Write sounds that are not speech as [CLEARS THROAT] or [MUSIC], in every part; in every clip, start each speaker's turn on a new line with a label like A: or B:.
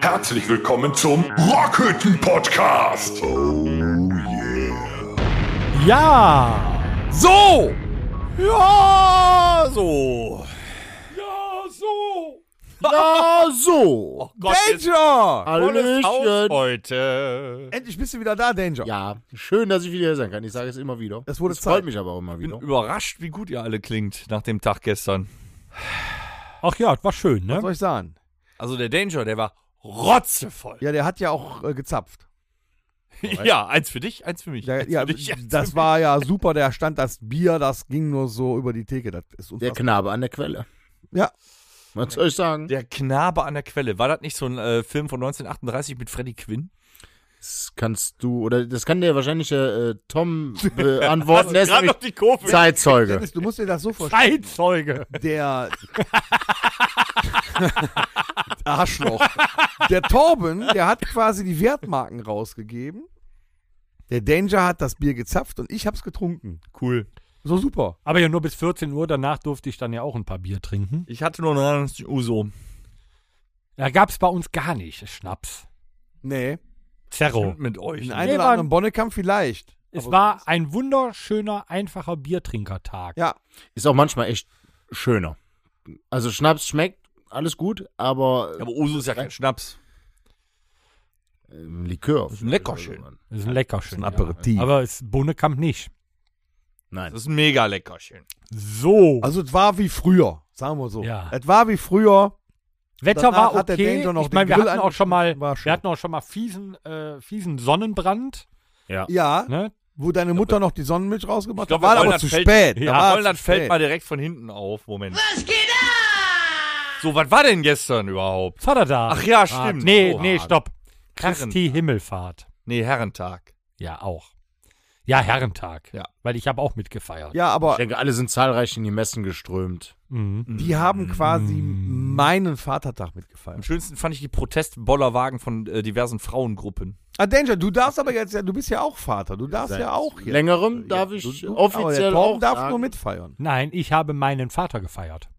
A: Herzlich willkommen zum Rockhütten Podcast. Oh
B: Ja! So! Ja, so!
C: Ja, so.
B: Ja, so!
C: Oh Gott, jetzt-
B: Danger!
C: Volles Haus
D: Hallöchen.
C: heute.
B: Endlich bist du wieder da, Danger.
D: Ja, schön, dass ich wieder hier sein kann. Ich sage es immer wieder.
B: Es wurde
D: das
B: Zeit.
D: freut mich aber auch immer
C: Ich bin
D: wieder.
C: überrascht, wie gut ihr alle klingt nach dem Tag gestern.
E: Ach ja, war schön,
B: Was
E: ne?
B: soll ich sagen?
C: Also der Danger, der war [LAUGHS] rotzevoll.
B: Ja, der hat ja auch äh, gezapft.
C: Ja, eins für dich, eins für mich.
B: Der,
C: eins
B: ja,
C: für dich, eins
B: das
C: für
B: war ja super. Der stand das Bier, das ging nur so über die Theke. Das ist
D: Der
B: unfassbar.
D: Knabe an der Quelle.
B: Ja.
D: Was soll ich sagen?
C: mich. der Knabe an der Quelle. War das nicht so ein äh, Film von 1938 mit Freddie Quinn?
D: Das kannst du, oder das kann dir wahrscheinlich äh, Tom beantworten. der ist
C: Gerade
D: nämlich
C: auf die Kurve.
B: [LAUGHS]
D: Zeitzeuge.
B: Du musst dir das so vorstellen.
E: Zeitzeuge. [LAUGHS]
B: Der Arschloch. Der Torben, der hat quasi die Wertmarken rausgegeben. Der Danger hat das Bier gezapft und ich hab's getrunken.
C: Cool.
B: So super.
E: Aber ja, nur bis 14 Uhr. Danach durfte ich dann ja auch ein paar Bier trinken.
C: Ich hatte nur 99 Uso.
E: Da gab's bei uns gar nicht Schnaps.
B: Nee.
E: Zerro.
C: Mit euch.
B: Den
C: ne?
B: einen
E: Nee,
B: oder
E: war-
B: anderen Bonnekamp vielleicht.
E: Es
B: Aber-
E: war ein wunderschöner, einfacher Biertrinkertag.
B: Ja,
D: Ist auch manchmal echt schöner. Also Schnaps schmeckt, alles gut, aber,
C: Aber Uso ist ja kein Schnaps.
D: äh, Likör.
C: ist ein lecker schön.
E: Das ist ein lecker schön.
B: Aperitif.
E: Ja. Aber es Bohnekamp nicht.
D: Nein.
C: Das ist mega lecker schön.
E: So.
B: Also es war wie früher, sagen wir so.
E: Ja.
B: Es war wie früher.
E: Wetter
B: danach
E: war
B: hat der
E: okay.
B: Danger noch
E: ich meine,
B: den
E: wir
B: Grill
E: hatten auch schon mal,
B: angeschmissen, war schön.
E: wir hatten auch schon mal fiesen, äh, fiesen Sonnenbrand.
B: Ja,
E: Ne?
B: wo deine Mutter noch die Sonnenmilch
C: Ich
B: rausgemacht hat.
C: glaube,
B: War aber
C: Holland
B: zu
C: fällt-
B: spät. Da
C: Ja,
B: war
C: Holland
B: zu
C: fällt
B: spät.
C: mal direkt von hinten auf. Moment. Was geht ab? So, was war denn gestern überhaupt?
E: Vatertag.
C: Ach ja, stimmt.
E: Ah, Nee,
C: Oh.
E: nee, stopp.
C: Herrentag.
E: Christi Himmelfahrt.
C: Nee, Herrentag.
E: Ja, auch. Ja, Herrentag.
C: Ja.
E: Weil ich habe auch mitgefeiert.
B: Ja, aber
D: Ich denke, alle sind zahlreich in die Messen geströmt.
E: Mhm.
B: die haben quasi
E: Mm.
B: meinen Vatertag
C: Am
B: mitgefeiert.
C: schönsten fand ich die Protestbollerwagen von äh, diversen Frauengruppen.
B: Ah, Danger, du darfst aber jetzt, ja, du bist ja auch Vater. Du darfst ja auch jetzt.
D: Längerem darf
B: Ja,
D: ich
B: du- du- aber der
D: offiziell
B: Torben
D: auch
B: darf
D: sagen.
B: nur mitfeiern.
E: Nein, ich habe meinen Vater gefeiert.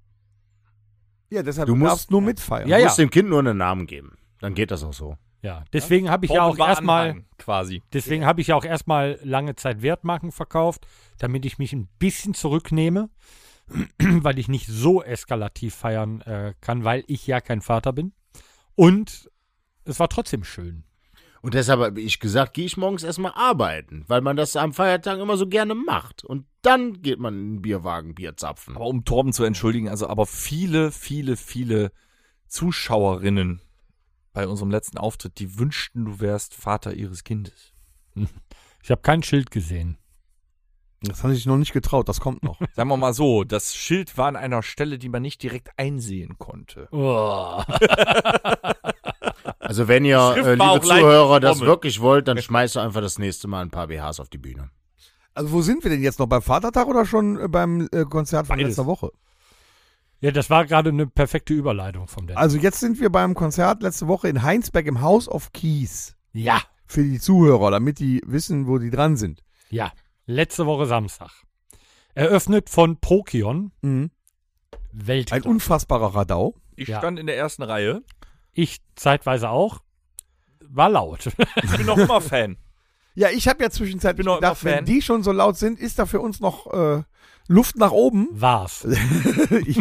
B: Ja, deshalb
D: Du
B: du
D: musst-
B: darfst nur mitfeiern.
E: Ja,
D: Du
E: ja.
D: musst dem Kind nur einen Namen geben. Dann geht das auch so.
E: Ja, deswegen habe ich ja auch
C: Bombenbar
E: erstmal,
C: Anhang, quasi.
E: deswegen habe ich ja auch erstmal lange Zeit Wertmarken verkauft, damit ich mich ein bisschen zurücknehme, [CLEARS THROAT] weil ich nicht so eskalativ feiern äh, kann, weil ich ja kein Vater bin. Und es war trotzdem schön.
D: Und deshalb habe ich gesagt, gehe ich morgens erstmal arbeiten, weil man das am Feiertag immer so gerne macht. Und dann geht man in den Bierwagen Bier zapfen.
C: Aber um Torben zu entschuldigen, also aber viele, viele, viele Zuschauerinnen bei unserem letzten Auftritt, die wünschten, du wärst Vater ihres Kindes.
E: Ich habe kein Schild
B: [LAUGHS]
E: gesehen.
B: Das hatte ich noch nicht getraut, das kommt
D: [LAUGHS]
B: noch.
C: Sagen wir mal so, das Schild war an einer Stelle, die man nicht direkt einsehen konnte.
B: Oh.
D: Also wenn ihr,
C: Schrift
D: äh,
C: war
D: liebe
C: auch leicht
D: Zuhörer, das
C: geformt.
D: wirklich wollt, dann schmeißt du einfach das nächste Mal ein paar BHs auf die Bühne.
B: Also wo sind wir denn jetzt noch? Beim Vatertag oder schon äh, beim äh, Konzert von
E: Beides.
B: letzter Woche?
E: [LAUGHS] Ja, das war gerade eine perfekte Überleitung vom Dennis.
B: Also jetzt sind wir beim Konzert letzte Woche in Heinsberg im House of Keys.
E: Ja,
B: Für die Zuhörer, damit die wissen, wo die dran sind.
E: ja. Letzte Woche Samstag. Eröffnet von Prokion.
B: Mhm. Ein
E: Weltklasse.
B: unfassbarer Radau.
C: Ich
E: Ja.
C: stand in der ersten Reihe.
E: Ich zeitweise auch. War laut. [LAUGHS]
C: Ich bin noch
B: [LAUGHS]
C: immer Fan.
B: Ja, ich habe ja zwischenzeitlich
C: Ich bin auch
B: gedacht,
C: immer Fan.
B: wenn die schon so laut sind, ist da für uns noch äh, Luft nach oben. [LAUGHS]
E: War's.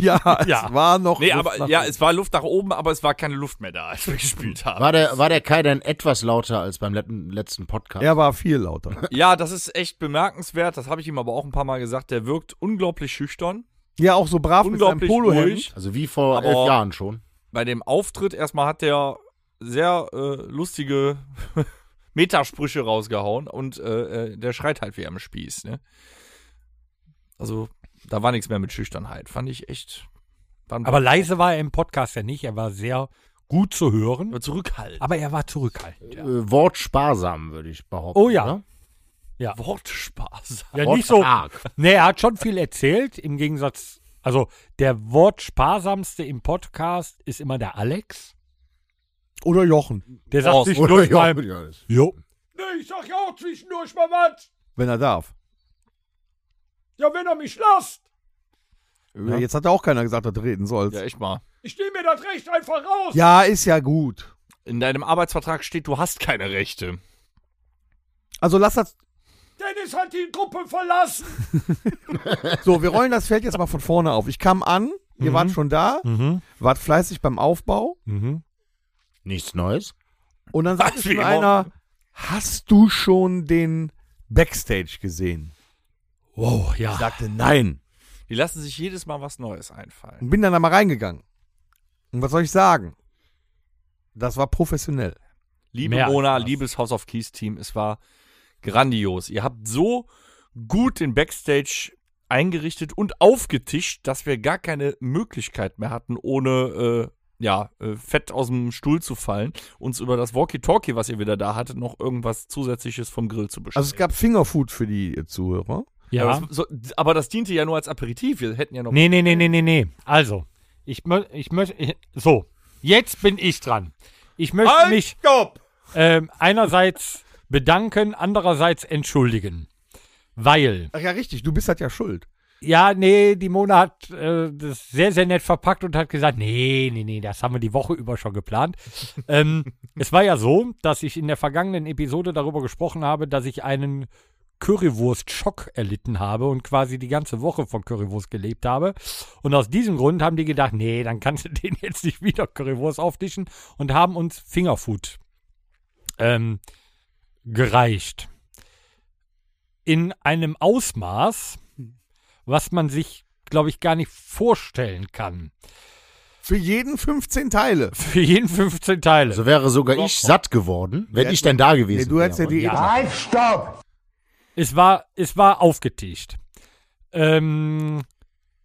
B: ja,
C: [LAUGHS]
B: es
E: Ja.
B: war noch
C: Nee,
B: Luft
C: aber
B: nach
C: ja,
B: oben.
C: es war Luft nach oben, aber es war keine Luft mehr da, als wir gespielt haben.
D: War der, war der Kai denn etwas lauter als beim letzten, letzten Podcast?
B: er war viel lauter.
C: Ja, das ist echt bemerkenswert. Das habe ich ihm aber auch ein paar Mal gesagt. Der wirkt unglaublich schüchtern.
B: Ja, auch so brav mit seinem
C: Unglaublich
B: Polohemd.
C: ruhig.
D: Also wie vor
C: Aber-
D: elf Jahren schon.
C: Bei dem Auftritt erstmal hat der sehr äh, lustige [LAUGHS] Metasprüche rausgehauen und äh, äh, der schreit halt wie am Spieß. Ne? Also da war nichts mehr mit Schüchternheit. Fand ich echt. war ein-
E: Aber leise war er im Podcast ja nicht. Er war sehr gut zu hören.
C: Aber
B: Ah,
C: zurückhaltend.
E: Aber er war zurückhaltend. Ja,
D: Äh, wortsparsam, würde ich behaupten. ne?
E: Oh ja.
D: oder?
C: Wortspaß.
E: ja nicht so.
D: Wortarg.
B: [LAUGHS]
E: Nee, er hat schon viel erzählt. Im Gegensatz, also der wortsparsamste im Podcast ist immer der Alex.
B: Oder Jochen,
E: Der sagt
C: Horst,
E: zwischendurch
D: ja,
E: mal.
D: ja, ist-
E: Jo.
C: Nee, ich sag ja auch zwischendurch mal was.
B: wenn er darf.
C: Ja, wenn er mich lasst.
B: Ja, Jetzt hat ja auch keiner gesagt, dass du reden sollst.
C: Ja, echt mal.
E: Ich nehme mir das Recht einfach raus.
B: Ja, ist ja gut.
C: In deinem Arbeitsvertrag steht, du hast keine Rechte.
B: Also lass das.
E: Dennis hat die Gruppe verlassen.
B: [LAUGHS] So, wir rollen das Feld jetzt mal von vorne auf. Ich kam an, ihr
E: Mhm.
B: wart schon da,
E: Mhm.
B: wart fleißig beim Aufbau
E: Mhm.
D: Nichts Neues?
B: und dann
C: Was,
B: sagte
C: wie
B: mir
C: immer?
B: einer, hast du schon den Backstage gesehen?
E: Wow, ja.
B: Ich sagte, nein.
C: Die lassen sich jedes Mal was Neues einfallen.
B: Und bin dann da mal reingegangen. Und was soll ich sagen? Das war professionell.
C: Liebe
E: Mehr als
C: Mona,
E: das.
C: liebes House of Keys Team, es war grandios. Ihr habt so gut den Backstage eingerichtet und aufgetischt, dass wir gar keine Möglichkeit mehr hatten, ohne äh, ja, äh, fett aus dem Stuhl zu fallen, uns über das Walkie-Talkie, was ihr wieder da hattet, noch irgendwas Zusätzliches vom Grill zu bestellen.
B: Also es gab Fingerfood für die äh, Zuhörer.
E: ja.
C: Aber, das, so, aber das diente ja nur als Aperitif. Wir hätten ja noch.
E: Nee, nee, nee, nee, nee, nee. Also, ich möchte, ich möchte, ich- so, jetzt bin ich dran. Ich möchte
C: Halt,
E: mich
C: stopp!
E: ähm, einerseits bedanken, andererseits entschuldigen. Weil,
B: Ach ja, richtig, du bist halt ja schuld.
E: ja, nee, die Mona hat äh, das sehr, sehr nett verpackt und hat gesagt, nee, nee, nee, das haben wir die Woche über schon geplant. ähm, es war ja so, dass ich in der vergangenen Episode darüber gesprochen habe, dass ich einen Currywurst-Schock erlitten habe und quasi die ganze Woche von Currywurst gelebt habe. Und aus diesem Grund haben die gedacht, nee, dann kannst du [LAUGHS] den jetzt nicht wieder Currywurst auftischen und haben uns Fingerfood ähm, gereicht. In einem Ausmaß, was man sich, glaube ich, gar nicht vorstellen kann. [LAUGHS]
B: Für jeden 15 Teile.
E: Für jeden 15 Teile.
C: Also
D: So Also wäre sogar ich satt geworden, wenn ich denn da
B: Nee,
D: gewesen
B: du hättest ja die
E: Ja.
B: eh-
E: Es war, es war aufgetischt. Ähm,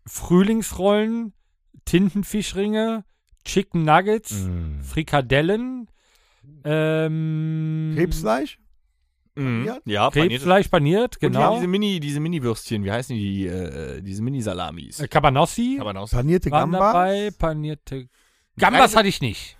E: Frühlingsrollen, Tintenfischringe, Chicken Nuggets,
C: Mm.
E: Frikadellen, ähm,
B: Krebsfleisch?
C: Mhm.
B: Ja,
C: Ja, paniertes
E: Krebsfleisch paniert,
C: Und die haben
E: genau.
C: diese Mini, diese Mini-Würstchen, wie heißen die, äh, diese Mini-Salamis?
E: Äh, Cabanossi
C: Aber noch
B: Panierte
E: waren dabei,
B: Gambas?
E: panierte Gambas hatte ich nicht.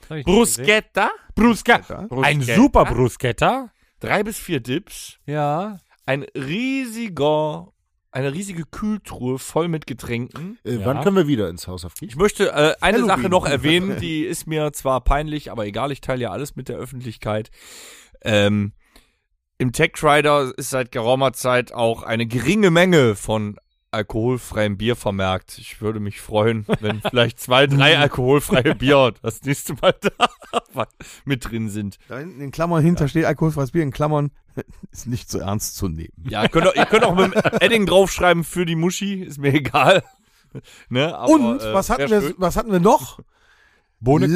E: Das hab ich nicht gesehen.
C: Bruschetta?
E: Bruschetta. Ein
C: Bruschetta.
E: super Bruschetta.
C: Drei bis vier Dips.
E: Ja.
C: Ein riesiger, eine riesige Kühltruhe voll mit Getränken.
D: Äh,
E: Ja.
D: Wann können wir wieder ins Haus auf Krieg?
C: Ich möchte äh, eine
B: Halloween.
C: Sache noch
B: [LAUGHS]
C: erwähnen, die ist mir zwar peinlich, aber egal, ich teile ja alles mit der Öffentlichkeit. Ähm, Im Tech Rider ist seit geraumer Zeit auch eine geringe Menge von alkoholfreiem Bier vermerkt. Ich würde mich freuen, wenn
B: [LAUGHS]
C: vielleicht zwei, drei alkoholfreie Bier das nächste Mal da [LAUGHS] mit drin sind.
B: Da hinten in Klammern hinter steht alkoholfreies Bier in Klammern. [LAUGHS] Ist nicht so ernst zu nehmen.
C: Ja, ihr könnt auch, ihr könnt auch mit dem Edding draufschreiben für die Muschi, ist mir egal. [LAUGHS] Ne, aber,
B: Und
C: äh,
B: was, hatten
C: wär
B: wir,
C: schön.
B: was hatten wir noch?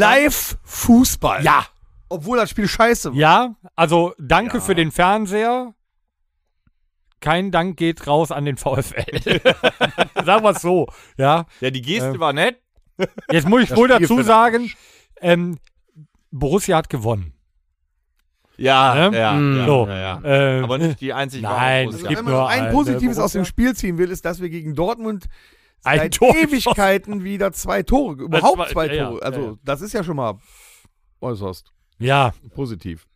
B: Live-Fußball.
E: Ja.
B: Obwohl das Spiel scheiße war.
E: Ja, also danke für den Fernseher. Kein Dank geht raus an den VfL. [LAUGHS] Sagen wir es so. Ja,
C: Ja, die Geste
B: Äh.
E: Ähm,
C: war nett.
E: jetzt muss ich wohl
D: Spiel
E: dazu
D: für den
E: sagen, ähm, Borussia hat gewonnen.
C: Ja,
E: ne?
C: ja,
D: Mm.
C: ja,
E: so,
C: ja, ja.
E: ähm,
C: Aber nicht die einzige.
E: Nein, es
C: Wahrheit, wo
B: Also,
C: sie
E: gibt
B: wenn
C: haben.
B: man noch
E: nur
B: ein
E: eine
B: Positives aus dem
E: Borussia.
B: Spiel ziehen will, ist, dass wir gegen Dortmund
E: Ein
B: seit
E: Tor
B: Ewigkeiten wieder zwei Tore, überhaupt
E: war-
B: zwei
E: ja, ja,
B: Tore.
E: ja,
B: Also,
E: ja.
B: das ist ja schon mal äußerst
E: ja,
B: positiv.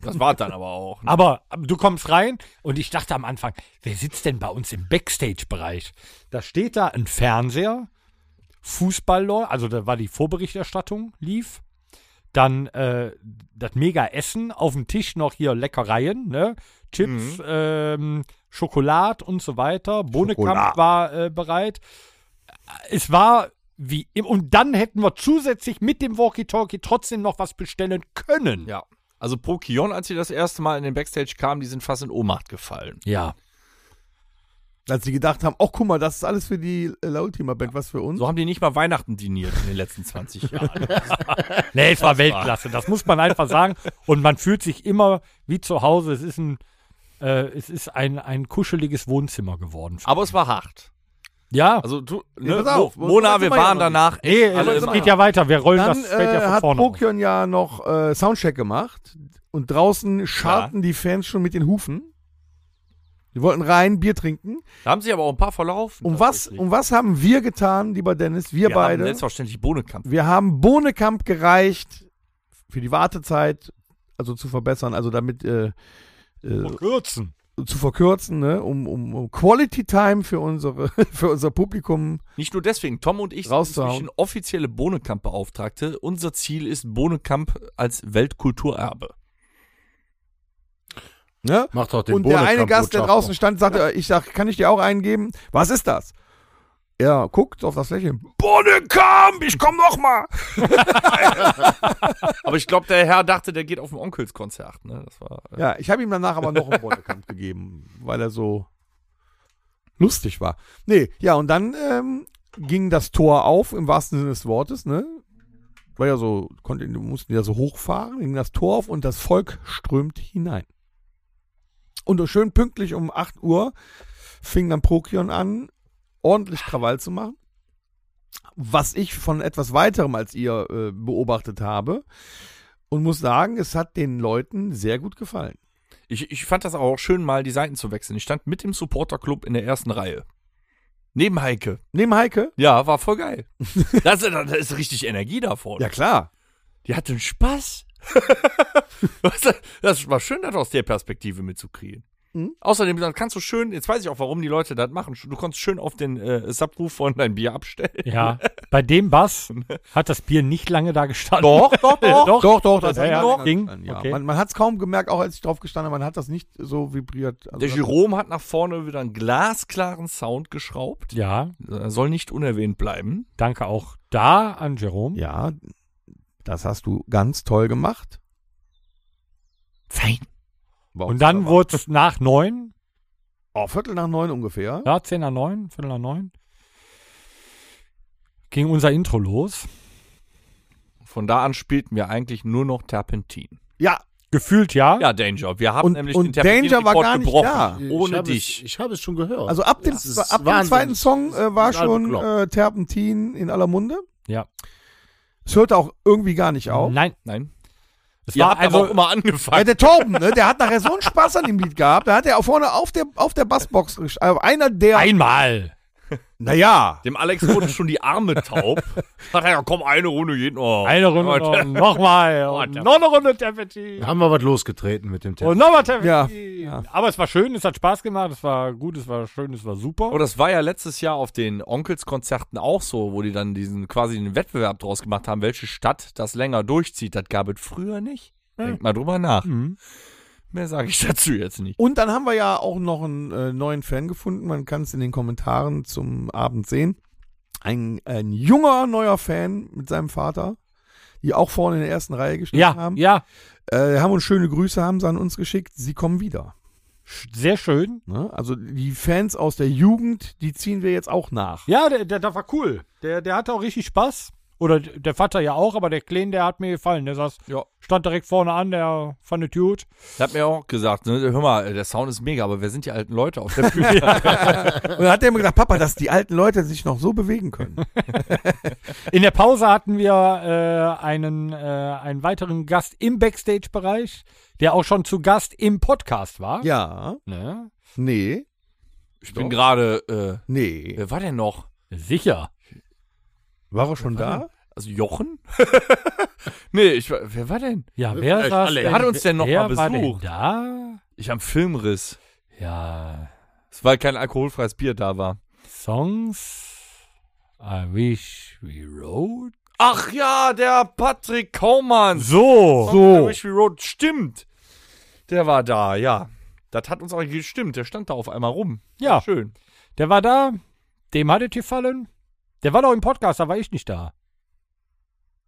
C: Das war dann aber auch. ne?
E: aber ähm, du kommst rein und ich dachte am Anfang, wer sitzt denn bei uns im Backstage-Bereich? Da steht da ein Fernseher, Fußball, also da war die Vorberichterstattung, lief. Dann äh, das Mega-Essen, auf dem Tisch noch hier Leckereien, ne? Chips, ähm, Schokolade und so weiter. Bohnekamp
B: Schokolade.
E: war äh, bereit. Es war wie im, und dann hätten wir zusätzlich mit dem Walkie-Talkie trotzdem noch was bestellen können.
C: Ja. Also pro Kion, als sie das erste Mal in den Backstage kamen, die sind fast in Ohnmacht gefallen.
E: ja.
B: Als sie gedacht haben, ach guck mal, das ist alles für die äh, La Ultima Band, was für uns.
C: So haben die nicht mal Weihnachten diniert in den letzten 20 Jahren.
E: Nee, es war Weltklasse, das muss man einfach sagen. Und man fühlt sich immer wie zu Hause. Es ist ein, äh, es ist ein, ein kuscheliges Wohnzimmer geworden.
B: Ah.
C: Aber es war hart.
E: ja,
C: Also du,
B: Nee,
C: ne,
B: pass auf,
C: Mo- Mona,
B: das
C: wir
B: sind wir ja
C: waren
B: noch nicht.
C: danach echt
E: nee,
C: alle
E: es
C: im
E: geht ja weiter. Wir rollen
B: also Dann
E: das Feld ja
B: äh,
E: von
B: hat
E: vorne. auf.
B: Pokion ja noch äh, Soundcheck gemacht und draußen scharten die Fans schon mit den Hufen. Die wollten rein, Bier trinken.
C: Da haben sich aber auch ein paar verlaufen.
B: Um was,
C: tatsächlich.
B: um was haben wir getan, lieber Dennis? Wir,
C: wir
B: beide.
C: Haben selbstverständlich Bohnenkampf.
B: Wir haben Bohnekamp gereicht für die Wartezeit, also zu verbessern, also damit äh, äh,
E: Verkürzen.
B: zu verkürzen, ne? um, um, um Quality Time für, unsere, [LAUGHS] für unser Publikum.
C: Nicht nur deswegen, Tom und ich
B: Rauszuhauen.
C: inzwischen offizielle Bohnekamp-Beauftragte. Unser Ziel ist Bohnekamp als Weltkulturerbe.
B: Ne?
D: Mach doch den
B: Und der eine
D: Bohnekamp-
B: Gast, der
D: Botschafter.
B: draußen stand, sagte, äh, ich sag, kann ich dir auch einen geben? Was ist das? Er guckt auf das Lächeln. Bohnekamp, ich komm noch mal.
C: Aber ich glaube, der Herr dachte, der geht auf ein Onkelskonzert. Ne? Das war, äh,
B: Ja, ich habe ihm danach aber noch einen Bohnekamp [LAUGHS] gegeben, weil er so lustig war. Nee, ja, und dann ähm, ging das Tor auf, im wahrsten Sinne des Wortes, ne? War ja so, konnte, mussten ja so hochfahren, ging das Tor auf und das Volk strömt hinein. Und schön pünktlich um 8 Uhr fing dann Prokion an, ordentlich Krawall zu machen. Was ich von etwas weiterem als ihr äh, beobachtet habe und muss sagen, es hat den Leuten sehr gut gefallen.
C: ich, ich fand das auch schön, mal die Seiten zu wechseln. Ich stand mit dem Supporterclub in der ersten Reihe. Neben Heike.
B: Neben Heike?
C: Ja, war voll
B: [LAUGHS]
C: geil. Das, das ist richtig Energie da vorne.
B: klar.
C: Die hatten
B: [LAUGHS]
C: Spaß. Was- das war schön, das aus der Perspektive mitzukriegen.
B: Mhm.
C: Außerdem dann kannst du schön, jetzt weiß ich auch, warum die Leute das machen, du konntest schön auf den äh, Subroof von dein Bier abstellen.
E: Ja, bei dem Bass hat das Bier nicht lange da gestanden. [LAUGHS]
B: doch,
E: doch.
B: Doch, doch, doch. Das
E: Ja, ja,
B: hat
E: ging.
B: man- Ja,
E: Okay.
B: man, man hat es kaum gemerkt, auch als ich drauf gestanden habe, man hat das nicht so vibriert. Also
C: Der
B: das-
C: Jerome hat nach vorne wieder einen glasklaren Sound geschraubt.
E: Ja,
C: Äh, Soll nicht unerwähnt bleiben.
E: danke auch da an Jerome.
B: Ja, das hast du ganz toll gemacht.
C: Fein.
B: War
E: Und
B: auch
E: dann
B: wunderbar.
E: wurde es nach neun,
B: Oh, Viertel nach neun ungefähr.
E: ja, zehn nach neun, viertel nach neun, ging unser Intro los.
C: Von da an spielten wir eigentlich nur noch Terpentin.
B: Ja,
E: Gefühlt ja.
C: Ja, Danger. Wir haben
B: Und-
C: nämlich
B: und
C: den Terpentin
B: Danger war gar nicht da.
D: Ich
C: Ohne
D: hab
C: dich.
D: Es, ich habe es schon gehört.
B: also ab dem,
D: das ist
B: ab dem
D: Wahnsinn.
B: zweiten Song
D: Das ist
B: äh, war
D: total
B: schon
D: bekloppt.
B: äh, Terpentin in aller Munde.
E: Ja.
B: Es hörte auch irgendwie gar nicht auf.
E: Nein,
C: Nein.
E: es
C: Ihr
E: war
C: habt aber auch
E: also,
C: immer
B: Ja,
C: angefangen.
B: der Torben, ne, der hat nachher so einen Spaß an dem Lied gehabt. Da hat er auch vorne auf der, auf der Bassbox, gesch- also einer der,
E: einmal.
B: naja,
C: Dem Alex wurden schon die Arme taub. [LAUGHS] Sagt er, ja, komm, eine Runde jeden. Oh.
E: Eine Runde noch, nochmal. Und noch eine Runde Tapetin.
D: haben wir was losgetreten mit dem
E: Und
D: Teppich.
E: nochmal
B: Ja,
E: Tapetin. Aber es war schön, es hat Spaß gemacht, es war gut, es war schön, es war super.
C: Aber das war ja letztes Jahr auf den Onkelskonzerten auch so, wo die dann diesen quasi den Wettbewerb draus gemacht haben, welche Stadt das länger durchzieht. Das gab es früher nicht. Denkt mal drüber nach.
E: Mhm.
C: Mehr sage ich dazu jetzt nicht.
B: Und dann haben wir ja auch noch einen äh, neuen Fan gefunden. Man kann es in den Kommentaren zum Abend sehen. Ein, ein junger, neuer Fan mit seinem Vater, die auch vorne in der ersten Reihe gestanden
E: Ja,
B: haben.
E: ja,
B: Äh, haben uns schöne Grüße, haben sie an uns geschickt. Sie kommen wieder.
E: sch- sehr schön.
B: Ne? Also die Fans aus der Jugend, die ziehen wir jetzt auch nach.
E: Ja, der, der, der war cool. Der, der hatte auch richtig Spaß. Oder d- der Vater ja auch, aber der Kleine, der hat mir gefallen. Der saß,
C: Ja.
E: stand direkt vorne an, der fand es gut.
C: Er hat mir auch gesagt, ne, hör mal, der Sound ist mega, aber wer sind die alten Leute auf
B: [LAUGHS]
C: der Bühne?
B: Und dann hat er mir gedacht, Papa, dass die alten Leute sich noch so
E: [LAUGHS]
B: bewegen können.
E: In der Pause hatten wir äh, einen, äh, einen weiteren Gast im Backstage-Bereich, der auch schon zu Gast im Podcast war.
B: Ja,
E: Ne?
B: nee,
C: Ich bin gerade, äh,
B: nee.
C: wer war denn noch?
E: Sicher.
B: War er schon da?
C: Also Jochen? [LAUGHS] nee, ich, war- wer war denn?
E: Ja, wer
D: Vielleicht
E: saß
D: alle.
E: denn,
C: Hat uns denn noch
E: wer
C: mal
E: war denn
C: besucht?
E: da?
C: Ich habe einen Filmriss.
E: Ja,
C: Es war kein alkoholfreies Bier da war.
E: Songs I wish we wrote.
C: Ach ja, der Patrick Kaumann.
E: So.
C: So. Wish We Road. Stimmt. Der war da, ja. Das hat uns auch gestimmt. Der stand da auf einmal rum.
E: Ja.
C: Schön.
E: Der war da, dem hat es gefallen. Der war doch im Podcast, da war ich nicht da.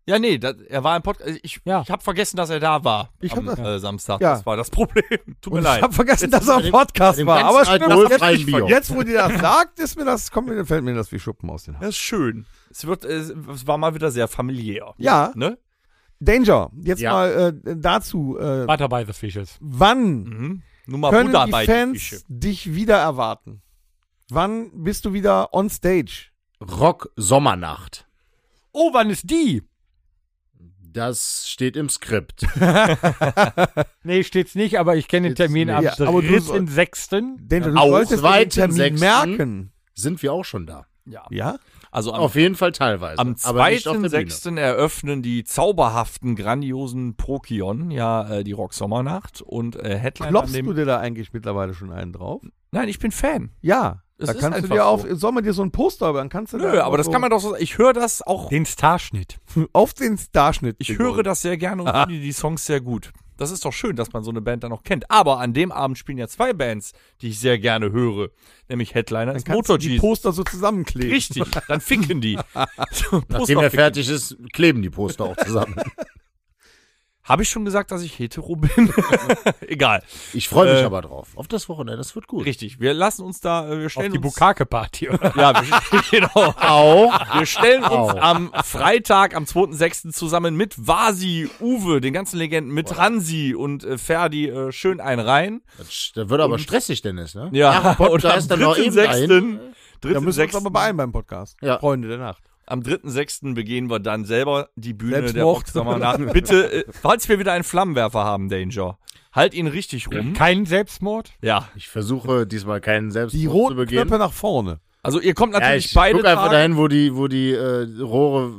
C: Ja, nee, das, er war im Podcast. Ich,
E: Ja.
C: ich habe vergessen, dass er da war.
B: Ich
C: am
B: hab
C: äh, Samstag.
B: Ja.
C: Das war das Problem. [LAUGHS] Tut mir
B: Und ich
C: leid.
B: habe vergessen, dass er
D: bei
B: ein
D: dem- bei
B: Podcast
D: dem
B: war.
D: ganzen
B: Aber schön, dass
D: alkoholfreien
B: jetzt, nicht
D: Bier.
B: ver- jetzt, wo dir das sagt, ist mir das, kommt mir, fällt mir das wie Schuppen aus den Haaren.
C: Das ist schön. Es, wird, äh, es war mal wieder sehr familiär.
B: Ja,
C: Ne?
B: Danger. Jetzt
D: Ja.
B: mal äh, dazu. Äh,
E: Butter by the Fishes.
B: wann
C: Mhm. Nur mal
B: können
C: Buddha
B: die
C: bei
B: Fans
C: Fische.
B: dich wieder erwarten? Wann bist du wieder on stage?
D: Rock Sommernacht.
E: Oh, wann ist die?
D: Das steht im Skript.
B: [LAUGHS]
E: Nee, steht's nicht, aber ich kenne den
D: Steht's
E: Termin
D: nicht.
E: am
B: Ja, aber du soll-
E: 3.6.
B: Danger, du
D: Am
B: solltest dir den
D: 2.6.
B: Termin merken.
D: Sind wir auch schon da?
B: Ja?
C: Also am,
D: Auf jeden Fall teilweise.
C: am
D: aber nicht auf der Bühne.
C: 2.6. eröffnen die zauberhaften, grandiosen Prokion ja äh, die Rocksommernacht und äh, Headline an
B: Klopfst
C: dem...
B: du dir da eigentlich mittlerweile schon einen drauf?
C: Nein, ich bin Fan.
B: Ja.
C: Es
B: da
C: ist
B: kannst du
C: einfach
B: dir auf,
C: so.
B: soll man dir so ein Poster, dann kannst du
C: Nö, aber das
B: so
C: kann man doch so sagen. Ich höre das auch.
E: Den Starschnitt.
B: auf den Starschnitt.
C: Ich höre das sehr gerne
B: [LAUGHS]
C: und finde die Songs sehr gut. Das ist doch schön, dass man so eine Band dann noch kennt. Aber an dem Abend spielen ja zwei Bands, die ich sehr gerne höre. Nämlich Headliner
B: Dann
C: ist
B: kannst du
C: Motor
B: die
C: Jesus.
B: Poster so zusammenkleben.
C: Richtig, dann ficken
B: [LAUGHS]
C: die. [LAUGHS]
D: Nachdem er fertig ist, kleben die Poster
C: [LAUGHS]
D: auch zusammen.
C: Habe ich schon gesagt, dass ich hetero bin? [LAUGHS] Egal.
D: Ich freue mich
C: Äh,
D: aber drauf. Auf das Wochenende, das wird gut.
C: Richtig, wir lassen uns da, äh, wir
E: Auf
C: stellen
E: die
C: uns...
E: Bukake-Party. oder?
C: Ja, wir, genau.
D: Auch.
C: Wir stellen uns
D: Au.
C: am Freitag, am 2.6. zusammen mit Vasi, Uwe, den ganzen Legenden, mit Hansi und äh, Ferdi äh, schön einen rein.
D: Das das wird aber stressig, Dennis, ne?
C: Ja, und
D: Podcast
C: am
D: dann noch eben dahin.
C: 3.6.
B: Da müssen wir uns aber
C: 3.6.
B: beeilen beim Podcast.
D: Ja.
B: Freunde der Nacht.
C: Am 3.6. begehen wir dann selber die Bühne der
B: Selbstmord.
C: Boxsommernacht. [LAUGHS] Bitte, äh, falls wir wieder einen Flammenwerfer haben, Danger, halt ihn richtig rum.
E: Kein Selbstmord?
C: Ja,
D: Ich versuche diesmal keinen Selbstmord
B: Die
D: zu
B: roten
D: begehen.
B: Knöpfe nach vorne.
C: also ihr kommt
D: Ja,
C: natürlich
D: ich
C: beide
D: guck einfach
C: Tage-
D: dahin, wo die, wo die äh, Rohre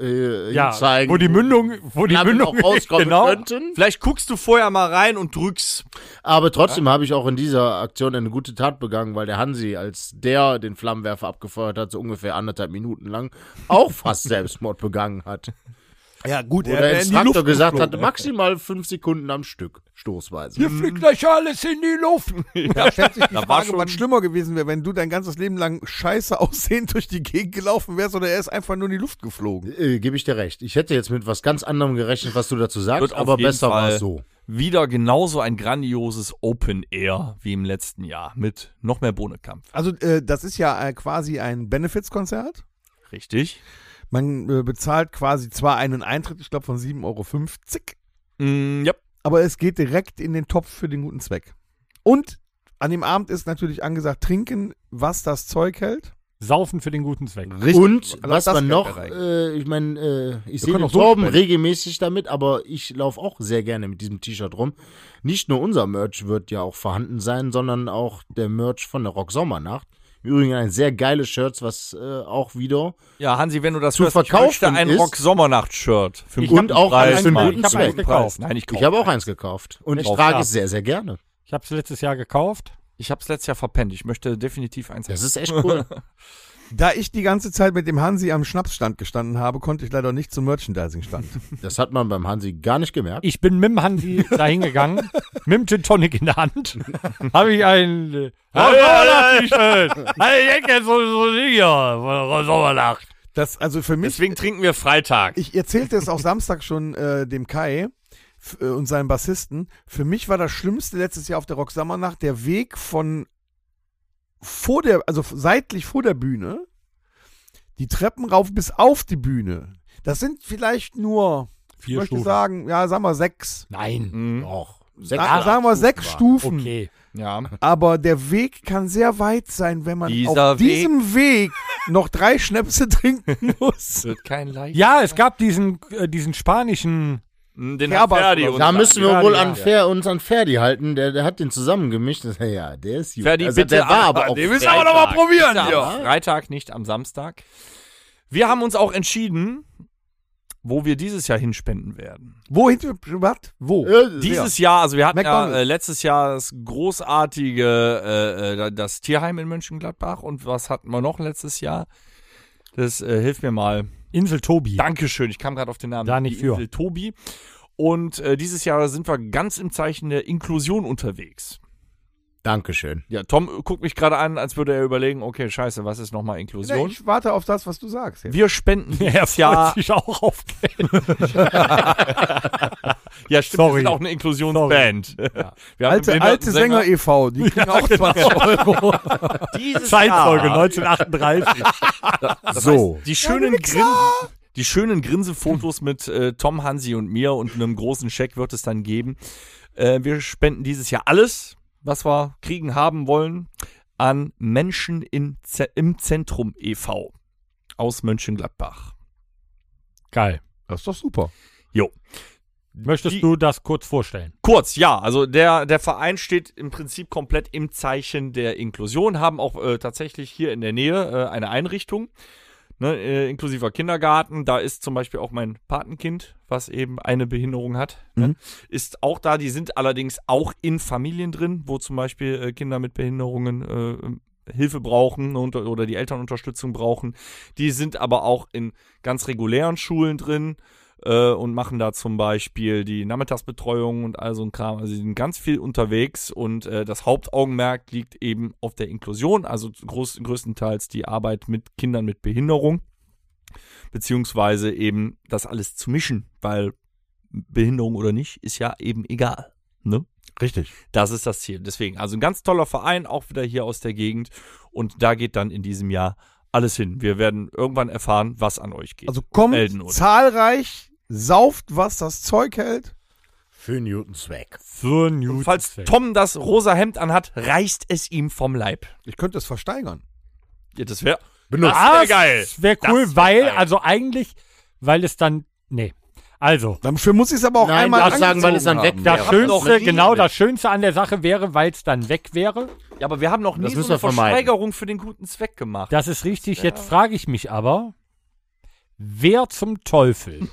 D: äh, hinzeigen.
E: wo die Mündung, wo die
D: Knappen
E: Mündung
D: auch rauskommen
E: genau.
D: könnten.
C: Vielleicht guckst du vorher mal rein und drückst.
D: Aber trotzdem habe ich auch in dieser Aktion eine gute Tat begangen, weil der Hansi, als der den Flammenwerfer abgefeuert hat, so ungefähr anderthalb Minuten lang,
C: [LAUGHS]
D: auch fast Selbstmord begangen hat.
B: Ja, gut,
D: Wo der Instruktor gesagt hat, maximal fünf Sekunden am Stück, stoßweise. Hm,
E: Hier fliegt gleich alles in die
C: [LAUGHS]
E: Luft.
B: [LAUGHS] Da stellt sich die
C: Da war
B: Frage,
C: schon-
B: was schlimmer gewesen wäre, wenn du dein ganzes Leben lang scheiße [LAUGHS] aussehend durch die Gegend gelaufen wärst oder er ist einfach nur in die Luft geflogen.
D: Äh, Gebe ich dir recht. Ich hätte jetzt mit was ganz anderem gerechnet, was du dazu sagst,
C: Wird auf
D: aber
C: jeden
D: besser war
C: Fall
D: es so.
C: Wieder genauso ein grandioses Open Air wie im letzten Jahr mit noch mehr Bohnenkampf.
B: Also äh, das ist ja äh, quasi ein Benefizkonzert.
C: Richtig?
B: Man äh, bezahlt quasi zwar einen Eintritt, ich glaube von 7,50 Euro,
C: Mm, ja.
B: aber es geht direkt in den Topf für den guten Zweck. Und an dem Abend ist natürlich angesagt, trinken, was das Zeug hält.
E: Saufen für den guten Zweck.
D: Und
B: Lass
D: was
B: das
D: man
B: Geld
D: noch,
B: da rein.
D: äh, ich meine, äh, ich sehe
B: können
D: den
B: auch so
D: Torben
B: spenden.
D: regelmäßig damit, aber ich laufe auch sehr gerne mit diesem T-Shirt rum. Nicht nur unser Merch wird ja auch vorhanden sein, sondern auch der Merch von der Rock Sommernacht. Im Übrigen ein sehr geiles Shirt, was äh, auch wieder
C: Ja, Hansi, wenn du das
D: Zu
C: hörst, ich
D: verkaufen
C: möchte ein
D: ist-
C: Rock Sommernacht-Shirt. Für einen
D: Und auch
C: Preis.
D: alles für einen
C: Nein,
D: guten
C: ich hab
D: Zweck.
C: einen guten Preis. Nein, ich,
D: Ich habe auch eins gekauft und ich
C: Echt?
D: trage
E: Ja.
D: es sehr, sehr gerne.
E: Ich habe es letztes Jahr gekauft.
C: Ich hab's letztes Jahr verpennt. Ich möchte definitiv eins
D: Das ist echt cool.
B: Da ich die ganze Zeit mit dem Hansi am Schnapsstand gestanden habe, konnte ich leider nicht zum Merchandising-Stand.
D: das hat man beim Hansi gar nicht gemerkt.
E: Ich bin mit dem [LAUGHS] Hansi da hingegangen, mit dem Gin Tonic in der [LAUGHS] Hand. habe ich ein äh, Sommernacht-T-Shirt. [LAUGHS] Ich denke jetzt so so ein Ding hier von Sommernacht.
B: Das, also für mich
C: Deswegen trinken wir Freitag.
B: ich erzählte es auch Samstag schon äh, dem Kai f- äh, und seinem Bassisten. Für mich war das Schlimmste letztes Jahr auf der Rocksammernacht der Weg von vor der, also f- seitlich vor der Bühne, die Treppen rauf bis auf die Bühne. Das sind vielleicht nur, ich
E: Vier
B: möchte
E: Stufen.
B: sagen, ja, sagen wir sechs.
E: Nein.
C: Mhm.
D: Doch. Sechs
B: Sa
D: oder
B: sagen wir
D: acht
B: sechs
D: waren.
B: Stufen.
E: Okay.
C: Ja.
B: Aber der Weg kann sehr weit sein, wenn man
C: Dieser
B: auf diesem Weg noch drei
C: [LAUGHS]
B: Schnäpse trinken muss.
C: Wird kein Leicht.
E: Ja, es gab diesen, äh, diesen spanischen.
C: Mm, Den
B: Herbert oder
C: und
D: Da müssen wir
E: Ja,
D: wohl
E: ja.
D: an Fer, uns an Ferdi halten. Der, der hat den zusammengemischt. Das- Ja, der ist gut. Also,
C: Ferdi, bitte
D: der war
C: an- [LAUGHS]
D: aber auch.
C: den müssen wir
D: Freitag.
C: also aber noch mal probieren.
D: Ja.
C: hier. Freitag, nicht am Samstag. Wir haben uns auch entschieden, wo wir dieses Jahr hinspenden werden.
B: Wohin? Was? Wo?
D: Äh,
C: Dieses Jahr, also wir hatten ja
B: McDonald's.
C: äh, letztes Jahr das großartige, äh, äh, das Tierheim in Mönchengladbach und was hatten wir noch letztes Jahr? Das äh, hilf mir mal.
E: Insel Tobi. [LAUGHS]
C: Dankeschön, ich kam gerade auf den Namen.
E: Da nicht
C: Die
E: für.
C: Insel Tobi. Und äh, dieses Jahr sind wir ganz im Zeichen der Inklusion unterwegs.
D: Dankeschön.
C: Ja, Tom äh, guckt mich gerade an, als würde er überlegen, okay, scheiße, was ist nochmal Inklusion?
B: Ich warte auf das, was du sagst. Jetzt.
C: wir
B: [LAUGHS]
C: spenden
E: Er
C: dieses
E: freut
C: Jahr.
E: sich auch auf Geld.
C: Ja, stimmt,
E: Sorry.
C: wir sind auch eine Inklusionsband. [LAUGHS] Wir haben Genau.
B: Alte,
C: einen
B: alte
C: Behindertensänger.
B: Sänger
C: [LAUGHS]
B: e.V., die kriegen auch 20 Euro.
C: Dieses
E: Zeitfolge
C: Jahr.
E: 1938.
D: so.
C: Die schönen, Grin die schönen Grinsefotos mit äh, Tom, Hansi und mir und einem großen Scheck wird es dann geben. Äh, wir spenden dieses Jahr alles, was wir kriegen, haben wollen, an Menschen in Ze im Zentrum e.V. aus Mönchengladbach.
E: [LAUGHS] Geil.
B: Das ist doch super.
E: Möchtest
C: Die-
E: du das kurz vorstellen?
C: Kurz, ja, also der, der Verein steht im Prinzip komplett im Zeichen der Inklusion, haben auch äh, tatsächlich hier in der Nähe äh, eine Einrichtung ne, äh, inklusiver Kindergarten. Da ist zum Beispiel auch mein Patenkind, was eben eine Behinderung hat, ne,
B: Mhm.
C: ist auch da. Die sind allerdings auch in Familien drin, wo zum Beispiel äh, Kinder mit Behinderungen äh, Hilfe brauchen und, oder die Eltern Unterstützung brauchen. Die sind aber auch in ganz regulären Schulen drin äh, und machen da zum Beispiel die Nachmittagsbetreuung und all so ein Kram. Also sie sind ganz viel unterwegs und äh, das Hauptaugenmerk liegt eben auf der Inklusion, also groß, größtenteils die Arbeit mit Kindern mit Behinderung, beziehungsweise eben das alles zu mischen, weil Behinderung oder nicht ist ja eben egal. Ne?
B: Richtig.
C: Das ist das Ziel. Deswegen, also ein ganz toller Verein, auch wieder hier aus der Gegend. Und da geht dann in diesem Jahr alles hin. Wir werden irgendwann erfahren, was an euch geht.
B: Also kommt
C: Melden uns.
B: zahlreich, sauft, was das Zeug hält.
D: Für Newtons Weg.
E: Für
C: Und
E: Newton.
C: falls Tom das rosa Hemd anhat, reißt es ihm vom Leib.
B: Ich könnte es versteigern.
C: Ja, das wäre
D: Benutzt.
C: Das wär Ah, geil.
E: Ah, Das wäre cool,
C: Das wär
E: weil,
C: geil.
E: also eigentlich, weil es dann, nee. Also,
B: Dafür muss ich es aber auch
D: Nein,
B: einmal
D: darf sagen, weil es
B: angezogen
D: dann weg
B: haben.
E: das
D: Ja, doch,
E: Schönste,
D: mit
E: genau
D: ihm.
E: das Schönste an der Sache wäre, weil es dann weg wäre.
C: Ja, aber wir haben noch nie
D: Das
C: so
D: müssen
C: eine
D: wir vermeiden.
C: Versteigerung für den guten Zweck gemacht.
E: Das ist richtig. Jetzt frage ich mich aber, wer zum
D: [LAUGHS]
E: Teufel?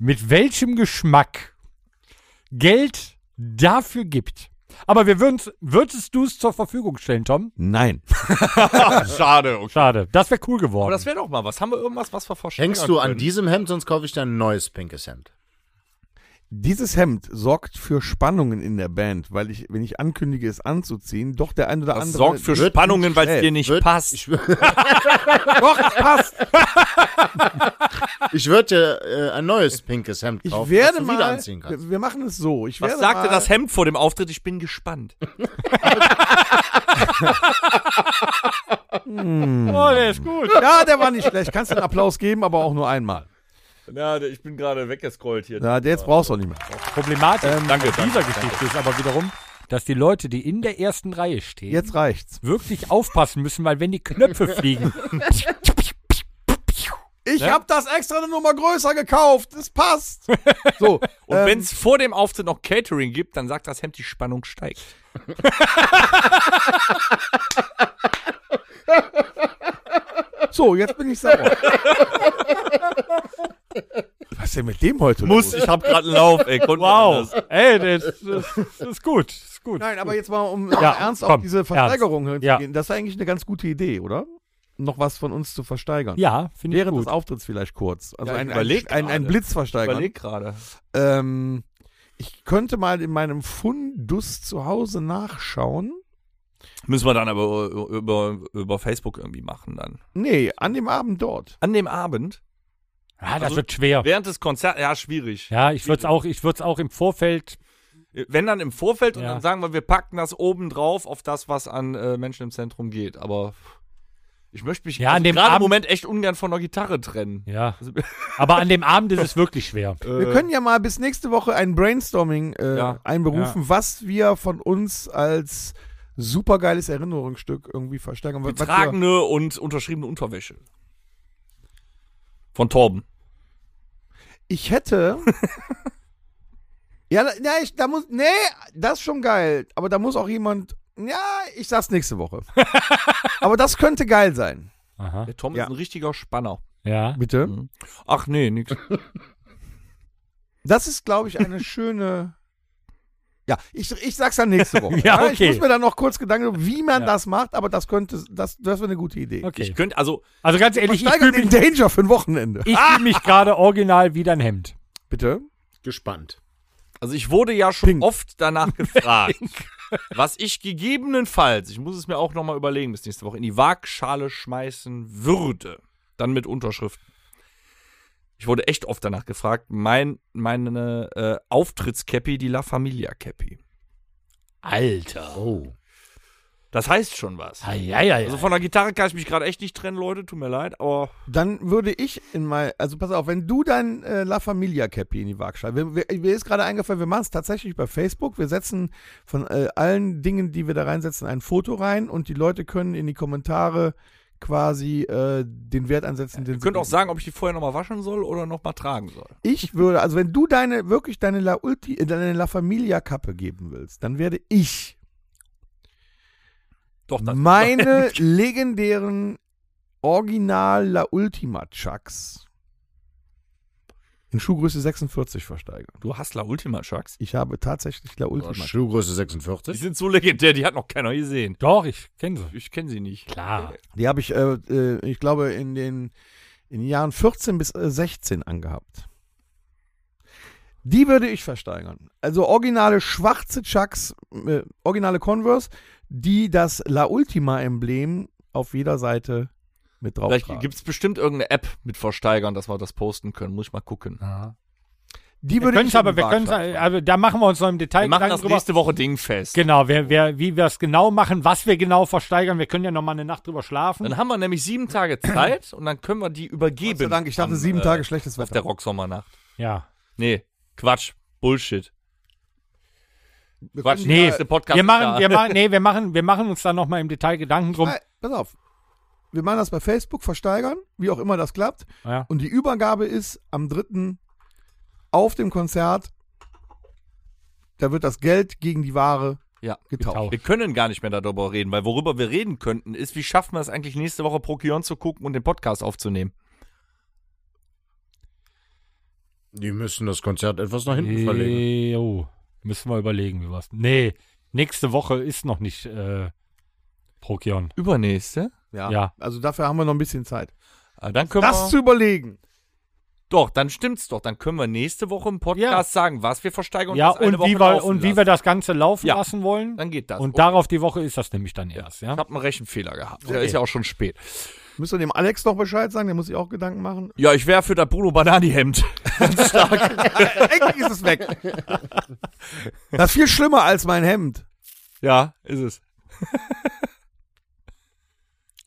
E: mit welchem Geschmack Geld dafür gibt? Aber wir würden's, würdest du es zur Verfügung stellen, Tom?
D: Hm.
B: Nein.
C: schade.
E: Schade. Das wäre cool
C: Aber
E: geworden.
C: das wäre doch mal was. Haben wir irgendwas, was wir versteigern
D: Hängst du an
C: können?
D: diesem Hemd, sonst kaufe ich dir ein neues pinkes Hemd.
B: Dieses Hemd sorgt für Spannungen in der Band, weil ich, wenn ich ankündige, es anzuziehen, doch der ein oder
C: Das
B: andere.
C: sorgt für
B: wird
C: Spannungen, weil es
B: schnell.
C: dir nicht
D: Wird-
C: passt.
D: Ich, wür-
B: Doch, es
D: [LAUGHS]
B: passt.
D: ich würde dir äh, ein neues pinkes Hemd
B: Ich
D: kaufen,
B: werde
D: das du
B: mal.
D: wieder anziehen kannst.
B: Wir, wir machen es so. Ich
C: was
B: werde
C: sagte
B: mal,
C: das Hemd vor dem Auftritt? Ich bin gespannt.
E: oh, der ist gut.
B: Ja, der war nicht schlecht. Kannst du einen Applaus geben, aber auch nur einmal.
C: Ja, ich bin gerade weggescrollt hier.
B: Ja, der jetzt brauchst du auch nicht mehr.
E: Problematik
D: Ähm,
C: danke,
E: an dieser
C: danke,
E: Geschichte ist aber wiederum, dass die Leute, die in der ersten Reihe stehen,
B: Jetzt reicht's.
E: wirklich aufpassen müssen, weil wenn die
C: [LAUGHS]
E: Knöpfe fliegen,
B: Ich hab das extra eine Nummer größer gekauft. Es passt.
C: [LAUGHS]
B: So. ähm,
C: Und
D: Ähm.
C: wenn es vor dem Auftritt noch Catering gibt, dann sagt das Hemd, die Spannung steigt.
B: So, jetzt bin ich sauer. [LAUGHS] Was ist denn mit dem heute los?
C: ich hab gerade einen Lauf, ey. Wow.
E: ey, das, das, das ist gut, das ist gut.
B: Nein, aber jetzt mal um
E: Ja,
B: ernst
E: komm,
B: auf diese Versteigerung
E: Ja.
B: hinzugehen. Das ist eigentlich eine ganz gute Idee, oder? Noch was von uns zu versteigern.
E: Ja, finde ich
B: Während
E: gut.
B: des Auftritts vielleicht kurz. Also
C: Ja, ich
B: ein, ein,
C: überleg
B: ein, ein
C: gerade.
B: Blitz
C: Ich
B: versteigern.
C: überleg gerade.
B: Ähm, ich könnte mal in meinem Fundus zu Hause nachschauen.
C: Müssen wir dann aber über, über Facebook irgendwie machen dann.
B: Nee, an dem Abend dort.
C: An dem Abend,
E: Ah, das
C: Also-
E: wird schwer.
C: während des Konzerts, ja, schwierig.
E: Ja, ich würde es auch, ich würd's auch im Vorfeld,
C: Wenn dann im Vorfeld und
E: Ja.
C: dann sagen wir, wir packen das oben drauf auf das, was an äh, Menschen im Zentrum geht. Aber ich möchte mich also
E: Ja, an dem
C: gerade im
E: Abend-
C: Moment echt ungern von der Gitarre trennen.
E: ja.
C: Also- [LAUGHS] Äh.
E: Aber an dem Abend ist es wirklich schwer.
B: Wir können ja mal bis nächste Woche ein Brainstorming äh,
C: Ja.
B: einberufen, was wir von uns als supergeiles Erinnerungsstück irgendwie versteigern. Was- was wir-
C: Getragene und unterschriebene Unterwäsche. Von Torben.
B: Ich
C: [LAUGHS]
B: hätte. ja, da, ja, ich, da muss. Nee, das ist schon geil. Aber da muss auch jemand. Ja, ich sag's nächste Woche.
C: [LAUGHS]
B: aber das könnte geil sein.
E: Aha.
C: Der Tom
B: Ja.
C: ist ein richtiger Spanner.
E: Ja.
B: Bitte.
C: Ach
E: [LAUGHS]
C: nee, nix.
B: Das ist, glaube ich, eine schöne. Ja, ich, ich sag's dann nächste Woche. ne?
E: Ja,
B: Ich
E: okay.
B: muss mir dann noch kurz Gedanken, machen, wie man
E: Ja.
B: das macht, aber das könnte, das, das wäre eine gute Idee.
E: Okay.
C: Ich könnte, also,
E: Also ganz ehrlich, ich
B: Steiger
E: fühle
B: den
E: mich,
B: Danger für ein Wochenende.
E: [LAUGHS] ich fühl
C: Ah!
E: mich gerade original wie dein Hemd.
B: Bitte?
D: Gespannt.
C: also ich wurde ja schon
B: Pink.
C: oft danach gefragt, was ich gegebenenfalls, ich muss es mir auch nochmal überlegen bis nächste Woche, in die Waagschale schmeißen würde. Dann mit Unterschriften. Ich wurde echt oft danach gefragt, mein, meine äh, Auftrittscappy, die La Familia Cappy.
E: Alter.
D: Oh.
C: Das heißt schon was.
E: Ah, ja, ja, ja.
C: Also von der Gitarre kann ich mich gerade echt nicht trennen, Leute, tut mir leid, aber
B: Dann würde ich in mein, also pass auf, wenn du dein äh, La Familia Cappy in die Waagschale, wir, wir, mir ist gerade eingefallen, wir machen es tatsächlich bei Facebook, wir setzen von äh, allen Dingen, die wir da reinsetzen, ein Foto rein und die Leute können in die Kommentare quasi äh, den Wert ansetzen, den
C: ihr könnt
B: sie
C: auch sagen, ob ich die vorher nochmal waschen soll oder nochmal tragen soll.
B: Ich würde, also wenn du deine, wirklich deine La, Ulti, äh, deine La Familia Kappe geben willst, dann werde ich
C: Doch, das
B: meine legendären Original La Ultima Chucks in Schuhgröße 46 versteigert.
C: Du hast La Ultima Sharks.
B: Ich habe tatsächlich La Ultima. Chucks.
D: Schuhgröße
C: Die
D: 46.
C: sind so legendär, die hat noch keiner gesehen.
E: Doch, ich kenne sie.
C: Ich kenne sie nicht.
E: Klar.
B: Die habe ich, äh, äh, ich glaube, in den, in den Jahren 14 bis äh, 16 angehabt. Die würde ich versteigern. Also originale schwarze Chucks, äh, originale Converse, die das La Ultima-Emblem auf jeder Seite mit drauf
C: Vielleicht
B: tragen.
C: gibt es bestimmt irgendeine App mit Versteigern, dass wir das posten können. Muss ich mal gucken.
B: die
E: Wir
B: würde
E: können
B: ich
E: es aber,
B: in
E: wir
B: die
E: können
C: äh,
B: Waagschale
E: also da machen wir uns noch im Detail
C: Wir machen
E: Gedanken
C: das nächste Woche Ding fest.
E: Genau, wer, wer, wie wir es genau machen, was wir genau versteigern. Wir können ja noch mal eine Nacht drüber schlafen.
C: Dann haben wir nämlich sieben Tage Zeit und dann können wir die übergeben.
B: Gott sei Dank, ich dachte
C: am,
B: sieben
C: äh,
B: Tage schlechtes
C: Auf der
B: Wetter.
C: Rocksommernacht.
E: Ja.
C: Nee, Quatsch. Bullshit.
B: Wir
C: Quatsch.
B: können
E: Nee,
B: die-
C: nächste Podcast
E: Wir
C: ist
E: machen,
C: da.
E: wir
C: [LAUGHS]
E: machen, nee, wir machen, wir machen uns da noch mal im Detail Gedanken drum.
B: Nein, pass auf. Wir machen das bei Facebook, versteigern, wie auch immer das klappt.
E: Ah, Ja.
B: Und die Übergabe ist am 3. auf dem Konzert. Da wird das Geld gegen die Ware
C: Ja.
B: getauscht.
E: Getauscht.
C: Wir können gar nicht mehr darüber reden, weil worüber wir reden könnten, ist, wie schaffen wir es eigentlich nächste Woche Prokion zu gucken und den Podcast aufzunehmen.
D: Die müssen das Konzert etwas nach hinten verlegen.
E: Jo. Äh, oh, Müssen wir überlegen, wie was. Nee, nächste Woche ist noch nicht äh, Prokion.
C: Übernächste?
E: Ja.
B: Also dafür haben wir noch ein bisschen Zeit.
C: Ah, Dann können
B: Das zu
C: wir.
B: überlegen.
C: Doch, dann stimmt's doch. Dann können wir nächste Woche im Podcast sagen, was wir versteigern
E: ja,
C: das eine
E: und wie,
C: Woche
E: wir,
C: laufen
E: und wie
C: lassen.
E: wir das Ganze laufen
C: Ja.
E: lassen wollen.
C: Dann geht das.
E: und
C: Oh,
E: darauf die Woche ist das nämlich dann erst, ja?
C: ich habe einen Rechenfehler gehabt. Der
E: Okay.
C: ist ja auch schon spät.
B: Müsst ihr dem Alex noch Bescheid sagen, der muss sich auch Gedanken machen.
C: Ja, ich wäre für das Bruno Banani-Hemd. [LAUGHS]
B: Ah, Eigentlich äh, ist
E: [LAUGHS]
B: es weg. Das ist viel schlimmer als mein Hemd.
C: ja, ist es. [LAUGHS]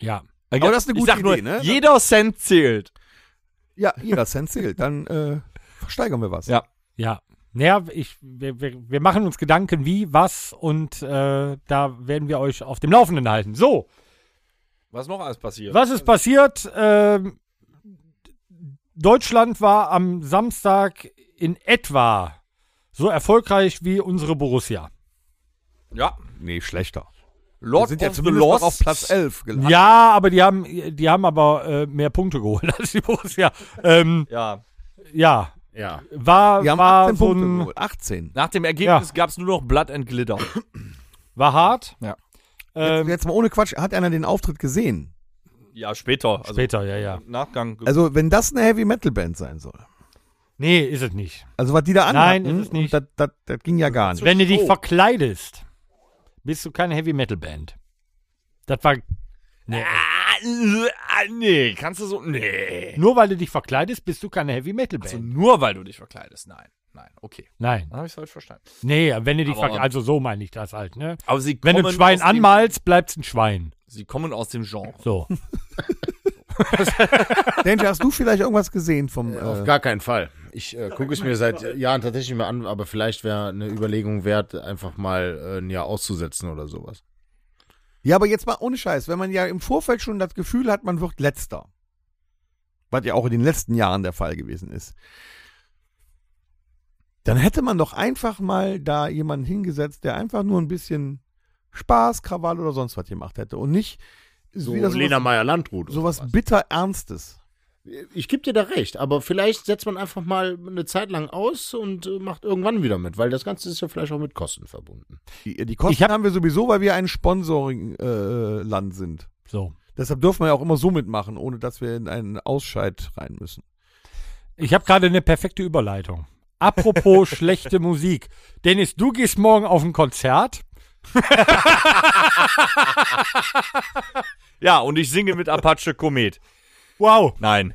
E: Ja.
B: Aber das ist eine
C: ich
B: gute
C: sag nur,
B: Idee, ne?
C: Jeder Cent zählt.
B: Ja, jeder Cent zählt. Dann äh, versteigern wir was.
C: Ja.
E: Ja. Naja, ich, wir, wir, wir machen uns Gedanken, wie, was und äh, da werden wir euch auf dem Laufenden halten. So,
C: Was noch alles passiert?
E: was ist passiert? Ähm, Deutschland war am Samstag in etwa so erfolgreich wie unsere Borussia.
C: Ja.
B: Nee, schlechter. Wir
C: Lord
B: sind ja
C: of the
B: zumindest noch
C: Lost.
B: auf Platz 11 gelandet.
E: Ja, aber die haben, die haben aber äh, mehr Punkte geholt [LAUGHS] als die Borussia. Ähm,
C: Ja.
E: ja,
D: Ja.
C: Äh.
E: war,
B: Wir haben
E: war,
B: 18
E: so
B: Punkte
E: ein,
B: geholt. 18.
C: Nach dem Ergebnis gab's nur noch Blood and Glitter.
E: war hart.
C: Ja.
E: Ähm,
B: jetzt, jetzt mal ohne Quatsch, hat einer den Auftritt gesehen?
C: [LAUGHS] ja, später. Also
E: später, ja, ja.
C: im Nachgang.
B: Also, wenn das eine Heavy Metal Band sein soll.
E: Nee, ist es nicht.
B: Also, was die da
E: Nein,
B: anhatten,
E: ist es nicht.
B: Das, das, das ging ja gar nicht.
E: Wenn du dich
C: Oh.
E: verkleidest, bist du keine Heavy Metal Band. Das war. Nee.
C: Ah, äh, ah, nee, kannst du so. Nee.
E: Nur weil du dich verkleidest, bist du keine Heavy Metal Band.
C: Also nur weil du dich verkleidest. Nein. Nein, okay.
E: Nein.
C: Dann habe ich es falsch verstanden.
E: Nee, wenn du dich
C: Aber-
E: verkleidest. Also so meine ich das halt, ne?
C: Aber sie
E: Wenn du ein
C: kommen
E: Schwein
C: aus dem-
E: anmalst, bleibst ein Schwein.
C: Sie kommen aus dem Genre. [LAUGHS]
E: So.
B: Danger, hast du vielleicht irgendwas gesehen vom.
D: Auf
B: Äh,
D: gar keinen Fall. Ich äh, gucke es mir seit Jahren tatsächlich nicht mehr an, aber vielleicht wäre eine Überlegung wert, einfach mal äh, ein Jahr auszusetzen oder sowas.
B: ja, aber jetzt mal ohne Scheiß. Wenn man ja im Vorfeld schon das Gefühl hat, man wird Letzter. Was ja auch in den letzten Jahren der Fall gewesen ist. Dann hätte man doch einfach mal da jemanden hingesetzt, der einfach nur ein bisschen Spaß, Krawall oder sonst was gemacht hätte. Und nicht
D: So
B: wieder
D: Lena
B: sowas,
D: Meyer-Landrut. oder
B: sowas bitter Ernstes.
D: Ich gebe dir da recht, aber vielleicht setzt man einfach mal eine Zeit lang aus und äh, macht irgendwann wieder mit, weil das Ganze ist ja vielleicht auch mit Kosten verbunden.
B: Die, die Kosten
E: Ich hab-
B: haben wir sowieso, weil wir ein Sponsoring-Land sind.
E: So.
B: Deshalb dürfen wir ja auch immer so mitmachen, ohne dass wir in einen Ausscheid rein müssen.
E: Ich habe gerade eine perfekte Überleitung.
C: [LAUGHS]
E: Apropos schlechte Musik. Dennis, du gehst morgen auf ein Konzert.
C: Ja, und ich singe mit Apache Komet.
E: Wow.
C: Nein.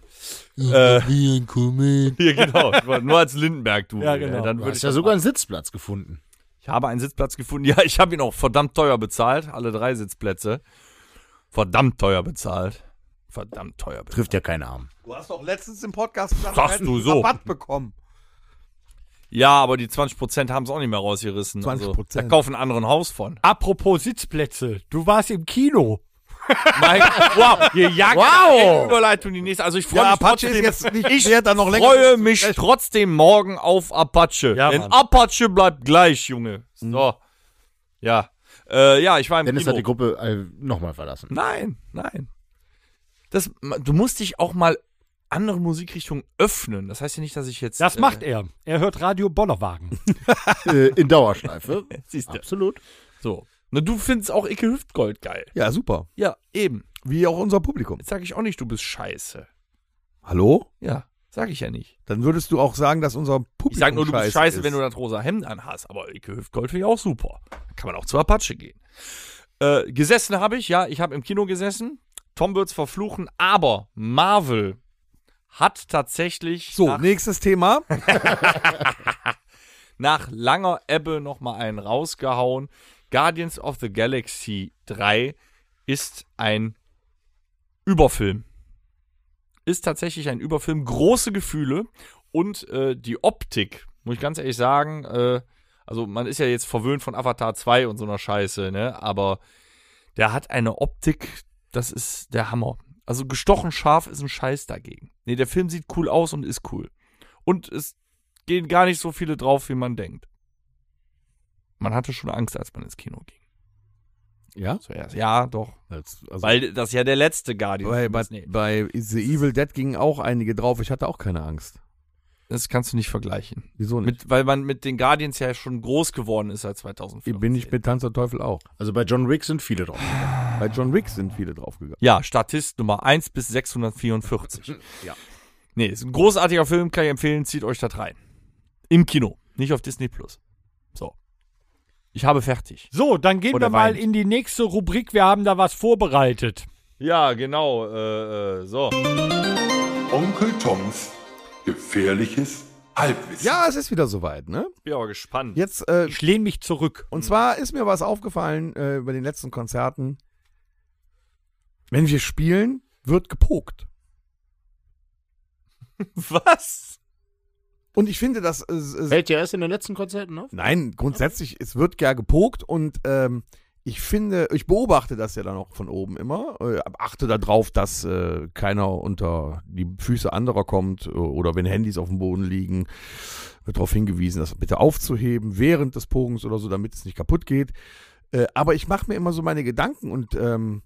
C: Äh,
D: Wie ein Komet.
C: Ja, genau. Ich war Nur als Lindenberg, du.
E: Ja, genau.
C: Dann
D: Du
C: würde ich,
D: hast ja sogar einen Sitzplatz gefunden.
C: ich habe einen Sitzplatz gefunden. Ja, ich habe ihn auch verdammt teuer bezahlt. Alle drei Sitzplätze. Verdammt teuer bezahlt. Verdammt teuer bezahlt.
D: Trifft ja keinen Arm.
B: Du hast doch letztens im Podcast gesagt,
C: Sagst du so.
B: Rabatt bekommen.
C: Ja, aber die 20% haben es auch nicht mehr rausgerissen.
B: 20%.
C: Also, da kaufen anderen Haus von.
E: Apropos Sitzplätze. Du warst im
C: [LAUGHS]
E: Kino.
C: Mein, wow. Ihr jagt wow. Überleitung die nächste. Also ich freue
B: Ja,
C: mich
B: Apache ist
C: trotzdem-
B: jetzt nicht
C: ich
B: wert, da noch länger
C: freue
B: drüber zu
C: mich
B: sprechen.
C: trotzdem morgen auf Apache.
E: Ja,
C: Denn
E: Mann.
C: Apache bleibt gleich, Junge. So. Ja. Äh, ja, ich war im
D: Dennis
C: Kino.
D: hat die Gruppe äh, nochmal verlassen.
C: Nein, nein. das, du musst dich auch mal anderen Musikrichtungen öffnen. Das heißt ja nicht, dass ich jetzt. äh,
E: Das macht er. Er hört Radio Bollerwagen.
D: [LAUGHS] äh, in Dauerschleife.
C: Siehst du.
D: Absolut.
C: So. Na, du findest auch Icke Hüftgold geil.
B: Ja, super.
C: Ja, eben.
B: Wie auch unser Publikum.
C: Jetzt sage ich auch nicht, du bist scheiße.
B: Hallo?
C: Ja, sage ich ja nicht.
B: Dann würdest du auch sagen, dass unser Publikum
C: Ich sag nur, du bist scheiße,
B: ist.
C: wenn du das rosa Hemd anhast. Aber Icke Hüftgold finde ich auch super. Kann man auch zu Apache gehen. Äh, gesessen habe ich, ja, ich habe im Kino gesessen. Tom wird's verfluchen, aber Marvel hat tatsächlich
B: So,
C: nach,
B: nächstes Thema.
C: nach langer Ebbe nochmal einen rausgehauen. Guardians of the Galaxy 3 ist ein Überfilm. Ist tatsächlich ein Überfilm. Große Gefühle und äh, die Optik, muss ich ganz ehrlich sagen, äh, also man ist ja jetzt verwöhnt von Avatar 2 und so einer Scheiße, ne? Aber der hat eine Optik, das ist der Hammer. Also gestochen scharf ist ein Scheiß dagegen. Nee, der Film sieht cool aus und ist cool. Und es gehen gar nicht so viele drauf, wie man denkt. Man hatte schon Angst, als man ins Kino ging.
B: Ja?
C: Zuerst. [LAUGHS] Ja, doch.
B: Als- Also,
C: Weil das ja der letzte Guardian
B: bei, bei, bei The Evil Dead gingen auch einige drauf. Ich hatte auch keine Angst.
C: Das kannst du nicht vergleichen.
B: Wieso nicht?
C: Mit, weil man mit den Guardians ja schon groß geworden ist seit 2004.
B: Bin ich mit Tanz der Teufel auch.
D: Also bei John Wick sind viele drauf.
B: Bei John Wick sind viele draufgegangen.
C: Ja, Statist Nummer 1 bis 644.
D: Ja.
C: Nee, ist ein großartiger Film, kann ich empfehlen, zieht euch das rein. Im Kino, nicht auf Disney Plus. So. Ich habe fertig.
E: So, dann gehen
C: Oder
E: wir mal
C: weint.
E: in die nächste Rubrik. Wir haben da was vorbereitet.
C: Ja, genau. Äh, äh, so.
A: Onkel Toms gefährliches Halbwissen.
B: Ja, es ist wieder soweit, ne?
C: Bin aber gespannt.
B: Jetzt, äh,
E: Ich lehne mich zurück.
B: und zwar ist mir was aufgefallen äh, über den letzten Konzerten. Wenn wir spielen, wird gepokt.
C: Was?
B: Und ich finde, das ist, ist
D: Fällt ja erst in den letzten Konzerten auf?
B: Nein, grundsätzlich, es wird gern gepokt und ähm, ich finde, ich beobachte das ja dann auch von oben immer, äh, achte darauf, dass äh, keiner unter die Füße anderer kommt äh, oder wenn Handys auf dem Boden liegen, wird darauf hingewiesen, das bitte aufzuheben während des Pokens oder so, damit es nicht kaputt geht. Äh, aber ich mache mir immer so meine Gedanken und ähm,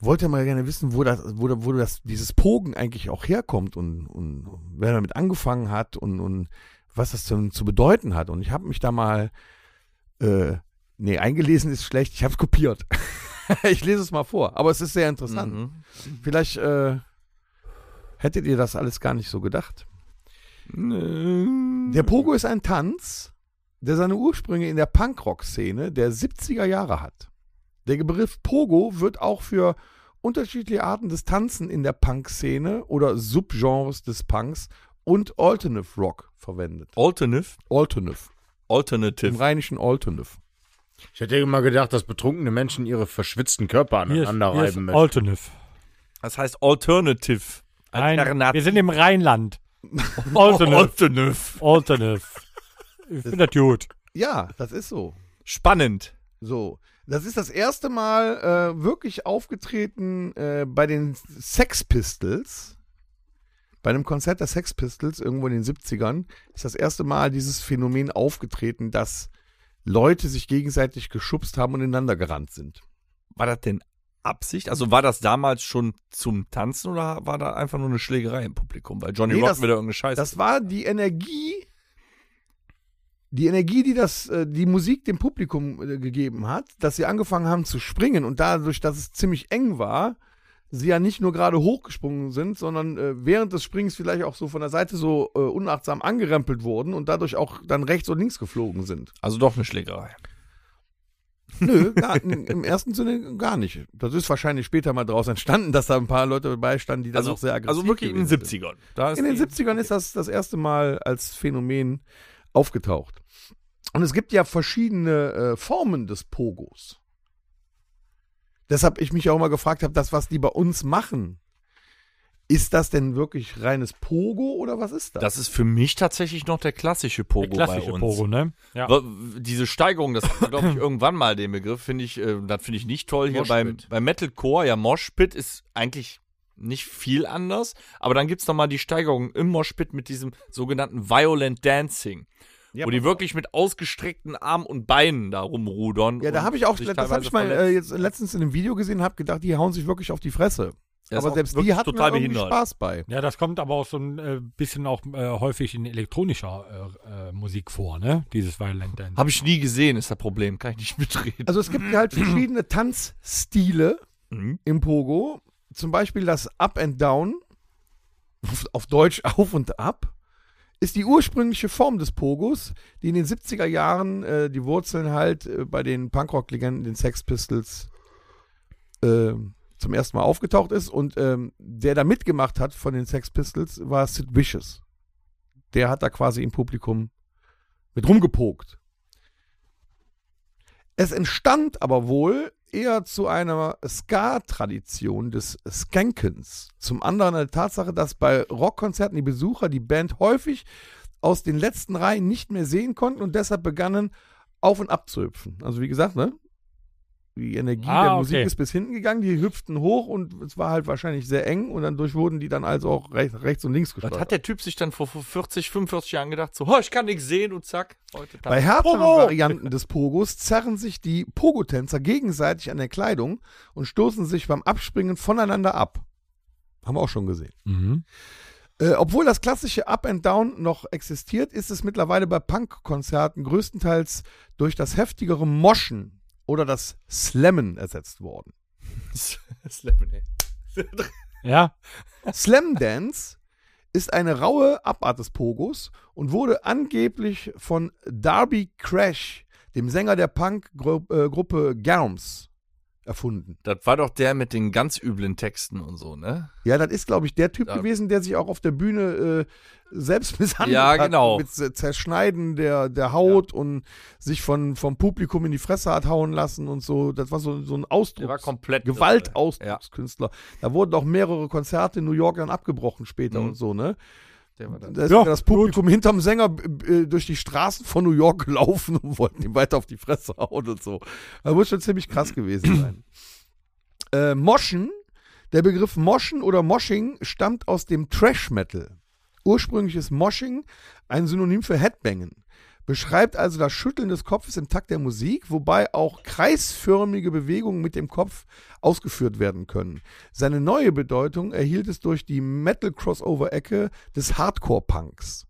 B: wollte mal gerne wissen, wo, das, wo, wo das, dieses Pogen eigentlich auch herkommt und, und wer damit angefangen hat und, und was das denn zu bedeuten hat. Und ich habe mich da mal, äh, nee, eingelesen ist schlecht, ich habe es kopiert. [LAUGHS] ich lese es mal vor, aber es ist sehr interessant.
C: Mhm.
B: Vielleicht äh, hättet ihr das alles gar nicht so gedacht. Der Pogo ist ein Tanz, der seine Ursprünge in der Punkrock-Szene der 70er Jahre hat. Der Begriff Pogo wird auch für unterschiedliche Arten des Tanzen in der Punk-Szene oder Subgenres des Punks und Alternative Rock verwendet.
C: Alternative.
B: Alternative. Im
C: Alternative.
B: rheinischen Oltenöff.
D: Ich hätte immer gedacht, dass betrunkene Menschen ihre verschwitzten Körper
E: Hier ist,
D: aneinander
E: hier ist
D: reiben möchten.
E: Alternative.
C: Das heißt Alternative.
E: Nein,
C: Alternat-
E: wir sind im
C: [LAUGHS]
E: Rheinland. Alternative.
C: Alternative.
E: Alternative. Ich finde das gut.
B: Ja, das ist so.
C: Spannend.
B: So. Das ist das erste Mal äh, wirklich aufgetreten äh, bei den Sex Pistols. Bei einem Konzert der Sex Pistols irgendwo in den 70ern ist das erste Mal dieses Phänomen aufgetreten, dass Leute sich gegenseitig geschubst haben und ineinander gerannt sind.
C: War das denn Absicht? Also war das damals schon zum Tanzen oder war da einfach nur eine Schlägerei im Publikum? Weil Johnny
B: Nee,
C: Rock
B: das-
C: wieder irgendeine Scheiße.
B: Das war die Energie, die Energie, die das, äh, die Musik dem Publikum äh, gegeben hat, dass sie angefangen haben zu springen und dadurch, dass es ziemlich eng war, sie ja nicht nur gerade hochgesprungen sind, sondern äh, während des Springs vielleicht auch so von der Seite so äh, unachtsam angerempelt wurden und dadurch auch dann rechts und links geflogen sind.
C: also doch eine Schlägerei. [LAUGHS]
B: Nö, gar, n- im ersten Sinne gar nicht. Das ist wahrscheinlich später mal draus entstanden, dass da ein paar Leute dabei standen, die dann
C: Also,
B: auch sehr aggressiv
C: also wirklich in den
B: gewesen sind.
C: 70ern. Da ist
B: In den
C: die-
B: 70ern ist das das erste Mal als Phänomen aufgetaucht. Und es gibt ja verschiedene äh, Formen des Pogos. Deshalb ich mich auch mal gefragt habe, das, was die bei uns machen, ist das denn wirklich reines Pogo oder was ist das?
C: Das ist für mich tatsächlich noch der klassische Pogo
E: Der klassische
C: bei uns.
E: Pogo, ne? Ja.
C: W- Diese Steigerung, das
B: [LAUGHS]
C: glaube ich irgendwann mal den Begriff, finde ich, äh, das finde ich nicht toll hier beim,
D: Moshpit.
C: beim Metalcore. Ja, Moshpit ist eigentlich nicht viel anders, aber dann gibt es mal die Steigerung im Moshpit mit diesem sogenannten Violent Dancing,
B: Ja,
C: wo die wirklich mit ausgestreckten Armen und Beinen da rumrudern.
B: ja, da
C: und
B: habe ich auch,
C: sich
B: das habe
C: teilweise
B: ich mal äh,
C: verletzen.
B: jetzt letztens in einem Video gesehen, habe gedacht, die hauen sich wirklich auf die Fresse.
C: Er ist
B: aber
C: auch
B: selbst die
C: wirklich
B: hatten
C: total
B: da irgendwie
C: behindert.
B: Spaß bei.
E: Ja, das kommt aber auch so ein äh, bisschen auch äh, häufig in elektronischer äh, äh, Musik vor, ne? Dieses Violent Dance.
C: Habe ich nie gesehen, ist das Problem. Kann ich nicht mitreden.
B: Also es gibt halt verschiedene Tanzstile
C: Mhm.
B: im Pogo. Zum Beispiel das Up and Down, [LAUGHS] auf, auf Deutsch auf und ab, ist die ursprüngliche Form des Pogos, die in den 70er Jahren äh, die Wurzeln halt äh, bei den Punkrock-Legenden, den Sex Pistols, äh, zum ersten Mal aufgetaucht ist. Und ähm, der da mitgemacht hat von den Sex Pistols war Sid Vicious. Der hat da quasi im Publikum mit rumgepokt. Es entstand aber wohl eher zu einer Ska-Tradition des Skankens. Zum anderen eine Tatsache, dass bei Rockkonzerten die Besucher die Band häufig aus den letzten Reihen nicht mehr sehen konnten und deshalb begannen, auf und ab zu hüpfen. Also wie gesagt, ne? Die Energie
E: Ah,
B: der
E: okay.
B: Musik ist bis hinten gegangen, die hüpften hoch und es war halt wahrscheinlich sehr eng und dadurch wurden die dann also auch rechts, rechts und links
C: Was
B: gesteuert.
C: hat der Typ sich dann vor 40, 45 Jahren gedacht? So, "Ha, ich kann nichts sehen und zack. Heute
B: Bei härteren
C: [LAUGHS]
B: Varianten des Pogos zerren sich die Pogotänzer gegenseitig an der Kleidung und stoßen sich beim Abspringen voneinander ab. Haben wir auch schon gesehen.
E: Mhm.
B: Äh, obwohl das klassische Up and Down noch existiert, ist es mittlerweile bei Punk-Konzerten größtenteils durch das heftigere Moschen oder das Slammen ersetzt worden.
C: Slappen, ey.
E: Ja,
B: Slam Dance ist eine raue Abart des Pogos und wurde angeblich von Darby Crash, dem Sänger der Punk-Gruppe Germs, erfunden.
C: Das war doch der mit den ganz üblen Texten und so, ne?
B: Ja, das ist, glaube ich, der Typ
C: Ja.
B: gewesen, der sich auch auf der Bühne äh, selbst misshandelt
C: Ja, genau.
B: hat. Mit Z- Zerschneiden der, der Haut und sich von, vom Publikum in die Fresse hat hauen lassen und so. Das war so, so ein
C: Der war
B: Ausdruck.
C: komplett.
B: Gewaltausdruckskünstler. Da wurden auch mehrere Konzerte in New York dann abgebrochen später
C: Mhm.
B: und so, ne?
C: Der war dann-
B: Da ist
E: Ja,
B: ja, das Publikum hinterm Sänger äh, durch die Straßen von New York [LAUGHS] gelaufen und wollten ihm weiter auf die Fresse hauen und so. Das muss schon ziemlich krass gewesen sein. Äh, Moschen, der Begriff Moschen oder Moshing stammt aus dem Trash Metal. Ursprünglich ist Moshing ein Synonym für Headbangen. Beschreibt also das Schütteln des Kopfes im Takt der Musik, wobei auch kreisförmige Bewegungen mit dem Kopf ausgeführt werden können. Seine neue Bedeutung erhielt es durch die Metal-Crossover-Ecke des Hardcore-Punks.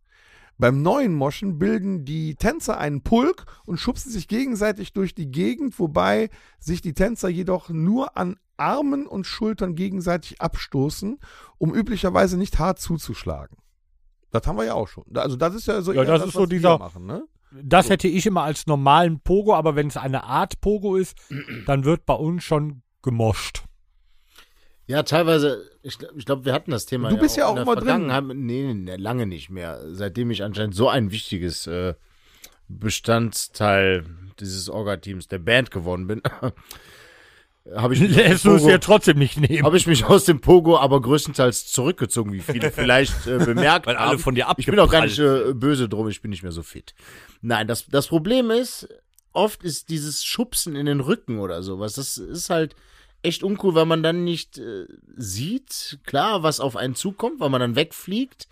B: Beim neuen Moschen bilden die Tänzer einen Pulk und schubsen sich gegenseitig durch die Gegend, wobei sich die Tänzer jedoch nur an Armen und Schultern gegenseitig abstoßen, um üblicherweise nicht hart zuzuschlagen. Das haben wir ja auch schon. Da- Also das ist ja so
E: Ja,
B: eher
E: das ist so
B: was wir
E: dieser-
B: machen, ne?
E: das hätte ich immer als normalen Pogo, aber wenn es eine Art Pogo ist, dann wird bei uns schon
C: [LAUGHS]
E: gemoscht.
D: Ja, teilweise, ich, gl- ich glaube, wir hatten das Thema.
B: Du bist ja auch
D: in der
B: immer drin.
D: Vergangenheit. Nee, nee, nee, lange nicht mehr. Seitdem ich anscheinend so ein wichtiges äh, Bestandteil dieses Orga-Teams der Band geworden bin, [LAUGHS] habe
B: [LAUGHS]
D: ich, mich aus
E: Lässt
D: dem
E: du es
D: Pogo-
E: dir trotzdem nicht nehmen.
D: hab ich mich aus dem Pogo aber größtenteils zurückgezogen,
C: [LAUGHS]
D: wie viele vielleicht äh, bemerkt
C: Weil alle
D: haben.
C: von dir
D: Ich bin auch gar nicht äh, böse drum, ich bin nicht mehr so fit. Nein, das, das Problem ist, oft ist dieses Schubsen in den Rücken oder sowas, das ist halt echt uncool, weil man dann nicht äh, sieht, klar, was auf einen zukommt, weil man dann wegfliegt.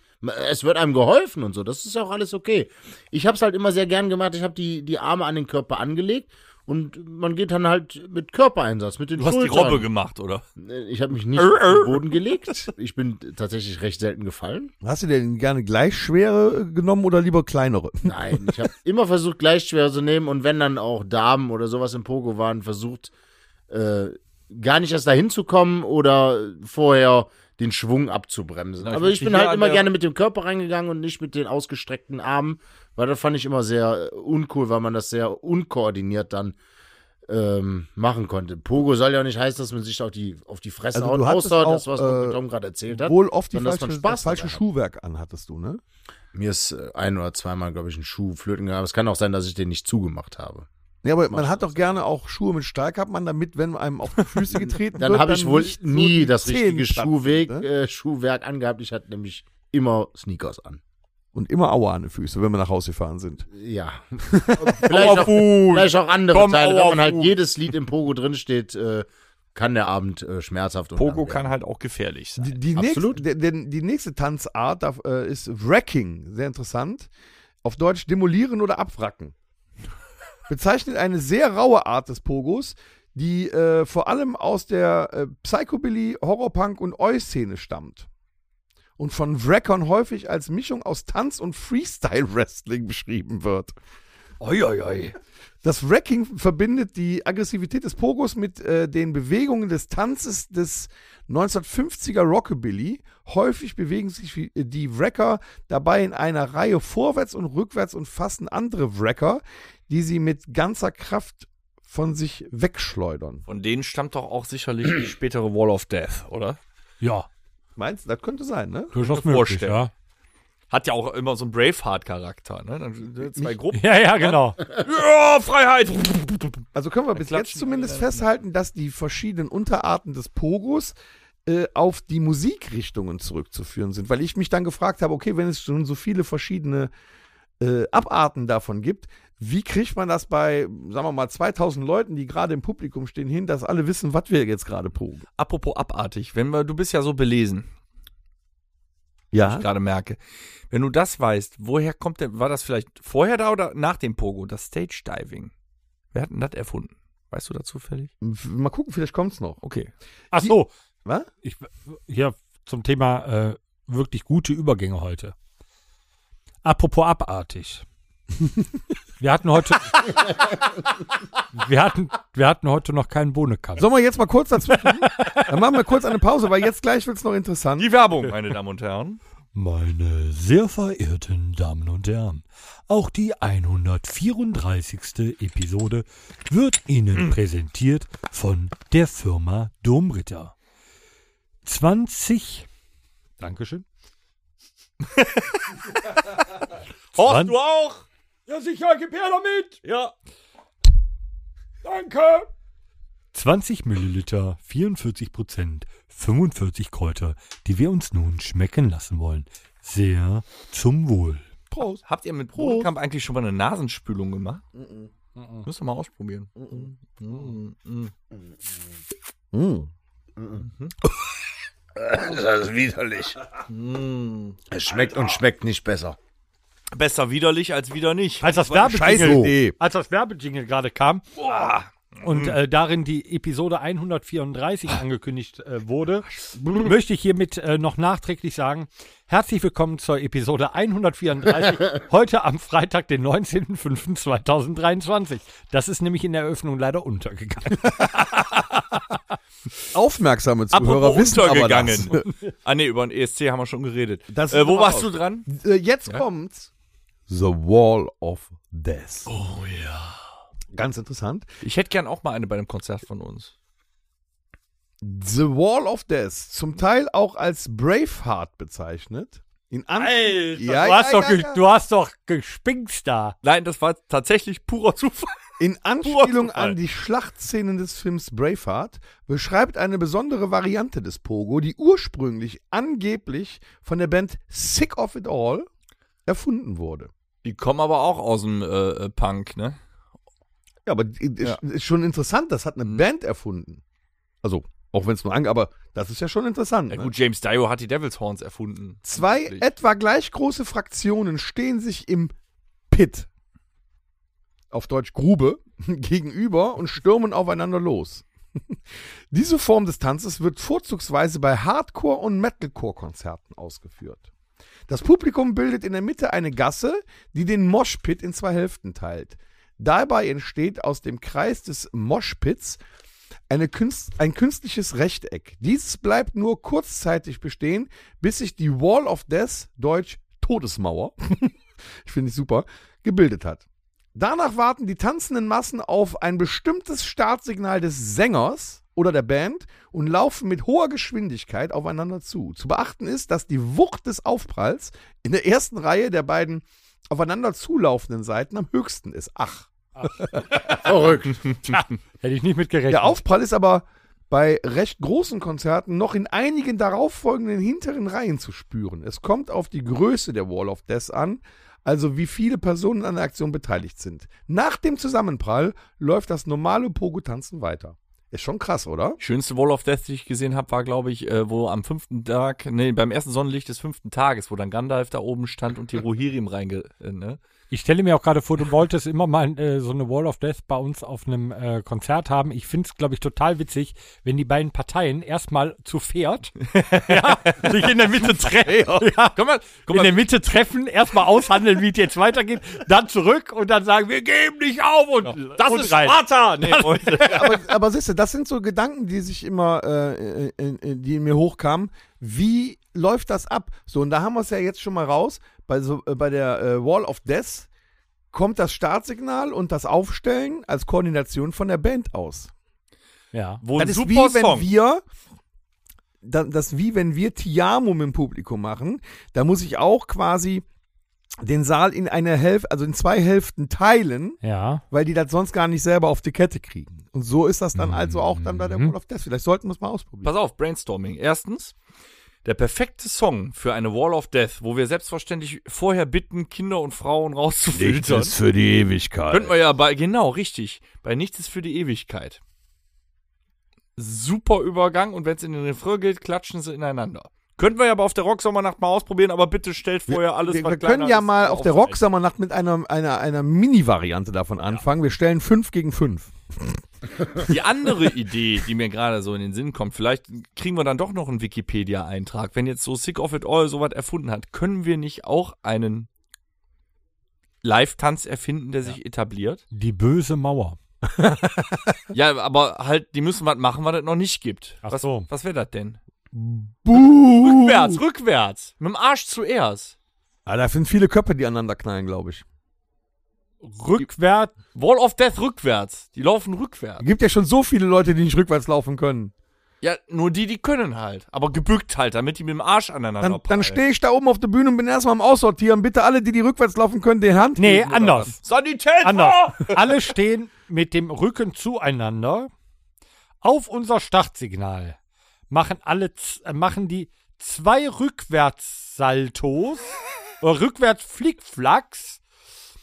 D: Es wird einem geholfen und so, das ist ja auch alles okay. Ich hab's halt immer sehr gern gemacht, ich habe die, die Arme an den Körper angelegt und man geht dann halt mit Körpereinsatz, mit den
C: Du hast die
D: Schultern.
C: Robbe gemacht, oder?
D: äh, Ich habe mich nicht auf den Boden gelegt. Ich bin tatsächlich recht selten gefallen.
B: Hast du denn gerne gleich schwere äh, genommen oder lieber kleinere?
D: Nein, ich habe immer versucht, gleich schwer zu nehmen und wenn dann auch Damen oder sowas im Pogo waren, versucht, äh, gar nicht erst dahin zu kommen oder vorher den Schwung abzubremsen.
C: Na, ich
D: Aber ich
C: möchte
D: bin
C: hier
D: halt
C: an
D: immer
C: der-
D: gerne mit dem Körper reingegangen und nicht mit den ausgestreckten Armen, weil das fand ich immer sehr äh, uncool, weil man das sehr unkoordiniert dann ähm, machen konnte. Pogo soll ja nicht heißen, dass man sich auf die, auf die Fresse
B: Also
D: haut,
B: du hattest
D: außer
B: auch,
D: das, was
B: äh,
D: Tom gerade erzählt hat.
B: Wohl oft die
D: sondern dass
B: falsche,
D: man Spaß
B: das falsche
D: dabei hat.
B: Schuhwerk an hattest du, ne?
D: Mir ist äh, ein oder zweimal, glaube ich, ein Schuh flöten gegangen. Aber es kann auch sein, dass ich den nicht zugemacht habe.
B: Ja, aber man hat doch gerne auch Schuhe mit Stahlkappen, an, damit, wenn einem auf die
D: [LAUGHS]
B: Füße getreten wird,
D: Dann habe ich wohl
B: nicht so
D: nie
B: die
D: das
B: Zehen
D: richtige
B: platzen,
D: Schuhweg,
B: ne?
D: äh, Schuhwerk angehabt. Ich hatte nämlich immer Sneakers an.
B: Und immer Aua an den Füßen, wenn wir nach Hause gefahren sind. [LAUGHS]
D: Ja. [LAUGHS] vielleicht, auch, vielleicht auch andere
C: Komm,
D: Teile. Wenn man halt
C: Auerfuß.
D: jedes Lied im Pogo drinsteht, äh, kann der Abend äh, schmerzhaft und
C: Pogo
D: lang werden.
C: kann halt auch gefährlich sein.
B: Die, die, nächste,
D: Absolut.
B: der, denn die nächste Tanzart da, äh, ist Wrecking, sehr interessant. Auf Deutsch demolieren oder abwracken. Bezeichnet eine sehr raue Art des Pogos, die äh, vor allem aus der äh, Psychobilly, Horrorpunk und Oi-Szene stammt und von Wreckern häufig als Mischung aus Tanz und Freestyle-Wrestling beschrieben wird.
C: Oi, oi, oi.
B: Das Wrecking verbindet die Aggressivität des Pogos mit äh, den Bewegungen des Tanzes des 1950er Rockabilly. Häufig bewegen sich wie- äh, die Wrecker dabei in einer Reihe vorwärts und rückwärts und fassen andere Wrecker, die sie mit ganzer Kraft von sich wegschleudern.
C: Von denen stammt doch auch sicherlich die spätere Wall of Death, oder?
E: Ja,
B: Meinst du, das könnte sein, ne?
E: durchaus
C: mir
E: möglich,
C: vorstellen.
E: ja.
C: Hat ja auch immer so einen Braveheart-Charakter, ne? Dann ne, zwei [LAUGHS] Gruppen.
E: Ja, ja, genau.
C: Ja, Freiheit!
B: Also können wir bis jetzt
C: klatschen
B: zumindest
C: alle.
B: festhalten, dass die verschiedenen Unterarten des Pogos äh, auf die Musikrichtungen zurückzuführen sind, weil ich mich dann gefragt habe, okay, wenn es schon so viele verschiedene äh, Abarten davon gibt, wie kriegt man das bei, sagen wir mal, 2000 Leuten, die gerade im Publikum stehen, hin, dass alle wissen, was wir jetzt gerade pogen?
C: Apropos abartig, wenn wir, du bist ja so belesen,
B: Ja.
C: ich gerade merke. Wenn du das weißt, woher kommt denn, war das vielleicht vorher da oder nach dem Pogo, das Stage Diving? Wer hat denn das erfunden? Weißt du da zufällig?
B: Mal gucken, vielleicht kommt es noch.
C: Okay.
E: Ach
B: Die-
E: so,
B: Was?
E: ich, hier zum Thema äh, wirklich gute Übergänge heute. Apropos abartig. [LAUGHS] Wir hatten heute, wir hatten, wir hatten heute noch keinen Bohnenkampf.
B: Sollen wir jetzt mal kurz dazwischen? dann machen wir kurz eine Pause, weil jetzt gleich wird es noch interessant.
C: Die Werbung, meine Damen und Herren.
E: Meine sehr verehrten Damen und Herren, auch die 134. Episode wird Ihnen präsentiert von der Firma Domritter. 20. Dankeschön.
C: Horst,
E: Wann?
C: du auch?
E: Ja, sicher, gib her damit!
C: Ja.
E: Danke! 20 Milliliter, 44 Prozent, 45 Kräuter, die wir uns nun schmecken lassen wollen. Sehr zum Wohl.
B: Prost.
C: Habt ihr mit Bodenkamp eigentlich schon mal eine Nasenspülung gemacht? Müssen wir mal ausprobieren. Mhm. Mhm.
D: Das ist widerlich. Es schmeckt und schmeckt nicht besser.
C: Besser widerlich als wieder nicht.
E: Als das
B: Scheiße
E: Werbejingle,
B: Idee.
E: als das Werbejingle gerade kam und äh, darin die Episode 134 angekündigt äh, wurde, möchte ich hiermit äh, noch nachträglich sagen, herzlich willkommen zur Episode
B: [LAUGHS]
E: 134, heute am Freitag, den 19.05.2023. Das ist nämlich in der Eröffnung leider untergegangen.
B: Aufmerksame Zuhörer
C: Apropos
B: wissen aber das.
C: untergegangen. [LAUGHS] ah ne, über den ESC haben wir schon geredet.
B: Das
C: äh, wo
B: ist aber
C: warst
B: aus.
C: du dran?
B: Äh, jetzt kommt's. The Wall of Death. Oh ja. Ganz interessant.
C: Ich hätte gern auch mal eine bei einem Konzert von uns.
B: The Wall of Death, zum Teil auch als Braveheart bezeichnet. In An
E: Alter,
B: Ja,
E: du,
B: ja,
E: hast doch
B: ja,
E: ge-
B: ja.
E: du hast doch gespinkst da.
C: Nein, das war tatsächlich purer Zufall.
B: In Anspielung
C: Zufall.
B: an die Schlachtszenen des Films Braveheart beschreibt eine besondere Variante des Pogo, die ursprünglich angeblich von der Band Sick of It All erfunden wurde.
C: Die kommen aber auch aus dem äh, äh, Punk, ne?
B: Ja, aber
C: Ja.
B: Ist, ist schon interessant, das hat eine
C: Mhm.
B: Band erfunden. Also, auch wenn es nur ange, aber das ist ja schon interessant.
C: Ja
B: ne?
C: gut, James Dio hat die Devil's Horns erfunden.
B: Zwei
C: Wirklich.
B: etwa gleich große Fraktionen stehen sich im Pit, auf Deutsch Grube, [LAUGHS] gegenüber und stürmen aufeinander los. [LAUGHS] Diese Form des Tanzes wird vorzugsweise bei Hardcore- und Metalcore-Konzerten ausgeführt. Das Publikum bildet in der Mitte eine Gasse, die den Moshpit in zwei Hälften teilt. Dabei entsteht aus dem Kreis des Moshpits eine Künst, ein künstliches Rechteck. Dieses bleibt nur kurzzeitig bestehen, bis sich die Wall of Death, deutsch Todesmauer, [LAUGHS] ich finde ich super, gebildet hat. Danach warten die tanzenden Massen auf ein bestimmtes Startsignal des Sängers oder der Band und laufen mit hoher Geschwindigkeit aufeinander zu. Zu beachten ist, dass die Wucht des Aufpralls in der ersten Reihe der beiden aufeinander zulaufenden Seiten am höchsten ist. Ach.
C: [LAUGHS]
D: Verrückt.
E: Hätte ich nicht mitgerechnet.
B: Der Aufprall ist aber bei recht großen Konzerten noch in einigen darauffolgenden hinteren Reihen zu spüren. Es kommt auf die Größe der Wall of Death an, also wie viele Personen an der Aktion beteiligt sind. Nach dem Zusammenprall läuft das normale Pogo-Tanzen weiter. Ist schon krass, oder?
C: Die schönste Wall of Death, die ich gesehen habe, war, glaube ich, äh, wo am fünften [LAUGHS] Tag, nee, beim ersten Sonnenlicht des fünften Tages, wo dann Gandalf da oben stand und die Rohirrim reinge... Äh, ne?
E: Ich stelle mir auch gerade vor, du wolltest immer mal äh, so eine Wall of Death bei uns auf einem äh, Konzert haben. Ich finde es, glaube ich, total witzig, wenn die beiden Parteien erstmal zu
C: [LAUGHS]
E: Pferd ja, sich in der Mitte treffen. Ja,
C: Komm mal,
E: in
C: komm mal.
E: der Mitte treffen, erstmal aushandeln, wie es jetzt weitergeht, dann zurück und dann sagen, wir geben nicht auf und
C: Das
E: und
C: ist
E: rein.
C: Sparta! Nee, Freunde.
B: aber, aber siehst du, das sind so Gedanken, die sich immer, äh, in, in, die in mir hochkamen. Wie läuft das ab? So, und da haben wir es ja jetzt schon mal raus. Bei, so, äh, bei der äh, Wall of Death kommt das Startsignal und das Aufstellen als Koordination von der Band aus.
E: Ja.
C: Wo
B: das ist wie, wenn wir da- das ist wie wenn wir Tiamo im Publikum machen, da muss ich auch quasi den Saal in eine Hälfte, also in zwei Hälften teilen,
E: Ja.
B: weil die das sonst gar nicht selber auf die Kette kriegen. Und so ist das dann also auch dann bei der Wall of Death. Vielleicht sollten wir es mal ausprobieren.
C: Pass auf, Brainstorming. Erstens, der perfekte Song für eine Wall of Death, wo wir selbstverständlich vorher bitten, Kinder und Frauen rauszufiltern.
B: für die Ewigkeit.
C: Könnten wir ja bei, genau, richtig. Bei Nichts ist für die Ewigkeit. Super Übergang und wenn es in den Refrain geht, klatschen sie ineinander. Könnten wir ja aber auf der Rocksommernacht mal ausprobieren, aber bitte stellt vorher alles,
B: Wir,
C: was
B: wir können
C: kleiner
B: ja
C: ist,
B: mal auf der
C: rein.
B: Rocksommernacht mit einer, einer, einer Mini-Variante davon anfangen. Wir stellen 5 gegen 5.
C: Die andere Idee, die mir gerade so in den Sinn kommt, vielleicht kriegen wir dann doch noch einen Wikipedia-Eintrag. Wenn jetzt so Sick of It All sowas erfunden hat, können wir nicht auch einen Live-Tanz erfinden, der sich etabliert?
E: Die böse Mauer.
C: Ja, aber halt, die müssen was machen, was es noch nicht gibt.
E: Ach
C: was
E: so.
C: was wäre das denn?
B: Buh!
C: Rückwärts, rückwärts. Mit dem Arsch zuerst.
B: Ah, da sind viele Köpfe, die aneinander knallen, glaube ich.
E: Rückwärts.
C: Wall of Death rückwärts. Die laufen rückwärts.
B: Gibt ja schon so viele Leute, die nicht rückwärts laufen können.
C: Ja, nur die, die können halt. Aber gebückt halt, damit die mit dem Arsch aneinander
B: Dann, dann
C: prallen.
B: stehe ich da oben auf der Bühne und bin erstmal am Aussortieren. Bitte alle, die die rückwärts laufen können, den Hand.
E: Nee,
B: geben oder
E: anders.
C: Sanität!
E: Anders.
C: [LAUGHS]
E: Alle stehen mit dem Rücken zueinander auf unser Startsignal. Machen alle, z- äh, machen die zwei Rückwärtssaltos, oder rückwärts Flickflacks
B: was.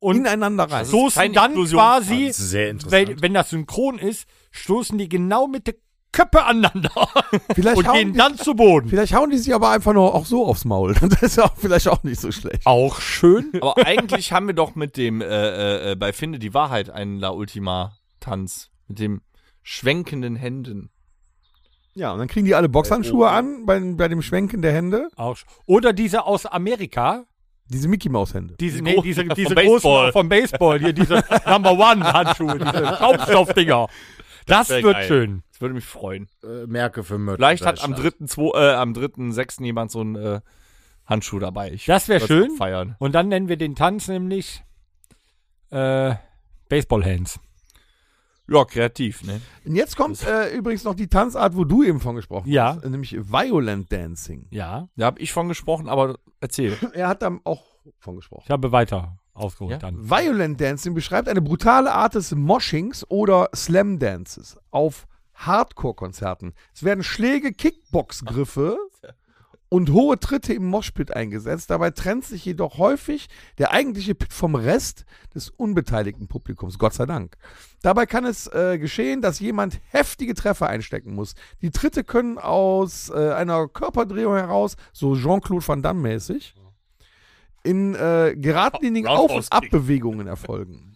E: und
B: Ineinander rein.
C: So- ist kein
E: stoßen dann
C: Inklusionstanz.
E: quasi,
D: Das ist sehr
E: wenn,
D: interessant.
E: wenn das synchron ist, stoßen die genau mit der Köppe aneinander [LAUGHS]
B: Vielleicht
E: und
B: hauen,
E: gehen
B: die,
E: dann zu Boden.
B: vielleicht hauen die sich aber einfach nur auch so aufs Maul. [LAUGHS] Das ist ja auch vielleicht [LAUGHS] auch nicht so schlecht.
E: Auch schön.
C: Aber eigentlich haben wir doch mit dem äh, äh, bei Finde die Wahrheit einen La Ultima Tanz mit dem schwenkenden Händen.
B: Ja, und dann kriegen die alle Boxhandschuhe an bei, bei dem Schwenken der Hände.
E: Auch, sch- oder diese aus Amerika,
B: Diese Mickey-Maus-Hände.
E: diese,
C: Die
E: nee,
C: großen-
E: diese,
C: vom
E: diese
C: Baseball.
E: großen vom Baseball, hier diese Number One Handschuhe, diese Schaumstoffdinger. Das,
C: wär
E: wird
C: geil.
E: schön.
C: Das würde mich freuen.
D: Äh, Merke für Merch.
C: Vielleicht hat am dritten, zwo, äh, am dritten, sechsten jemand so einen äh, Handschuh dabei. Ich
E: Das wäre
C: würd's
E: schön.
C: Feiern.
E: Und dann nennen wir den Tanz nämlich äh, Baseball Hands.
C: Ja, kreativ, ne?
B: Und jetzt kommt äh, übrigens noch die Tanzart, wo du eben von gesprochen
E: Ja.
B: hast, nämlich Violent Dancing.
E: Ja,
C: Da habe ich von gesprochen, aber
E: [LAUGHS]
C: erzähl.
B: Er hat da auch von gesprochen.
E: ich habe weiter ausgeholt
C: Ja.
E: dann.
B: Violent Dancing beschreibt eine brutale Art des Moshings oder Slam Dances auf Hardcore-Konzerten. Es werden Schläge, Kickbox-Griffe und hohe Tritte im Moshpit eingesetzt. Dabei trennt sich jedoch häufig der eigentliche Pit vom Rest des unbeteiligten Publikums. Gott sei Dank. Dabei kann es äh, geschehen, dass jemand heftige Treffer einstecken muss. Die Tritte können aus äh, einer Körperdrehung heraus, so Jean-Claude Van Damme mäßig, in äh, geradlinigen Auf- und Abbewegungen erfolgen.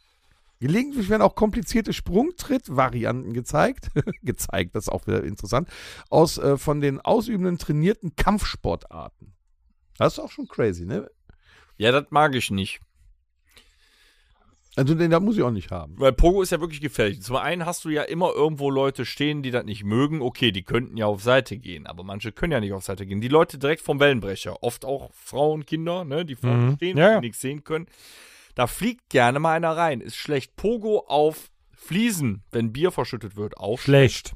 B: Gelegentlich werden auch komplizierte Sprungtritt-Varianten gezeigt. [LAUGHS] gezeigt, das ist auch wieder interessant. Aus äh, von den ausübenden trainierten Kampfsportarten. Das ist auch schon crazy, ne?
C: Ja, das mag ich nicht.
B: Also den da muss ich auch nicht haben.
C: Weil Pogo ist ja wirklich gefährlich. Zum einen hast du ja immer irgendwo Leute stehen, die das nicht mögen. Okay, die könnten ja auf Seite gehen, aber manche können ja nicht auf Seite gehen. Die Leute direkt vom Wellenbrecher, oft auch Frauen, Kinder, ne, die vorne
E: Mhm.
C: stehen,
E: Ja, ja.
C: die nichts sehen können. Da fliegt gerne mal einer rein. Ist schlecht. Pogo auf Fliesen, wenn Bier verschüttet wird, auch
E: Schlecht.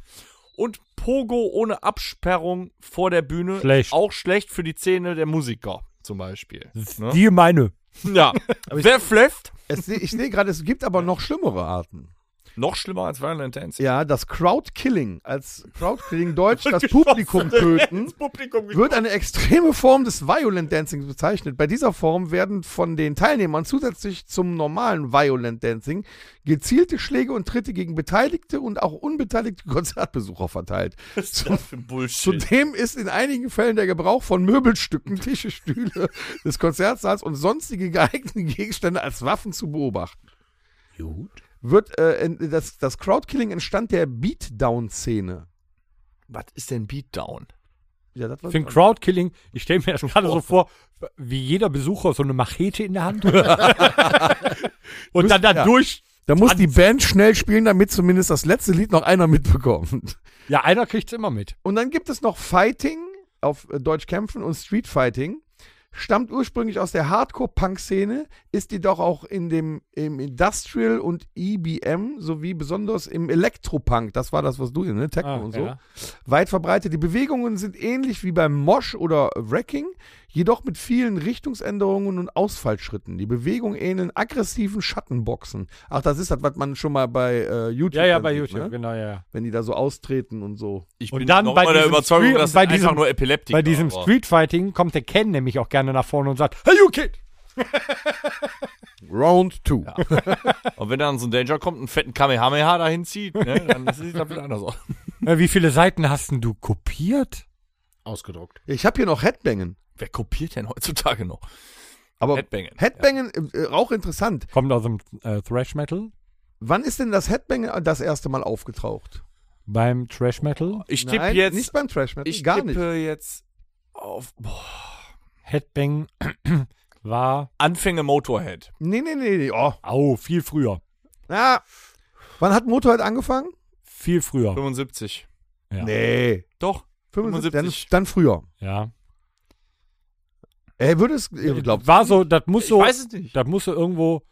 C: Und Pogo ohne Absperrung vor der Bühne,
E: Schlecht.
C: auch schlecht für die Zähne der Musiker zum Beispiel. Ne?
E: Die meine. [LAUGHS]
C: Ja, wer flefft?
B: Es, seh- ich sehe gerade, es gibt aber noch schlimmere Arten.
C: Noch schlimmer als Valentine's.
B: Ja, das Crowdkilling, als Crowdkilling [LAUGHS] Deutsch das Publikum töten,
C: Publikum
B: wird eine extreme Form des Violent Dancing bezeichnet. Bei dieser Form werden von den Teilnehmern zusätzlich zum normalen Violent Dancing gezielte Schläge und Tritte gegen beteiligte und auch unbeteiligte [LAUGHS] Konzertbesucher verteilt. Zum
C: für Bullshit.
B: Zudem ist in einigen Fällen der Gebrauch von Möbelstücken, [LAUGHS] Tische, Stühle des Konzertsaals und sonstige geeigneten Gegenstände als Waffen zu beobachten. Wird, äh, in- das, das Crowdkilling entstand der Beatdown-Szene.
C: Was ist denn Beatdown?
B: Ja, das war
E: Ich finde Crowdkilling, ich stelle mir das gerade so vor, wie jeder Besucher so eine Machete in der Hand. und dann da
B: ja.
E: durch.
B: da muss die Band schnell spielen, damit zumindest das letzte Lied noch einer mitbekommt.
E: Ja, einer kriegt es immer mit.
B: Und dann gibt es noch Fighting, auf äh, Deutsch kämpfen und Street Fighting. Stammt ursprünglich aus der Hardcore-Punk-Szene, ist jedoch auch in dem im Industrial und EBM sowie besonders im Elektropunk, das war das, was du hier, ne? Techno
E: Ah,
B: und so,
E: ja.
B: weit verbreitet. Die Bewegungen sind ähnlich wie beim Mosh oder Wrecking, jedoch mit vielen Richtungsänderungen und Ausfallschritten. Die Bewegungen ähneln aggressiven Schattenboxen. Ach, das ist das, was man schon mal bei äh, YouTube
E: Ja, ja,
B: dann
E: bei
B: sieht,
E: YouTube,
B: ne?
E: genau, ja. ja.
B: Wenn die da so austreten und so.
C: Ich
E: Und dann bei
C: immer der
E: diesem
C: Überzeugung,
E: Street-
C: dass
E: bei
C: das einfach
E: diesem-
C: nur Epileptiker
E: Bei diesem
C: war.
E: Streetfighting kommt der Ken nämlich auch gerne nach vorne und sagt, Hey you kid!
B: Round 2.
C: Und wenn dann so ein Danger kommt, einen fetten Kamehameha dahin zieht, ne,
E: [LAUGHS]
C: dann sieht das wieder anders aus.
E: Äh, Wie viele Seiten hast denn du kopiert?
D: Ausgedruckt.
B: Ich habe hier noch Headbangen.
C: Wer kopiert denn heutzutage noch?
B: Aber
C: Headbangen.
B: Headbangen, äh, äh, auch interessant.
E: Kommt aus dem äh, Thrash Metal,
B: Wann ist denn das Headbangen das erste Mal aufgetaucht?
E: beim Thrash Metal,
C: Ich tippe
B: Nein,
C: jetzt.
B: nicht beim Trash Metal,
C: ich
B: gar nicht.
C: tippe jetzt auf boah,
E: Headbang [CLEARS THROAT] war,
C: Anfänge Motorhead.
B: Nee, nee, nee, nee. Oh.
E: au, viel früher.
B: Na, wann hat Motorhead angefangen?
E: Viel früher.
C: 75.
E: Ja.
B: Nee.
C: Doch.
B: 75.
C: 75.
B: Dann, dann früher.
E: ja.
B: Er würde es, ich glaube.
E: war so, das muss so,
C: ich weiß es nicht.
E: das muss so irgendwo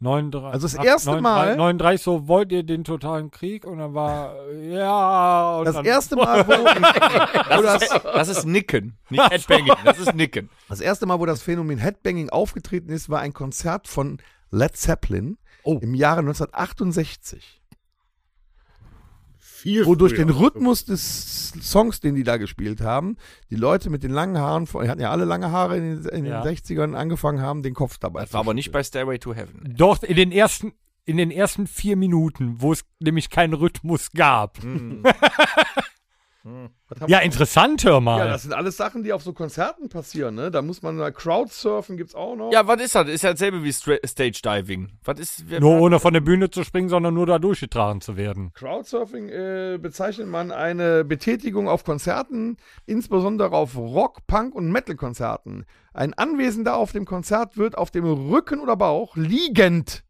E: 39,
B: Also das
E: ab
B: erste
E: 39,
B: Mal-
E: 39, so wollt ihr den totalen Krieg und dann war, äh, ja. Und
B: Das
E: dann,
C: [LAUGHS]
B: erste Mal, wo, wo das,
C: Das ist Nicken, nicht Headbanging. Das ist [LAUGHS] Nicken.
B: das erste Mal, wo das Phänomen Headbanging aufgetreten ist, war ein Konzert von Led Zeppelin im Jahre 1968.
D: Viel
B: wo durch
D: früher.
B: den Rhythmus des Songs, den die da gespielt haben, die Leute mit den langen Haaren, die hatten ja alle lange Haare in den, in
E: Ja.
B: den 60ern, angefangen haben, den Kopf dabei
C: Das war aber nicht bei Stairway to Heaven.
E: Doch, in den ersten, in den ersten vier Minuten, wo es nämlich keinen Rhythmus gab.
B: Hm.
E: [LAUGHS] Ja, interessant, hör mal.
B: Ja, das sind alles Sachen, die auf so Konzerten passieren, ne? Da muss man da Crowdsurfen gibt's auch noch.
C: Ja, was ist das? Ist ja dasselbe wie Stra- Stage Diving. Was ist. wer-
E: nur ohne von der Bühne zu springen, sondern nur da durchgetragen zu werden.
B: Crowdsurfing äh, bezeichnet man eine Betätigung auf Konzerten, insbesondere auf Rock, Punk und Metal-Konzerten. Ein Anwesender auf dem Konzert wird auf dem Rücken oder Bauch liegend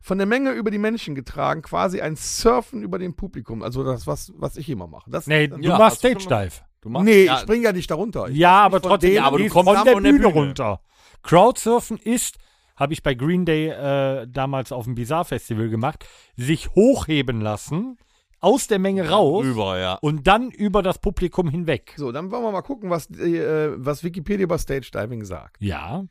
B: von der Menge über die Menschen getragen, quasi ein Surfen über dem Publikum. Also das, was, was ich immer mache. Das,
E: Nee,
B: das,
E: du
C: Ja,
E: machst
C: das
E: Stage
C: kann man-
E: Dive.
C: Du machst-
B: nee
C: ja,
B: ich springe ja nicht darunter. Ich,
E: Ja, aber trotzdem,
B: denen,
E: ja,
C: aber du kommst
E: von
C: ab
E: der
C: von der
E: Bühne,
C: Bühne.
E: runter. Crowdsurfen ist, habe ich bei Green Day äh, damals auf dem Bizarre Festival gemacht, sich hochheben lassen, aus der Menge raus
C: Rüber, ja.
E: und dann über das Publikum hinweg.
B: So, dann wollen wir mal gucken, was, äh, was Wikipedia über Stage Diving sagt.
E: Ja,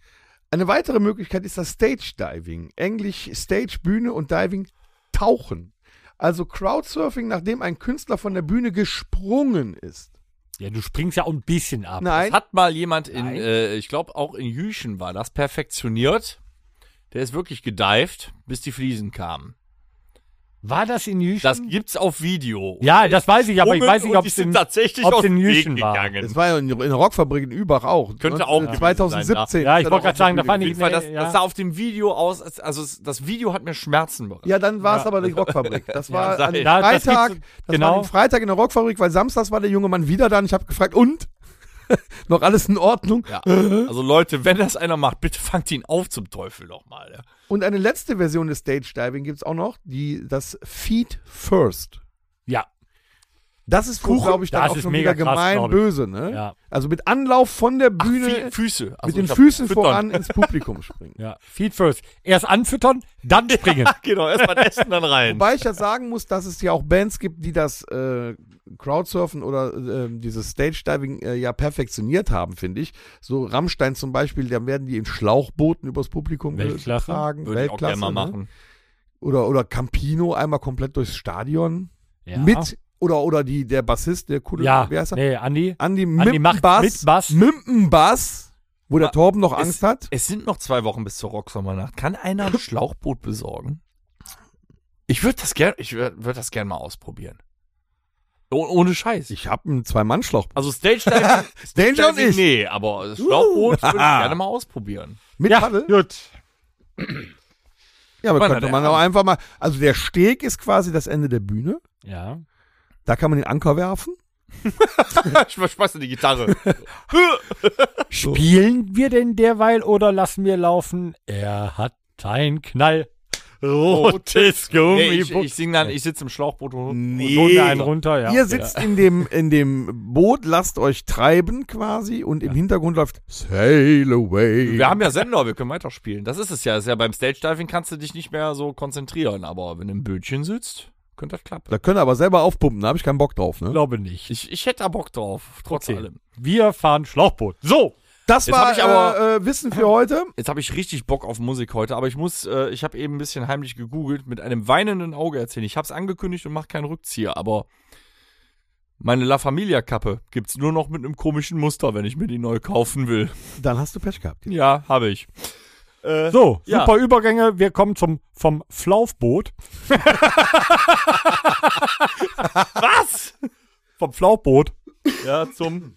B: Eine weitere Möglichkeit ist das Stage Diving. Englisch Stage, Bühne und Diving tauchen. Also Crowdsurfing, nachdem ein Künstler von der Bühne gesprungen ist.
E: ja, du springst ja auch ein bisschen ab.
B: Nein,
C: Hat mal jemand in, äh, ich glaube auch in Jüchen war das, perfektioniert. Der ist wirklich gedived, bis die Fliesen kamen.
E: War das in Jüchen?
C: Das gibt's auf Video.
E: ja, das weiß ich, aber ich weiß nicht,
C: Und
E: ob
C: die
E: es
C: sind
E: in,
C: tatsächlich
E: ob's
C: aus
E: in
C: dem Weg
E: Jüchen war.
C: gegangen.
B: es war ja in in der Rockfabrik in Übach auch.
C: Könnte auch gewesen
B: 2017.
C: sein,
E: ja, ich
B: Ist
E: wollte
B: doch
E: gerade sagen, da fand ich
C: Auf jeden Fall, das,
E: ja.
C: das sah auf dem Video aus, als- also es- das Video hat mir Schmerzen bereitet.
B: Ja, dann war es aber die Rockfabrik. Das war
C: sei-
B: an dem
E: [LAUGHS] Ja, das
B: Freitag.
E: gibt's-
B: Das
E: genau.
B: war am Freitag in der Rockfabrik, weil samstags war der junge Mann wieder da und ich habe gefragt, und? [LAUGHS] Noch alles in Ordnung?
C: Ja. Also Leute, wenn das einer macht, bitte fangt ihn auf zum Teufel doch mal. Ja.
B: Und eine letzte Version des Stage Diving gibt es auch noch, die das Feet First.
E: ja,
B: Das ist wohl,
E: Kuchen?
B: glaube ich, dann
E: Das
B: auch
E: ist
B: schon
E: mega
B: wieder
E: krass,
B: gemein
E: glaub ich.
B: böse, ne?
E: Ja.
B: Also mit Anlauf von der
C: Ach,
B: Bühne
C: Fü- Füße. Also
B: mit den
C: ich hab-
B: Füßen
C: Füttern.
B: voran ins Publikum springen.
E: [LAUGHS] ja. Feed first. Erst anfüttern, dann springen.
C: [LAUGHS] Genau,
B: [LAUGHS]
C: erstmal essen, dann rein.
B: Wobei ich ja sagen muss, dass es ja auch Bands gibt, die das äh, Crowdsurfen oder äh, dieses Stage-Diving äh, ja perfektioniert haben, finde ich. So Rammstein zum Beispiel, da werden die in Schlauchbooten übers Publikum
E: Weltklasse.
B: getragen.
C: Würde ich auch gerne mal
B: ne?
C: machen.
B: Oder, oder Campino einmal komplett durchs Stadion.
E: Ja.
B: Mit. Oder, oder die, der Bassist, der Kudel,
E: Ja,
B: wie heißt er?
E: nee, Andi.
B: Andi
E: macht's
B: Mimpenbass.
E: mit Bass.
B: Mimpenbass, wo der
C: Ah,
B: Torben noch
C: es-
B: Angst hat.
C: Es sind noch zwei Wochen bis zur Rocksommernacht. Kann einer
E: [LAUGHS]
C: ein Schlauchboot besorgen? Ich würde das gerne, ich würde würd das gerne mal ausprobieren. Oh, ohne Scheiß.
B: Ich habe einen Zwei-Mann-Schlauch.
C: also Stage
E: [LAUGHS]
C: Dive,
B: Den schon
C: Dive-
B: nicht.
C: nee, aber das Schlauchboot würde ich
B: haha.
C: gerne mal ausprobieren.
B: Mit
E: Ja,
B: Paddel.
E: Uh. [LAUGHS] gut.
B: Ja, aber
C: Mann,
B: könnte
C: der
B: man auch einfach mal. Also der Steg ist quasi das Ende der Bühne.
E: Ja.
B: Da kann man den Anker werfen.
C: [LAUGHS] ich verspasse
E: [LAUGHS]
C: die Gitarre.
E: Spielen wir denn derweil oder lassen wir laufen? Er hat einen Knall. Rotes
C: nee, ich
E: Gummibuch.
C: ich sing dann, ich sitze im Schlauchboot und
B: Nee.
E: Runde einen runter, ja.
B: Ihr sitzt in, dem, in dem Boot, lasst euch treiben quasi und im Hintergrund läuft Sail Away.
C: wir haben ja Sender, wir können weiterspielen. Das ist es ja. Das ist ja beim Stage Diving kannst du dich nicht mehr so konzentrieren, aber wenn du im Bötchen sitzt, könnte das klappen.
B: da können wir aber selber aufpumpen, da habe ich keinen Bock drauf.
E: Ich
B: Ne?
E: glaube nicht.
C: Ich, ich hätte da Bock drauf, trotz
E: Okay.
C: allem.
E: Wir fahren Schlauchboot. So.
B: Das
C: Jetzt
B: war
C: hab ich aber-
B: äh, äh, Wissen für heute.
C: Jetzt habe ich richtig Bock auf Musik heute, aber ich muss, äh, ich habe eben ein bisschen heimlich gegoogelt, mit einem weinenden Auge erzählen. Ich habe es angekündigt und mache keinen Rückzieher, aber meine La Familia-Kappe gibt's nur noch mit einem komischen Muster, wenn ich mir die neu kaufen will.
B: Dann hast du Pech gehabt.
C: Ja, habe ich. Äh,
E: So,
C: Ja.
E: super Übergänge. Wir kommen zum, vom
C: [LAUGHS]
E: Flaufboot.
C: Was?
E: Vom Flaufboot.
C: Ja, zum.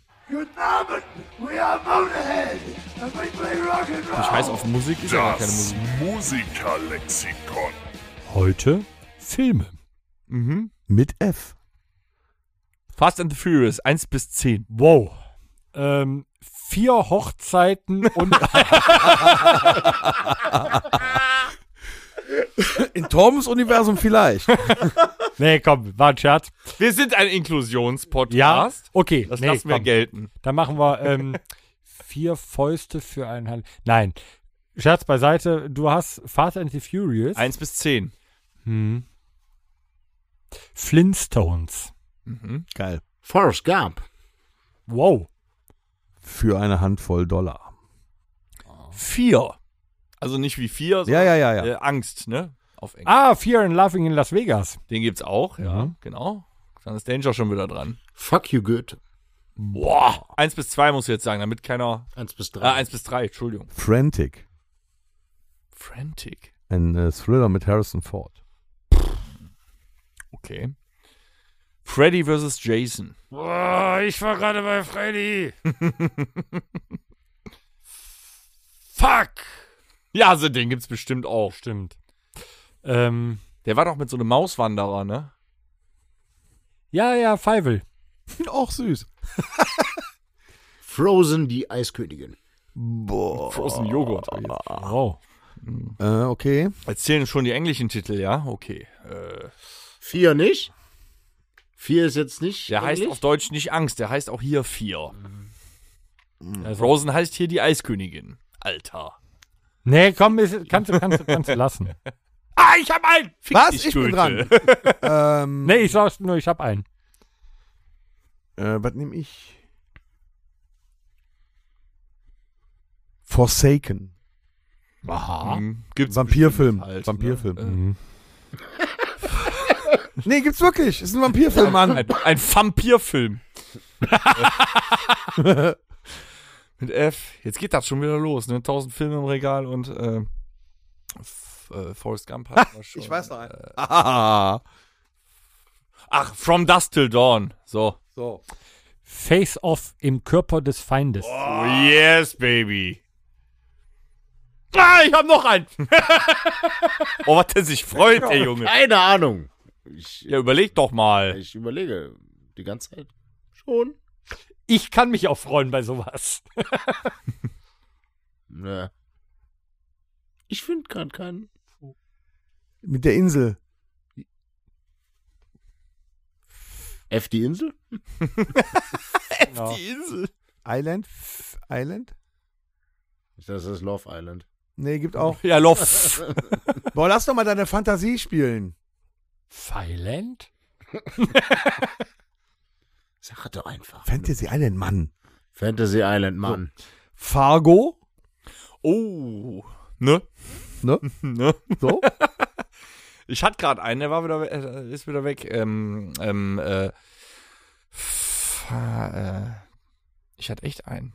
C: Ich heiß auf Musik ist ja gar keine
A: Das
C: Musik.
A: Musikerlexikon.
E: Heute Filme.
C: Mhm.
B: Mit F.
C: Fast and the Furious, 1 bis 10.
E: Wow. Ähm, vier Hochzeiten
C: [LAUGHS]
E: und
B: In Toms Universum vielleicht.
E: Nee, komm, war ein Scherz.
C: Wir sind ein Inklusionspodcast.
E: Ja, okay.
C: Das
E: nee,
C: lassen wir
E: komm.
C: gelten.
E: Dann machen wir [LAUGHS] ähm, vier Fäuste für einen Hand. Nein, Scherz beiseite. Du hast Fast and the Furious.
C: 1 bis 10.
E: Hm. Flintstones.
C: Mhm.
B: [LAUGHS] Geil.
D: Forrest Gump.
E: Wow.
B: Für eine Handvoll Dollar.
C: 4. Also nicht wie 4,
B: Ja, ja, ja, ja.
C: Äh, Angst, ne? Auf Englisch.
E: Ah, Fear and Loving in Las Vegas.
C: Den gibt's auch, Ah. ja.
E: Mhm.
C: Genau. Dann ist Danger schon wieder dran.
D: Fuck you, Goethe.
C: Boah. 1 bis 2 muss ich jetzt sagen, damit keiner.
D: Eins bis
C: Ah,
D: drei.
C: 1 bis 3, Entschuldigung.
B: Frantic.
C: Frantic.
B: Ein äh, Thriller mit Harrison Ford.
C: Okay. Freddy vs. Jason.
E: ich war gerade bei Freddy.
C: Fuck! Ja, also den gibt's bestimmt auch.
E: Stimmt. Ähm,
C: Der war doch mit so einem Mauswanderer, ne?
E: ja, ja, Feivel.
B: [LAUGHS] Auch süß.
D: Frozen, die Eiskönigin.
B: Boah.
C: Frozen Joghurt. hab ich jetzt.
E: Wow.
B: Äh, okay.
C: Jetzt zählen schon die englischen Titel, ja? Okay. Äh,
D: Vier nicht? Vier ist jetzt nicht.
C: der heißt auf
D: Englisch?
C: Deutsch nicht Angst, der heißt auch hier 4.
B: Mhm.
C: Frozen heißt hier die Eiskönigin. Alter.
E: Nee, komm, ist, kannst du kannst, du- kannst du [LAUGHS] lassen.
C: Ah, ich hab einen! Fick
B: [LAUGHS] Was?
C: dich,
B: Ich bin
C: Goethe. [LAUGHS]
B: dran. ähm,
E: Nee, ich sag's nur, ich hab einen.
B: Äh, was nehme ich? Forsaken.
E: Aha.
C: Mhm. Gibt's
B: Vampirfilm.
C: halt, ne?
B: Vampirfilm.
C: Äh.
E: Mhm.
B: Nee, gibt's wirklich. Ist ein Vampirfilm, Mann.
C: Ein, ein Vampirfilm. [LAUGHS] Mit F. Jetzt geht das schon wieder los, ne? 1000 Filme im Regal und äh, F- äh, Forrest Gump hat schon. äh,
B: noch einen. Ah,
C: [LAUGHS] Ach, From Dust Till Dawn. So.
B: so.
E: Face Off im Körper des Feindes.
C: Oh, yes, baby. Ah, ich hab noch einen. [LAUGHS] oh, was der sich freut, der Junge.
D: Keine Ahnung. Ich,
C: Ja, überleg doch mal.
D: ich überlege die ganze Zeit. Schon.
E: Ich kann mich auch freuen bei sowas.
D: Nö. Ich finde gerade keinen.
B: Mit der Insel.
D: F die Insel?
E: Ja.
C: Die Insel.
B: Island? F Island?
D: Das ist Love Island.
B: Nee, gibt auch.
C: Ja, Loff.
B: [LAUGHS] Boah, lass doch mal deine Fantasie spielen.
E: [LAUGHS] Silent?
D: Sag doch einfach.
B: Fantasy Island, Mann.
D: Fantasy Island, Mann.
B: Fargo?
C: Oh. Ne?
B: [LAUGHS] Ne?
C: ne?
B: So?
C: Ich hatte gerade einen, der war wieder, we- äh, ist wieder weg. Ähm, ähm, äh, f- äh, ich hatte echt einen.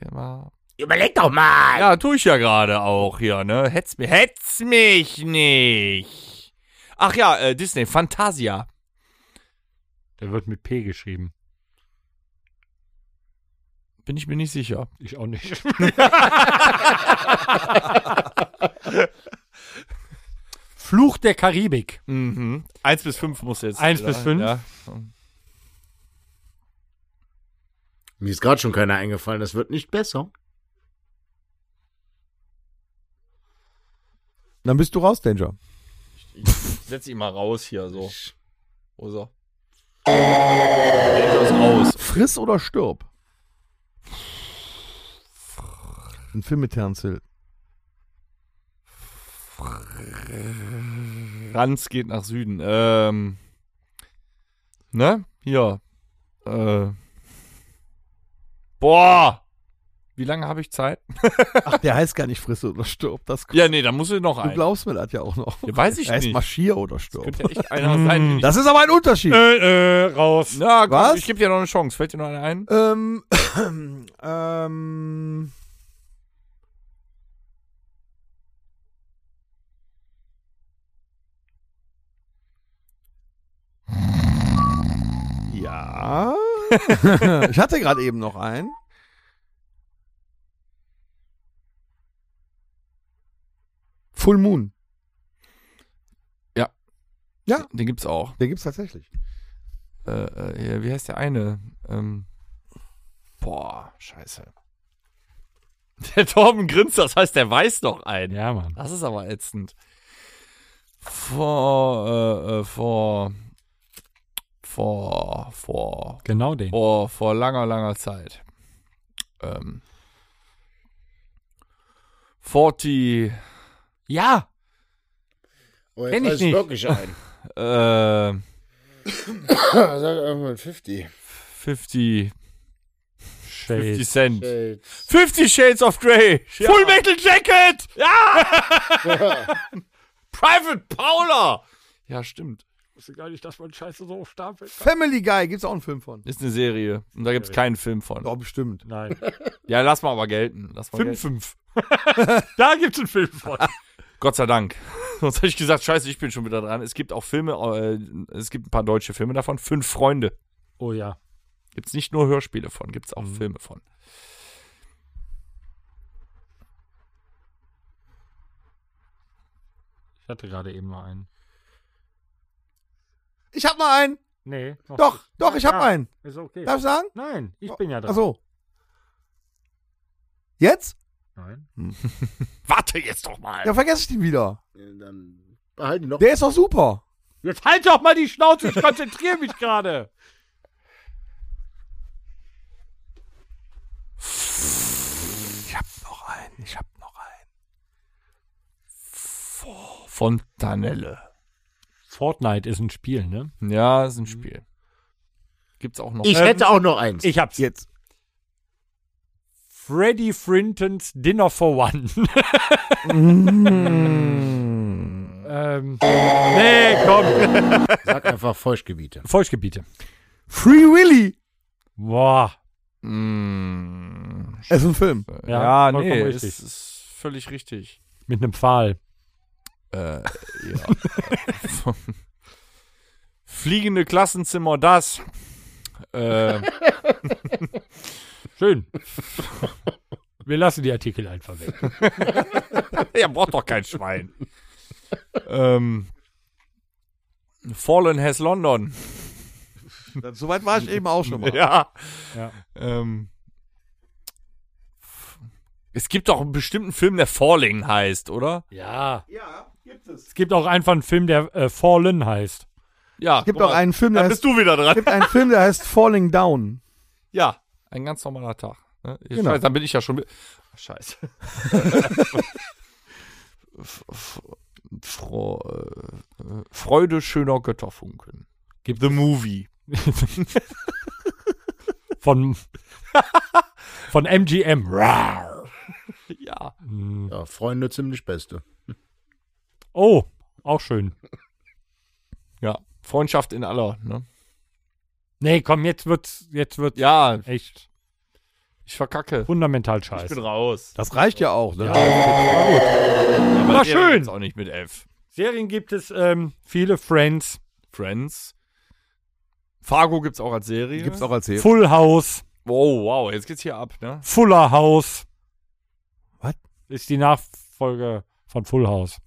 C: Der war.
D: Überleg doch mal!
C: Ja, tue ich ja gerade auch hier, ne? Hetz mich, hetz mich nicht. Ach ja, äh, Disney, Fantasia.
E: Der wird mit P geschrieben.
C: Bin ich mir nicht sicher.
E: Ich auch nicht. [LAUGHS] Fluch der Karibik.
C: Mhm. Eins bis fünf muss jetzt.
E: Eins bis fünf?
C: Ja.
D: Mir ist gerade schon keiner eingefallen, das wird nicht besser.
B: Dann bist du raus, Danger.
C: Setz ihn mal raus hier, so. Wo ist er? Der ist raus.
B: Friss oder stirb. Ein Film mit Terence Hill.
C: Ranz geht nach Süden. Ähm. Ne? Hier. Äh. Boah! Wie lange habe ich Zeit?
B: Ach, der heißt gar nicht Friss oder stirb. Das kommt.
C: Ja, nee, da muss ich noch
B: Du
C: einen.
B: glaubst mir das ja auch noch.
C: Ja, weiß ich
B: Er heißt
C: nicht.
B: Marschier oder stirb.
C: Könnte ja echt einer sein. den ich-
B: Das ist aber ein Unterschied.
E: Äh, äh, raus.
C: Hm, Na, komm,
B: Was?
C: ich gebe dir noch eine Chance. Fällt dir noch einer ein?
B: Ähm, [CLEARS THROAT] ähm, ja. [LAUGHS] ich hatte gerade eben noch einen. Full Moon.
C: Den gibt's auch.
B: Den gibt's tatsächlich.
C: Äh, äh, hier, wie heißt der eine? Ähm, boah, scheiße. [LAUGHS] Der Torben grinst, das heißt, der weiß noch einen.
E: Ja, Mann.
C: Das ist aber ätzend. Vor, äh, äh, vor, vor, vor,
E: Genau den.
C: vor, vor langer, langer Zeit. Ähm, 40,
E: Ja.
D: Oh,
E: Kenn ich nicht.
D: wirklich ein.
C: äh,
D: Sag irgendwann 50.
C: 50, 50
E: Shades.
C: Cent.
D: Shades.
C: 50 Shades of Grey. Full Metal Jacket. Ja. [LAUGHS] Private Paula. Ja, stimmt.
E: Ich wusste gar nicht, dass man Scheiße so stapelt.
B: Family Guy gibt's auch einen Film von.
C: Ist eine Serie. Und da gibt's keinen Film von.
B: Doch, bestimmt.
E: [LAUGHS] Nein.
C: Ja, lass mal aber gelten. Lass mal gelten.
E: 5-5. da gibt's einen Film von.
C: Gott sei Dank. [LAUGHS] Sonst hätte ich gesagt, scheiße, ich bin schon wieder dran. Es gibt auch Filme, äh, es gibt ein paar deutsche Filme davon. Fünf Freunde.
E: Oh ja.
C: Gibt's nicht nur Hörspiele von, gibt's
E: Mhm.
C: auch Filme von.
E: Ich hatte gerade eben mal einen.
B: Ich hab mal einen.
E: Nee. noch
B: Doch, doch, ich hab
E: Ja.
B: einen.
E: nicht. Ist okay.
B: Darf ich sagen?
E: Nein, ich bin ja dran.
B: Achso. Jetzt?
E: Nein.
C: Warte jetzt doch mal.
B: Ja, vergesse ich den wieder.
D: äh, Dann behalten die noch.
B: Der ist doch super.
E: Jetzt halt doch mal die Schnauze, ich konzentriere mich [LAUGHS] gerade.
B: Ich hab noch einen. Ich hab noch einen.
C: Fontanelle.
E: Fortnite ist ein Spiel, ne?
C: Ja, ist ein Spiel. Gibt's auch noch.
D: Ich hätte auch noch eins.
E: Ich hab's.
B: Jetzt.
E: Freddy Frintons Dinner for One. [LAUGHS]
C: Mm.
E: ähm, nee, komm.
D: Sag einfach Feuchtgebiete.
E: Feuchtgebiete.
B: Free Willy.
E: Boah.
C: Mm,
B: Es ist ein Film.
E: Ja,
C: Ja,
E: vollkommen
C: nee,
E: richtig.
C: Ist, ist völlig richtig.
E: Mit einem Pfahl. [LAUGHS]
C: Äh, ja. Fliegende Klassenzimmer, das. Äh,
E: Schön. Wir lassen die Artikel einfach weg.
C: ja, braucht doch kein Schwein. ähm, Fallen has London.
B: Soweit war ich eben auch schon mal.
C: Ja.
E: Ja.
C: Ähm, es gibt doch einen bestimmten Film, der Falling heißt, oder?
E: Ja.
B: Ja, gibt es.
E: Es gibt auch einfach einen Film, der äh, Fallen heißt.
C: Ja.
B: Es gibt
C: guck
B: auch
C: mal,
B: einen Film, der
C: Dann
B: heißt,
C: bist du wieder dran.
B: gibt einen Film, der heißt Falling Down.
C: Ja, ein ganz normaler Tag. Ne? Ich
B: Genau.
C: weiß, dann bin ich ja schon. mit- Ach, [LAUGHS] Scheiße. F- f- Fro äh, äh, Freude schöner Götterfunken.
E: Gibt
C: The Movie.
E: Von, [LAUGHS] von MGM. Rar.
C: Ja.
D: Ja, Freunde ziemlich beste.
E: Oh, auch schön.
C: Ja, Freundschaft in aller. Ne?
E: Nee, komm, jetzt wird's, jetzt wird's
C: Ja,
E: echt
C: ich verkacke.
E: fundamental
C: Ich bin
E: scheiße.
C: raus.
B: Das reicht ja auch. Ne?
C: War
E: schön.
C: auch nicht mit F.
E: Serien gibt es ähm, viele Friends,
C: Friends. Fargo gibt's auch als Serie.
B: Gibt's auch als Hilfe.
E: Full House,
C: Wow, wow, jetzt geht's hier ab, ne?
E: Fuller House.
B: Was?
E: Ist die Nachfolge von Full House.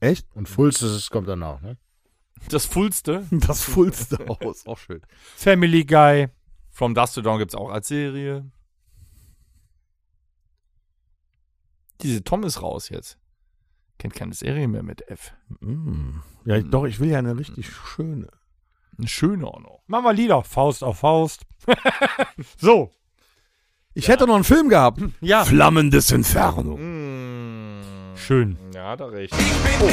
B: Echt?
D: Und Fulstes kommt dann auch, ne?
C: Das Fullste.
B: Das [LAUGHS] Fulster aus. Auch schön.
E: Family Guy.
C: From Dust to Dawn gibt's auch als Serie. Diese Tom ist raus jetzt. Kennt keine Serie mehr mit F.
B: Mm. Ja, ich- doch, ich will ja eine richtig schöne.
C: Eine schöne auch noch.
E: Machen wir Lieder. Faust auf Faust. [LAUGHS] so.
B: Ich hätte noch einen Film gehabt.
E: Ja.
B: Flammen des Inferno. Hm.
C: Mhm.
E: Schön.
C: Ja, da recht. Oh.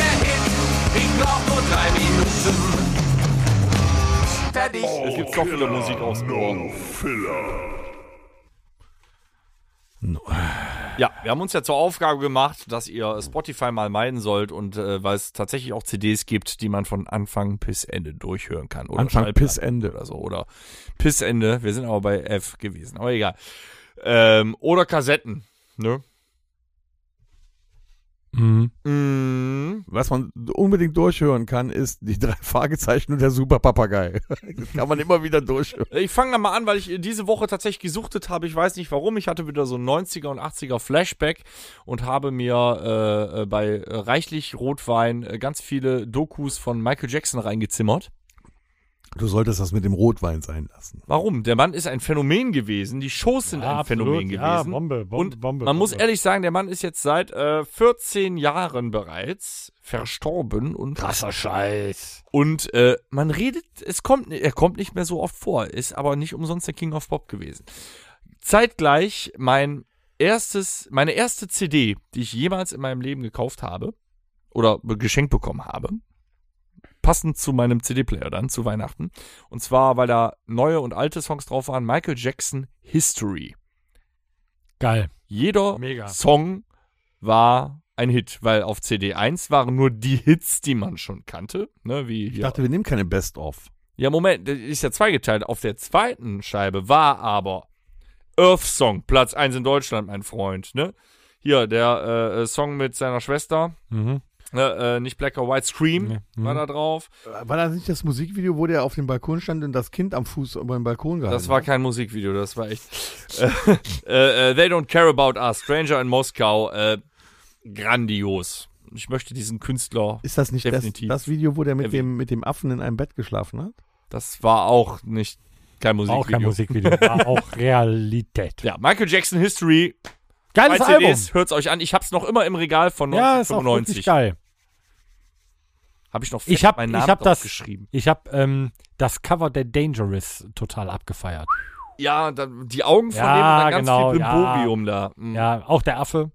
C: Es gibt so viele Musik aus dem Ohr. Ja, wir haben uns ja zur Aufgabe gemacht, dass ihr Spotify mal meiden sollt und äh, weil es tatsächlich auch CDs gibt, die man von Anfang bis Ende durchhören kann. Oder
B: Anfang
C: Schallplatten
B: bis Ende.
C: oder so. Oder Pissende. Wir sind aber bei F gewesen, aber egal. Ähm, oder Kassetten. Ne?
E: Mhm.
C: Mm,
B: Was man unbedingt durchhören kann, ist die [LAUGHS] drei Fragezeichen und der Superpapagei. [LAUGHS] Das kann man immer wieder durchhören.
C: Äh, Ich fange da mal an, weil ich diese Woche tatsächlich gesuchtet habe. Ich weiß nicht warum. Ich hatte wieder so ein 90er und 80er Flashback und habe mir äh, äh, bei äh, reichlich Rotwein äh, ganz viele Dokus von Michael Jackson reingezimmert.
B: Du solltest das mit dem Rotwein sein lassen.
C: Warum? Der Mann ist ein Phänomen gewesen. Die Shows sind ein Phänomen
E: Ja,
C: gewesen.
E: Bombe, Bombe,
C: und
E: Bombe.
C: man
E: Bombe.
C: muss ehrlich sagen, der Mann ist jetzt seit äh, 14 Jahren bereits verstorben und krasser Scheiß. Und äh, man redet, es kommt, er kommt nicht mehr so oft vor, ist aber nicht umsonst der King of Pop gewesen. Zeitgleich mein erstes, meine erste CD, die ich jemals in meinem Leben gekauft habe oder be- geschenkt bekommen habe, passend zu meinem CD-Player dann zu Weihnachten. Und zwar, weil da neue und alte Songs drauf waren, Michael Jackson History.
E: Geil.
C: Jeder
E: Mega.
C: Song war ein Hit, weil auf CD1 waren nur die Hits, die man schon kannte. Ne, wie
B: Ich
C: hier.
B: dachte, wir nehmen keine Best-of.
C: Ja, Moment, das ist ja zweigeteilt. Auf der zweiten Scheibe war aber Earth Song, Platz 1 in Deutschland, mein Freund. Ne? Hier, der äh, äh, Song mit seiner Schwester,
E: Mhm.
C: ne, äh, nicht Black or White, Scream
E: Nee.
C: war
E: Mhm.
C: da drauf.
B: Äh, War das nicht das Musikvideo, wo der auf dem Balkon stand und das Kind am Fuß über den Balkon gehalten
C: Das war kein Musikvideo, das war echt. äh, [LAUGHS] äh, äh, They Don't Care About Us, Stranger in Moskau, äh, grandios. Ich möchte diesen Künstler
B: Ist das nicht das,
C: Definitiv.
B: das Video, wo der mit
C: Heavy.
B: dem, mit dem Affen in einem Bett geschlafen hat?
C: Das war auch nicht kein Musikvideo.
E: Auch kein Musikvideo.
C: [LAUGHS]
E: War auch Realität.
C: Ja, Michael Jackson History.
E: Geiles
C: Zwei
E: Album.
C: CDs, hört's euch an. Ich hab's noch immer im Regal von
E: Ja, ist auch wirklich
C: 1995.
E: geil.
C: Hab ich noch fett
E: Ich hab-
C: meinen
E: ich
C: Namen
E: hab
C: drauf
E: das-
C: geschrieben.
E: Ich habe ähm, das Cover der Dangerous total abgefeiert.
C: Ja, dann die Augen von
E: Ja,
C: dem und dann ganz
E: genau,
C: viel
E: ja.
C: Pimpobium da. Mhm.
E: Ja, auch der Affe.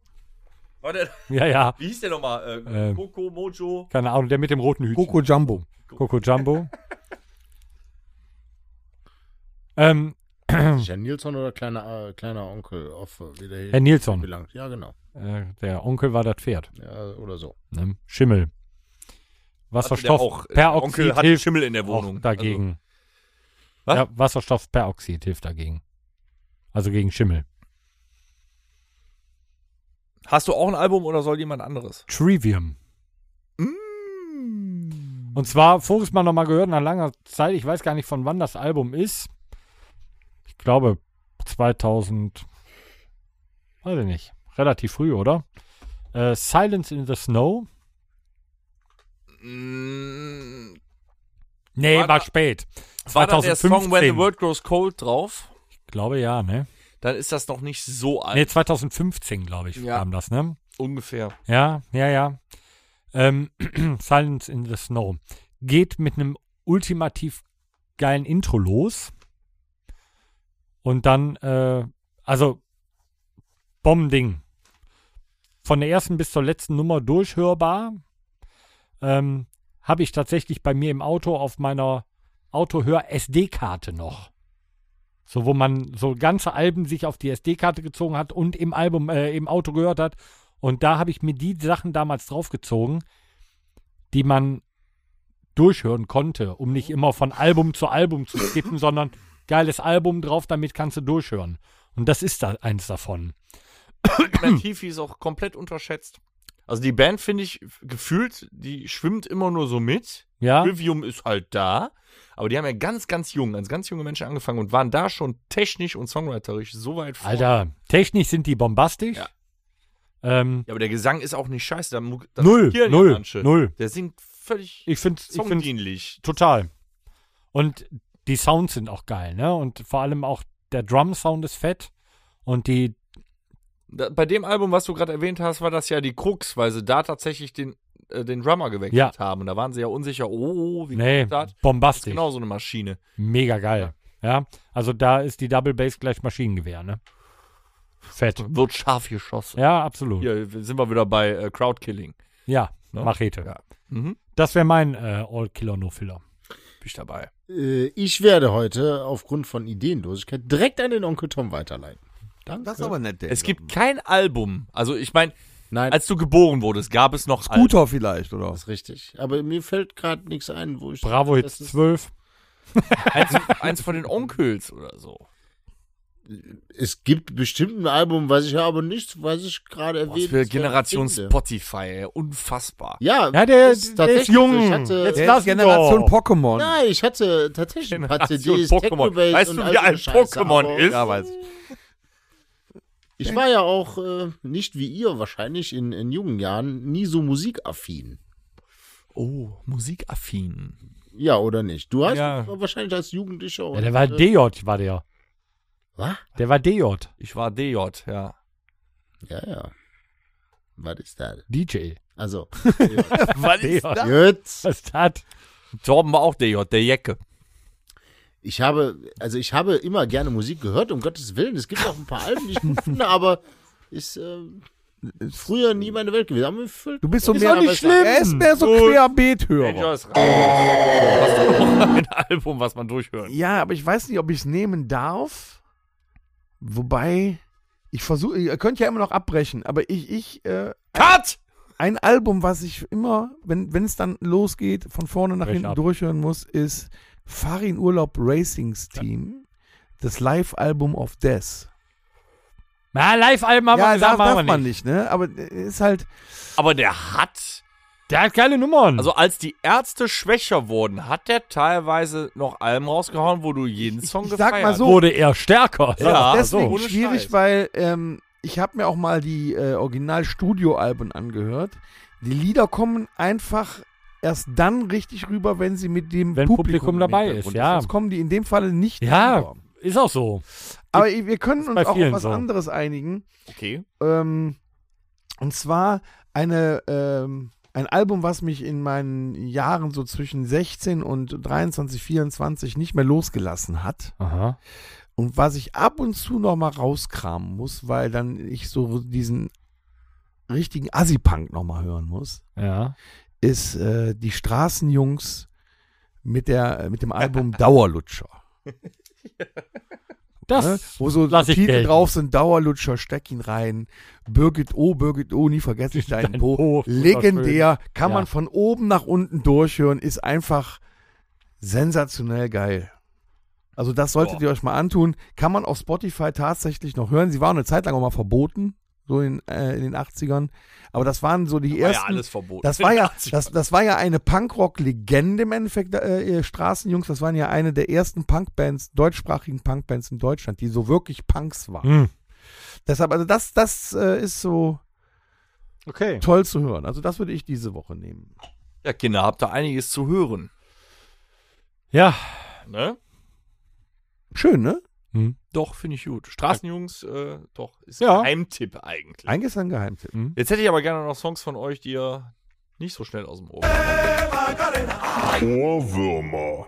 C: Warte,
E: Ja, ja.
C: wie hieß der nochmal? Äh,
E: Ähm.
C: Coco Mojo.
E: Keine Ahnung, der mit dem roten Hütchen.
B: Coco Jumbo.
E: Coco Jumbo. ähm,
D: Herr Nilsson oder kleiner, äh, kleiner Onkel auf äh, wieder
E: Herr Nilsson.
D: belangt. Ja, genau.
E: Äh, der Onkel war das Pferd.
D: Ja, oder so.
E: Ne? Schimmel.
C: Hatte der
E: Wasserstoff
C: auch, äh, der
E: Peroxid
C: Onkel hatte
E: hilft
C: Schimmel in der
E: auch
C: Wohnung. Also,
E: dagegen.
C: Was?
E: Ja, Wasserstoffperoxid hilft dagegen. Also gegen Schimmel.
C: Also, hast du auch ein Album oder soll jemand anderes?
E: Trivium.
C: Mm.
E: Und zwar voriges Mal nochmal gehört, nach langer Zeit, ich weiß gar nicht, von wann das Album ist. Ich glaube 2000, weiß ich nicht, relativ früh, oder? Äh, Silence in the Snow.
C: Mm,
E: Nee,
C: War
E: war,
C: da-
E: spät.
C: war da der Song When the
E: 2015.
C: World Grows Cold drauf?
E: Ich glaube ja, ne?
C: Dann ist das noch nicht so alt.
E: Nee, 2015, glaube ich,
C: Ja.
E: kam das, ne?
C: Ungefähr.
E: Ja, ja, ja. Ähm, [CLEARS THROAT] Silence in the Snow. Geht mit einem ultimativ geilen Intro los. Und dann, äh, also, Bombending. Von der ersten bis zur letzten Nummer durchhörbar. Ähm, Habe ich tatsächlich bei mir im Auto auf meiner Autohör-SD-Karte noch. So, wo man so ganze Alben sich auf die SD-Karte gezogen hat und im Album, äh, im Auto gehört hat. Und da habe ich mir die Sachen damals draufgezogen, die man durchhören konnte, um nicht immer von Album zu Album zu skippen, sondern geiles Album drauf, damit kannst du durchhören. Und das ist da eins davon.
C: Latifi ist auch komplett unterschätzt. Also die Band, finde ich, gefühlt, die schwimmt immer nur so mit.
E: Ja,
C: Trivium ist halt da. Aber die haben ja ganz, ganz jung, als ganz junge Menschen angefangen und waren da schon technisch und songwriterisch so weit vor.
E: Alter, technisch sind die bombastisch.
C: Ja.
E: Ähm,
C: Ja, aber der Gesang ist auch nicht scheiße. Da, mu- da
E: null,
C: spielen die
E: null,
C: manche.
E: null.
C: Der singt völlig
E: Ich finde ich find's
C: songdienlich.
E: total. Und die Sounds sind auch geil, ne? Und vor allem auch der Drum-Sound ist fett. Und die,
C: Da, bei dem Album, was du gerade erwähnt hast, war das ja die Krux, weil sie da tatsächlich den, äh, den Drummer gewechselt
E: Ja.
C: haben. Und da waren sie ja unsicher, oh, wie
E: nee,
C: kommt das? Das ist
E: bombastisch.
C: genau so eine Maschine.
E: Mega geil. Ja, also da ist die Double Bass gleich Maschinengewehr, ne? Fett.
C: Wird scharf geschossen.
E: Ja, absolut. Ja,
C: Hier sind wir wieder bei äh, Crowdkilling. Ne?
E: Machete.
C: Ja. Mhm.
E: Das wäre mein äh, All-Killer-No-Filler.
C: Bin ich dabei.
D: Äh, ich werde heute aufgrund von Ideenlosigkeit direkt an den Onkel Tom weiterleiten. Danke.
B: Das ist aber nett, der
C: Es gibt kein Album. Also ich meine,
D: Nein,
C: als du geboren wurdest, gab es noch Alben.
B: Scooter vielleicht, oder?
D: das ist richtig. Aber mir fällt gerade nichts ein, wo ich.
E: Bravo Hits
D: das ist-
E: 12.
C: eins, eins von den Onkels oder so.
D: Es gibt bestimmt ein Album, was ich habe, nicht, was ich gerade
C: Was
D: erwähnt
C: für Generation
D: finde.
C: Spotify, ey. unfassbar.
D: Ja,
E: Ja, der-
D: ist
E: der ist
D: tatsächlich so.
E: jung.
D: Ich hatte,
E: Jetzt-
B: Der
E: Lass
B: ist Generation
E: ihn doch.
B: Pokémon.
D: nein, ich hatte tatsächlich ein paar
C: Generation
D: CDs.
C: Pokémon.
D: Technobase
C: Weißt
D: und
C: du,
D: all
C: wie
D: so eine
C: ein
D: Scheiße,
C: Pokémon
D: aber-
C: ist?
B: Ja, weiß ich.
D: Ich war ja auch äh, nicht wie ihr wahrscheinlich in, in jungen Jahren nie so musikaffin.
C: Oh, musikaffin.
D: Ja, oder nicht? Du hast
C: Ja.
D: wahrscheinlich als Jugendlicher.
E: Ja, der war
D: äh,
E: DJ, war der.
D: Was?
E: Der war DJ.
C: Ich war DJ, ja.
D: Ja, ja. Was ist das?
E: DJ.
B: [LAUGHS]
D: Also,
C: Was
E: DJ. Was
D: jetzt.
E: ist das?
C: Torben war auch DJ, der Jecke. [LAUGHS]
D: Ich habe, also ich habe immer gerne Musik gehört, um Gottes Willen. Es gibt auch ein paar Alben, die ich gut finde, aber
B: [LAUGHS]
D: ist äh, früher nie meine Welt gewesen. Aber mir fällt-
B: Du bist so
D: Ist
B: mehr.
D: auch nicht schlimm.
B: Er ist mehr so Querbeet-Hörer.
C: Hast du noch ein Album, was man durchhört?
B: Ja, aber ich weiß nicht, ob ich es nehmen darf. Wobei, ich versuche, ihr könnt ja immer noch abbrechen, aber ich, ich, äh,
C: Cut!
B: ein Album, was ich immer, wenn wenn es dann losgeht, von vorne nach
E: Brech
B: hinten
E: ab.
B: durchhören muss, ist Farin Urlaub Racings Team. Das Live-Album of Death.
E: Na, Live-Alben haben wir
B: ja,
E: gesagt,
B: darf,
E: machen
B: darf
E: wir
B: man
E: nicht.
B: nicht, ne? Aber äh, ist halt.
C: Aber der hat.
E: Der hat geile Nummern.
C: Also, als die Ärzte schwächer wurden, hat der teilweise noch Alben rausgehauen, wo du jeden Song
B: ich
C: gefeiert
B: sag mal so,
E: wurde er stärker.
C: Ja,
E: Sag mal
B: deswegen
C: so. Ohne
B: schwierig,
C: Scheiß.
B: weil ähm, ich habe mir auch mal die äh, Original-Studio-Alben angehört. Die Lieder kommen einfach erst dann richtig rüber, wenn sie mit dem
E: Wenn Publikum
B: im
E: dabei
B: Hintergrund
E: ist, ja.
B: Sonst kommen die in dem Falle nicht
E: Ja.
B: rüber.
E: Ist auch so.
B: Aber i- wir können uns
E: bei
B: auch auf
E: vielen
B: was
E: so.
B: anderes einigen.
C: Okay.
B: Ähm, und zwar eine, ähm, ein Album, was mich in meinen Jahren so zwischen 16 und 23, 24 nicht mehr losgelassen hat.
E: Aha.
B: Und was ich ab und zu noch mal rauskramen muss, weil dann ich so diesen richtigen Assi-Punk noch mal hören muss,
E: Ja.
B: ist äh, die Straßenjungs mit der mit dem Album Dauerlutscher. Ne?
E: Das
B: Wo so
E: lass ich
B: Titel
E: gelten.
B: drauf sind, Dauerlutscher, steck ihn rein, Birgit O, Birgit O, nie vergesse ich deinen
E: Dein
B: Po.
E: Po,
B: Legendär, kann
E: Ja.
B: man von oben nach unten durchhören, ist einfach sensationell geil. Also das solltet
C: Boah.
B: ihr euch mal antun. Kann man auf Spotify tatsächlich noch hören. Sie waren eine Zeit lang auch mal verboten, so in, äh, in den 80ern. Aber das waren so die
C: War ja
B: ersten.
C: alles verboten.
B: Das war ja, das, das war ja eine Punkrock-Legende im Endeffekt, äh, ihr Straßenjungs. Das waren ja eine der ersten Punkbands, deutschsprachigen Punkbands in Deutschland, die so wirklich Punks waren.
E: Hm.
B: Deshalb, also das, das äh, ist so
E: Okay.
B: toll zu hören. Also das würde ich diese Woche nehmen.
C: ja, Kinder, habt da einiges zu hören.
E: Ja.
C: Ne?
B: Schön, ne?
C: Doch, finde ich gut. Straßenjungs, äh, doch, ist
E: Ja.
C: ein Heimtipp eigentlich.
B: Eigentlich ist das ein Geheimtipp.
C: Jetzt hätte ich aber gerne noch Songs von euch, die ihr nicht so schnell aus dem Ohr.
A: Ohrwürmer.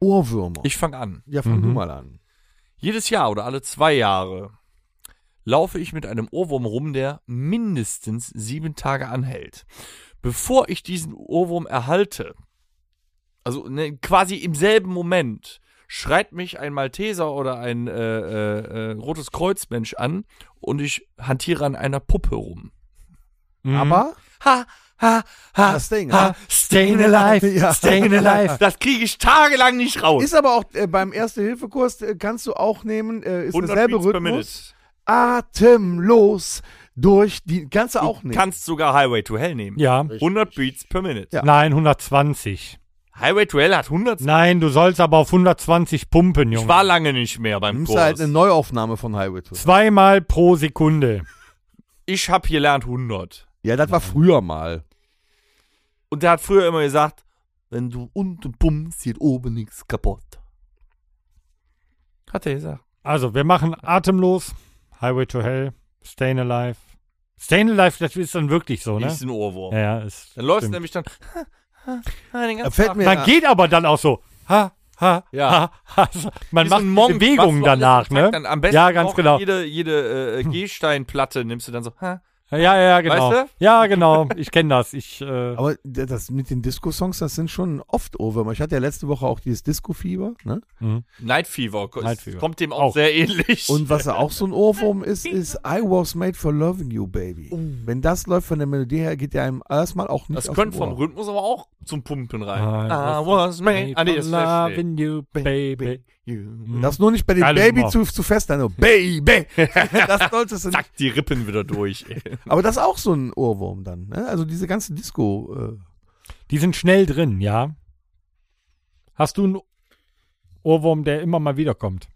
B: Ohrwürmer.
C: Ich fange an.
B: ja, fang du mal an.
C: Jedes Jahr oder alle zwei Jahre laufe ich mit einem Ohrwurm rum, der mindestens sieben Tage anhält. Bevor ich diesen Ohrwurm erhalte, also ne, quasi im selben Moment, schreit mich ein Malteser oder ein äh, äh, äh, Rotes Kreuzmensch an und ich hantiere an einer Puppe rum.
E: Mhm.
B: Aber ne?
C: Ha, ha, ha,
B: Sting,
E: Ha,
B: ha?
E: Ah, staying alive,
B: Ja.
E: staying alive.
C: [LAUGHS] Das kriege ich tagelang nicht raus.
B: Ist aber auch äh, beim Erste-Hilfe-Kurs, äh, kannst du auch nehmen, äh, ist
C: 100
B: derselbe
C: Beats per
B: Rhythmus.
C: Minute.
B: Atemlos durch die, kannst du auch nehmen.
C: Kannst sogar Highway to Hell nehmen.
E: Ja.
C: 100 Beats per Minute.
B: Ja.
E: Nein, 120.
C: Highway to Hell hat 100.
E: Nein, du sollst aber auf 120 pumpen,
C: Ich
E: Junge.
C: war lange nicht mehr beim
B: nimmst
C: Kurs.
B: du halt eine Neuaufnahme von Highway to.
E: Zweimal pro Sekunde.
C: ich habe hier gelernt 100.
B: Ja, das war
C: Mhm.
B: früher mal.
C: Und der hat früher immer gesagt, wenn du unten pumpst, geht oben nichts kaputt. Hat er gesagt.
E: Also, wir machen atemlos, Highway to Hell, Staying Alive. Staying Alive, das ist dann wirklich so, ne?
C: Ist ein Ohrwurm.
E: Ja, ja, ist.
C: Dann läuft
E: stimmt.
C: nämlich dann. [LAUGHS] Den
B: Da
C: ganzen
B: fällt
C: Tag.
B: mir
E: Man
B: ja,
E: geht aber dann auch so. Ha, ha,
C: Ja.
E: ha, ha. so. Man
C: Ist
E: macht
C: ein Monk,
E: Bewegungen
C: was du alles
E: danach,
C: am Tag
E: ne?
C: Dann am besten
E: Ja, ganz
C: auch
E: genau.
C: Jede, jede äh, Gehsteinplatte nimmst du dann so. Ha?
E: Ja, ja, ja, genau.
C: Weißt
E: Ja, genau. Ich kenne das. Ich,
C: [LAUGHS]
E: äh,
B: aber d- das mit den Disco-Songs, das sind schon oft Ohrwürmer. Ich hatte ja letzte Woche auch dieses Disco-Fieber. Ne?
C: Night Fever. ko-
E: Night Fever.
C: Kommt dem auch,
E: Auch.
C: sehr ähnlich.
B: Und was ja auch so ein Ohrwurm ist, ist I was made for loving you, baby. Wenn das läuft von der Melodie her, geht der einem erstmal auch nicht
C: Oh. das
B: aus
C: könnte
B: dem
C: vom
B: Ohr.
C: Rhythmus aber auch zum Pumpen rein.
E: I
C: was made ah, nee, das ist Flash,
E: loving you, baby.
C: nee.
B: Das nur nicht bei dem
E: Geile
B: Baby
E: Nummer.
B: zu, zu fest, dann
C: [LAUGHS]
B: nur Baby. das solltest du nicht.
C: Zack, die Rippen wieder durch. ey.
B: Aber das ist auch so ein Ohrwurm dann. Ne? Also diese ganze Disco. Äh,
E: Die sind schnell drin, ja. Hast du einen Ohrwurm, der immer mal wiederkommt?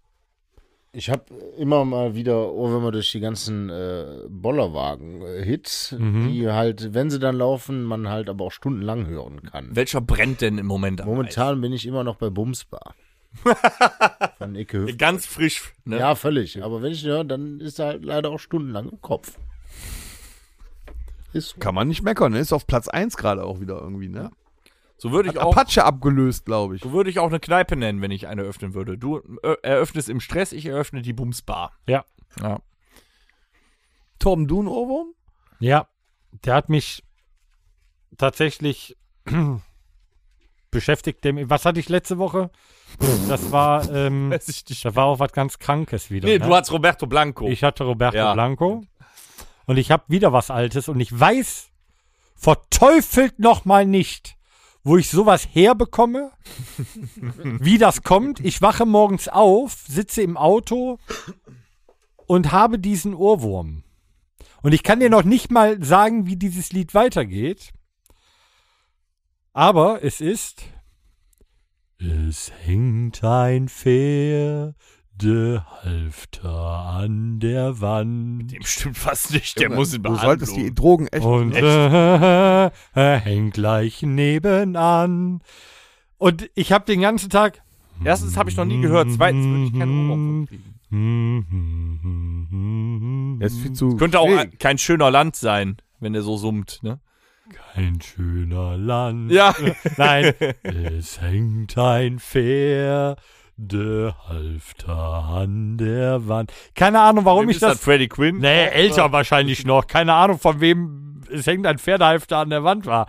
D: Ich habe immer mal wieder Ohrwürmer durch die ganzen äh, Bollerwagen-Hits,
E: Mhm.
D: die halt, wenn sie dann laufen, man halt aber auch stundenlang hören
C: [LAUGHS]
D: kann.
C: Welcher brennt denn im Moment am
D: Momentan bin ich immer noch
E: [LAUGHS]
D: bei Bumsbar. Von Icke
C: meisten?
D: Hüft.
C: Ganz frisch. Ne?
D: Ja, völlig. Aber wenn ich ihn höre, dann ist er halt leider auch stundenlang im Kopf. Ist so.
B: kann man nicht meckern. Ne? Ist auf Platz 1 gerade auch wieder irgendwie. Ne?
C: So würde
B: Hat
C: ich auch.
B: Apache abgelöst, glaube ich.
C: So würde ich auch eine Kneipe nennen, wenn ich eine öffnen würde. Du äh, eröffnest im Stress, ich eröffne die Bumsbar.
E: Ja.
C: Ja.
B: Torben, du ein Ohrwurm?
E: Ja, der hat mich tatsächlich [CLEARS THROAT] beschäftigt. Dem, was hatte ich letzte
C: [LAUGHS]
E: Woche? Das war, ähm,
C: Weiß ich nicht.
E: da war auch was ganz Krankes wieder.
C: Nee,
E: ne?
C: du hast Roberto Blanco.
E: Ich hatte Roberto
C: Ja.
E: Blanco und ich habe wieder was Altes und ich weiß verteufelt noch mal nicht, wo ich sowas herbekomme, [LAUGHS] wie das kommt. Ich wache morgens auf, sitze im Auto und habe diesen Ohrwurm. Und ich kann dir noch nicht mal sagen, wie dieses Lied weitergeht. Aber es ist es hängt ein Pferdehalfter an der Wand
C: Dem stimmt fast nicht. Der muss in
B: Du
C: Behandlung.
B: solltest die Drogen echt.
E: und äh, er hängt gleich nebenan. Und ich habe den ganzen Tag
C: Erstens habe ich noch nie gehört. Zweitens würde ich keinen
E: Mhm.
C: Ohrwurm kriegen.
E: Hm,
B: Der ist viel zu.
C: Könnte auch
B: schräg.
C: ein- kein schöner Land sein, wenn der so summt. Ne?
E: ein schöner Land.
C: [LAUGHS] Ja.
E: Nein, [LAUGHS] es hängt ein Pferdehalfter an der Wand. Keine Ahnung, warum
C: Wem
E: ich
C: ist das,
E: das
C: Freddie Quinn?
E: Nee, älter wahrscheinlich noch. Keine Ahnung, von wem es hängt ein Pferdehalfter an der Wand war.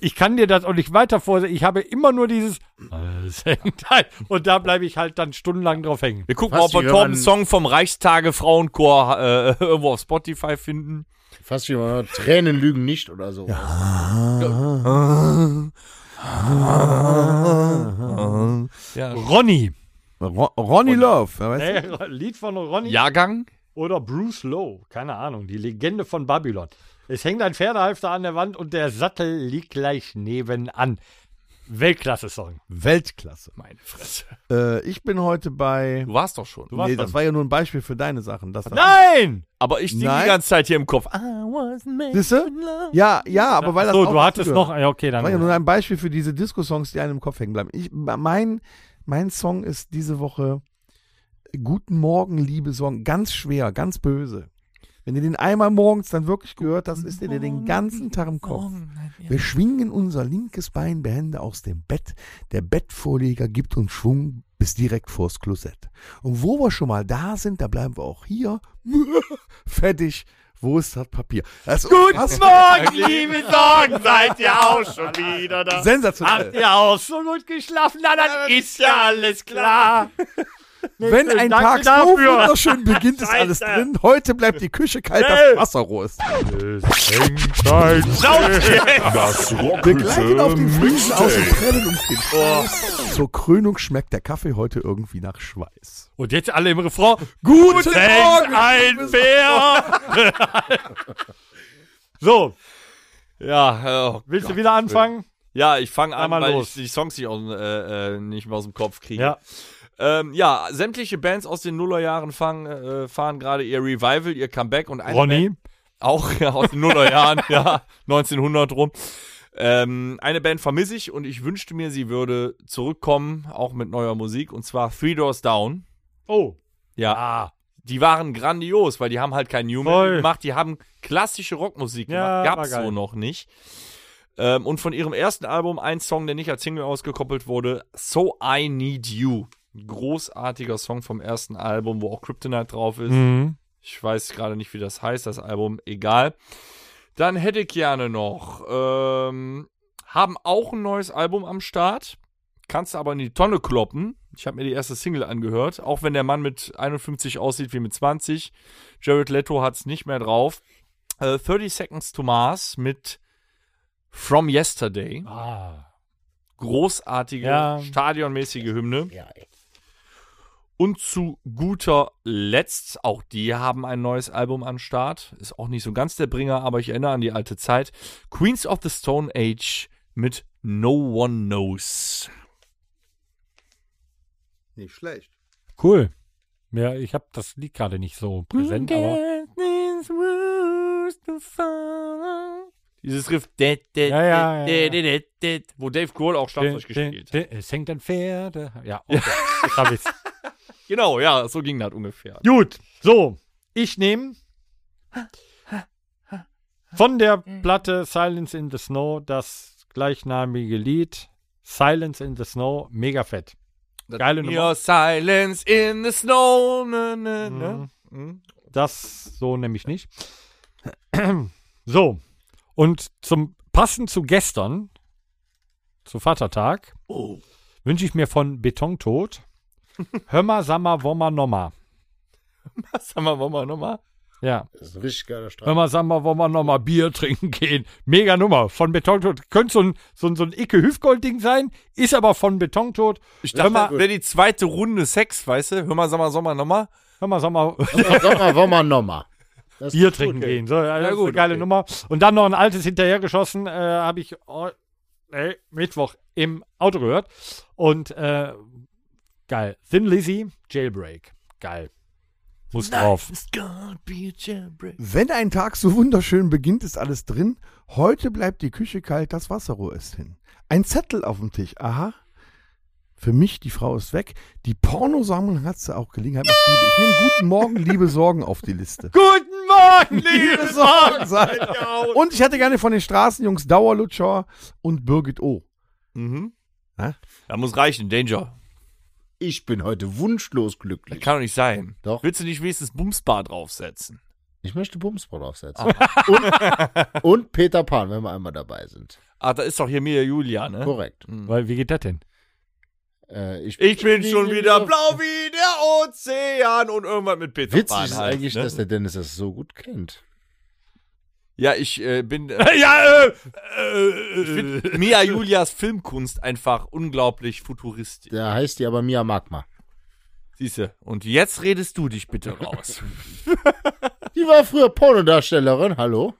E: Ich kann dir das auch nicht weiter vorsehen. Ich habe immer nur dieses es hängt ein. Und da bleibe ich halt dann stundenlang drauf hängen.
C: Wir gucken,
D: Fast
C: ob
D: wie
C: wir
D: wenn
C: Torben
D: man-
C: Song vom Reichstage Frauenchor äh, [LAUGHS] irgendwo auf Spotify finden.
D: Fast wie immer, Tränen lügen nicht oder so.
C: Ja.
E: Ronny.
B: Ron Ronny Love. ja, weißt
E: Äh, Lied von Ronny
C: Jahrgang?
E: oder Bruce Lowe. Keine Ahnung. Die Legende von Babylon. Es hängt ein Pferdehalfter an der Wand und der Sattel liegt gleich nebenan. Weltklasse-Song.
B: du? Weltklasse.
C: Meine Fresse.
B: Äh, ich bin heute bei.
C: Du warst doch schon.
E: warst
B: Nee, das
E: dran.
B: war ja nur ein Beispiel für deine Sachen. Das
E: Nein!
C: Aber ich sing die
B: Nein.
C: ganze Zeit hier im Kopf. Ah.
B: Siehste? Ja, ja, aber weil das.
E: so,
B: auch
E: du hattest
B: dazugehört.
E: noch. Ja, okay,
B: Das war ja
E: dann.
B: nur ein Beispiel für diese Disco-Songs, die einem im Kopf hängen bleiben. Ich, mein, mein Song ist diese Woche Guten Morgen, liebe Song. Ganz schwer, ganz böse. Wenn ihr den einmal morgens dann wirklich gehört hast, ist ihr dir den ganzen Tag im Kopf. Wir schwingen unser linkes Bein behende aus dem Bett. Der Bettvorleger gibt uns Schwung bis direkt vors Klosett. Und wo wir schon mal da sind, da bleiben wir auch hier. [LAUGHS] Fertig. Wo ist das Papier? Das ist unfassbar.
E: Morgen, liebe Sorgen, seid ihr auch schon wieder da.
B: [LAUGHS] Sensationell.
E: ja auch so gut geschlafen? Na, dann ist ja alles klar.
B: Wenn ein
E: Danke
B: Tag so
E: dafür.
B: wunderschön beginnt, ist alles
E: Scheiße.
B: drin. Heute bleibt die Küche kalt, das Wasser roh ist.
A: Das
B: Wir gleiten auf den Fliesen aus und
A: Rockhütte
B: prellen uns den
E: Oh.
B: Schweiß. Zur Krönung schmeckt der Kaffee heute irgendwie nach Schweiß.
E: [LAUGHS] Und jetzt alle im Refrain. Guten Morgen, [LAUGHS] ein Bär. so,
C: Ja, oh
E: willst du wieder anfangen?
C: Ja, ich fange an,
E: Einmal
C: weil
E: los.
C: ich die Songs nicht, aus, dem, äh, äh, nicht mehr aus dem Kopf kriege.
E: Ja.
C: Ähm, ja, sämtliche Bands aus den Nullerjahren fangen, äh, fahren gerade ihr Revival, ihr Comeback und eine
E: Ronny,
C: auch ja, aus den
E: [LAUGHS]
C: Nullerjahren, ja, 1900 rum. Ähm, eine Band vermisse ich und ich wünschte mir, sie würde zurückkommen, auch mit neuer Musik, und zwar Three Doors Down.
E: Oh.
C: Ja. Ah, Die waren grandios, weil die haben halt kein New Metal
E: Voll.
C: gemacht, die haben klassische Rockmusik
E: Ja, war
C: gemacht, gab's so
E: geil.
C: noch nicht. Ähm, und von ihrem ersten Album ein Song, der nicht als Single ausgekoppelt wurde, So I Need You. Großartiger Song vom ersten Album, wo auch Kryptonite drauf ist.
E: Mhm.
C: Ich weiß gerade nicht, wie das heißt, das Album, egal. Dann hätte ich gerne noch, ähm, haben auch ein neues Album am Start, kannst aber in die Tonne kloppen. Ich habe mir die erste Single angehört, auch wenn der Mann mit 51 aussieht wie mit 20. Jared Leto hat's nicht mehr drauf. Äh, 30 Seconds to Mars mit From Yesterday.
E: Ah.
C: Großartige,
E: Ja.
C: stadionmäßige Hymne.
D: Ja, ey.
C: Und zu guter Letzt, auch die haben ein neues Album am Start. Ist auch nicht so ganz der Bringer, aber ich erinnere an die alte Zeit. Queens of the Stone Age mit No One Knows.
F: Nicht schlecht.
E: Cool. Ja, ich habe das Lied gerade nicht so
B: Mhm.
E: präsent, aber
C: Dieses Riff, dä, dä,
E: Ja, ja,
C: dä,
E: ja,
C: dä, dä, dä, dä, wo Dave Grohl auch Schlagzeug gespielt.
E: Es hängt ein Pferde.
B: [LAUGHS]
E: Ja, okay. Jetzt hab ich's.
C: Genau, ja, so ging das ungefähr.
E: Gut, so, ich nehme von der Platte Silence in the Snow das gleichnamige Lied Silence in the Snow, mega fett. Geile Nummer.
C: Your silence in the snow. Ne, ne, [LAUGHS] ne. Mhm.
E: Das so nämlich nicht. So, und zum passend zu gestern, zu Vatertag, wünsche ich mir von Betontod Hömmer, Sammer, Wommer, Nommer.
C: Was haben wir nochmal? nochmal?
E: Ja.
D: Das ist ein richtig geiler Streit.
E: Wenn wir sagen, wir wollen wir noch mal Bier [LAUGHS] trinken gehen. Mega Nummer. Von Betontod. Könnte so ein, so ein, so ein Icke Hüfgold-Ding sein, ist aber von Betontod.
C: Ich
E: hör mal,
C: dachte, wäre die zweite Runde Sex, weißt du? Hör mal, sag mal, sag mal, nochmal.
E: hör mal, sag mal,
D: Sag mal, wollen wir nochmal. Das
E: Bier trinken gehen. So, ja, das ist eine
C: gut,
E: geile
C: okay.
E: Nummer. Und dann noch ein altes hinterhergeschossen, äh, habe ich oh, ey, Mittwoch im Auto gehört. Und äh, geil. Thin Lizzy, Jailbreak. Geil. Muss drauf.
B: Wenn ein Tag so wunderschön beginnt, ist alles drin. Heute bleibt die Küche kalt, das Wasser roh ist hin. Ein Zettel auf dem Tisch, aha. Für mich, die Frau ist weg. Die Pornosammlung hat sie auch Gelegenheit. macht Liebe. Ich nehme guten Morgen, liebe Sorgen auf die Liste.
E: Guten Morgen, liebe
B: Sorgen sein. Und ich hätte gerne von den Straßenjungs Dauerlutscher und Birgit O.
C: Mhm.
B: Hä?
C: Da muss reichen, Danger.
D: Ich bin heute wunschlos glücklich.
C: Kann doch nicht sein.
D: Doch.
C: Willst du nicht wenigstens Bumsbar draufsetzen?
D: Ich möchte Bumsbrot aufsetzen.
C: Ah.
D: Und, und Peter Pan, wenn wir einmal dabei sind.
C: Ah, da ist doch hier Mia Julia, ne?
D: Korrekt.
E: Weil, wie geht das denn?
D: Äh, ich,
C: Ich bin schon wieder blau wie der Ozean und irgendwas mit Peter
D: Witzig
C: Pan
D: ist
C: halt,
D: eigentlich,
C: ne?
D: dass der Dennis das so gut kennt.
C: Ja, ich äh, bin. ja, äh, äh, ich find Mia Julias Filmkunst einfach unglaublich futuristisch.
D: Da heißt die aber Mia Magma.
C: Siehste. Und jetzt redest du dich bitte raus.
D: Die war früher Pornodarstellerin, hallo?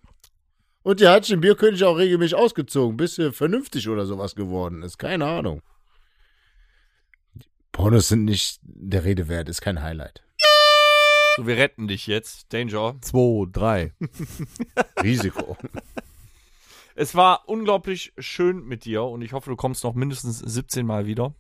D: Und die hat den Bierkönig auch regelmäßig ausgezogen, bis sie vernünftig oder sowas geworden ist. Keine Ahnung. Pornos sind nicht der Rede wert, ist kein Highlight.
C: so, wir retten dich jetzt, Danger.
B: Zwei, drei.
C: [LAUGHS]
D: Risiko.
C: Es war unglaublich schön mit dir und ich hoffe, du kommst noch mindestens 17 Mal wieder.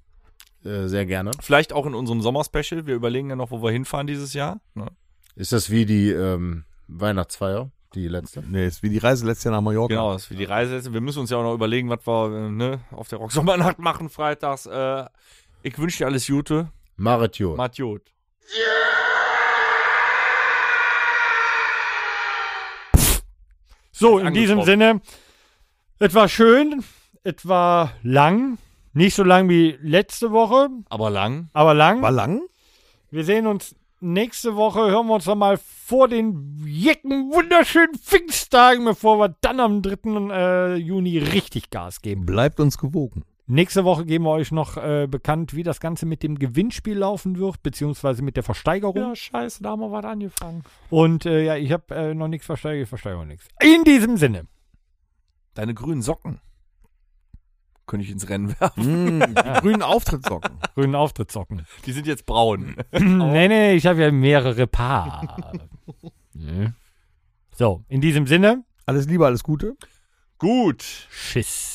D: äh, sehr gerne.
C: Vielleicht auch in unserem Sommerspecial. Wir überlegen ja noch, wo wir hinfahren dieses Jahr. Ne?
D: Ist das wie die ähm, Weihnachtsfeier, die letzte?
B: Nee, ist wie die Reise letztes Jahr nach Mallorca.
C: Genau, das ist für die Reise jetzt. Wir müssen uns ja auch noch überlegen, was wir äh, ne, auf der Rocksommernacht machen freitags. Äh, ich wünsche dir alles Gute.
D: Maritio.
C: Matjot.
E: So,
C: Hat
E: in diesem
C: angesprochen.
E: Sinne, es war schön, es war lang, nicht so lang wie letzte Woche,
C: Aber lang.
E: aber lang.
B: War lang?
E: Wir sehen uns nächste Woche. Hören wir uns nochmal vor den jecken wunderschönen Pfingsttagen, bevor wir dann am 3. Äh, Juni richtig Gas geben.
B: Bleibt uns gewogen.
E: Nächste Woche geben wir euch noch äh, bekannt, wie das Ganze mit dem Gewinnspiel laufen wird, beziehungsweise mit der Versteigerung.
F: Ja, scheiße, da haben wir was angefangen.
E: Und äh, ja, ich habe äh, noch nichts versteigert, ich versteigere nichts. In diesem Sinne.
C: Deine grünen Socken. Könnte ich ins Rennen werfen.
B: Mm, die grünen Auftrittssocken.
E: Grünen Auftritt zocken.
C: Die sind
E: [LAUGHS]
C: jetzt braun.
E: Mhm. nee, nee, ich habe ja mehrere Paar. Ne? so, in diesem Sinne,
B: Alles Liebe, alles Gute.
C: Gut.
E: Schiss.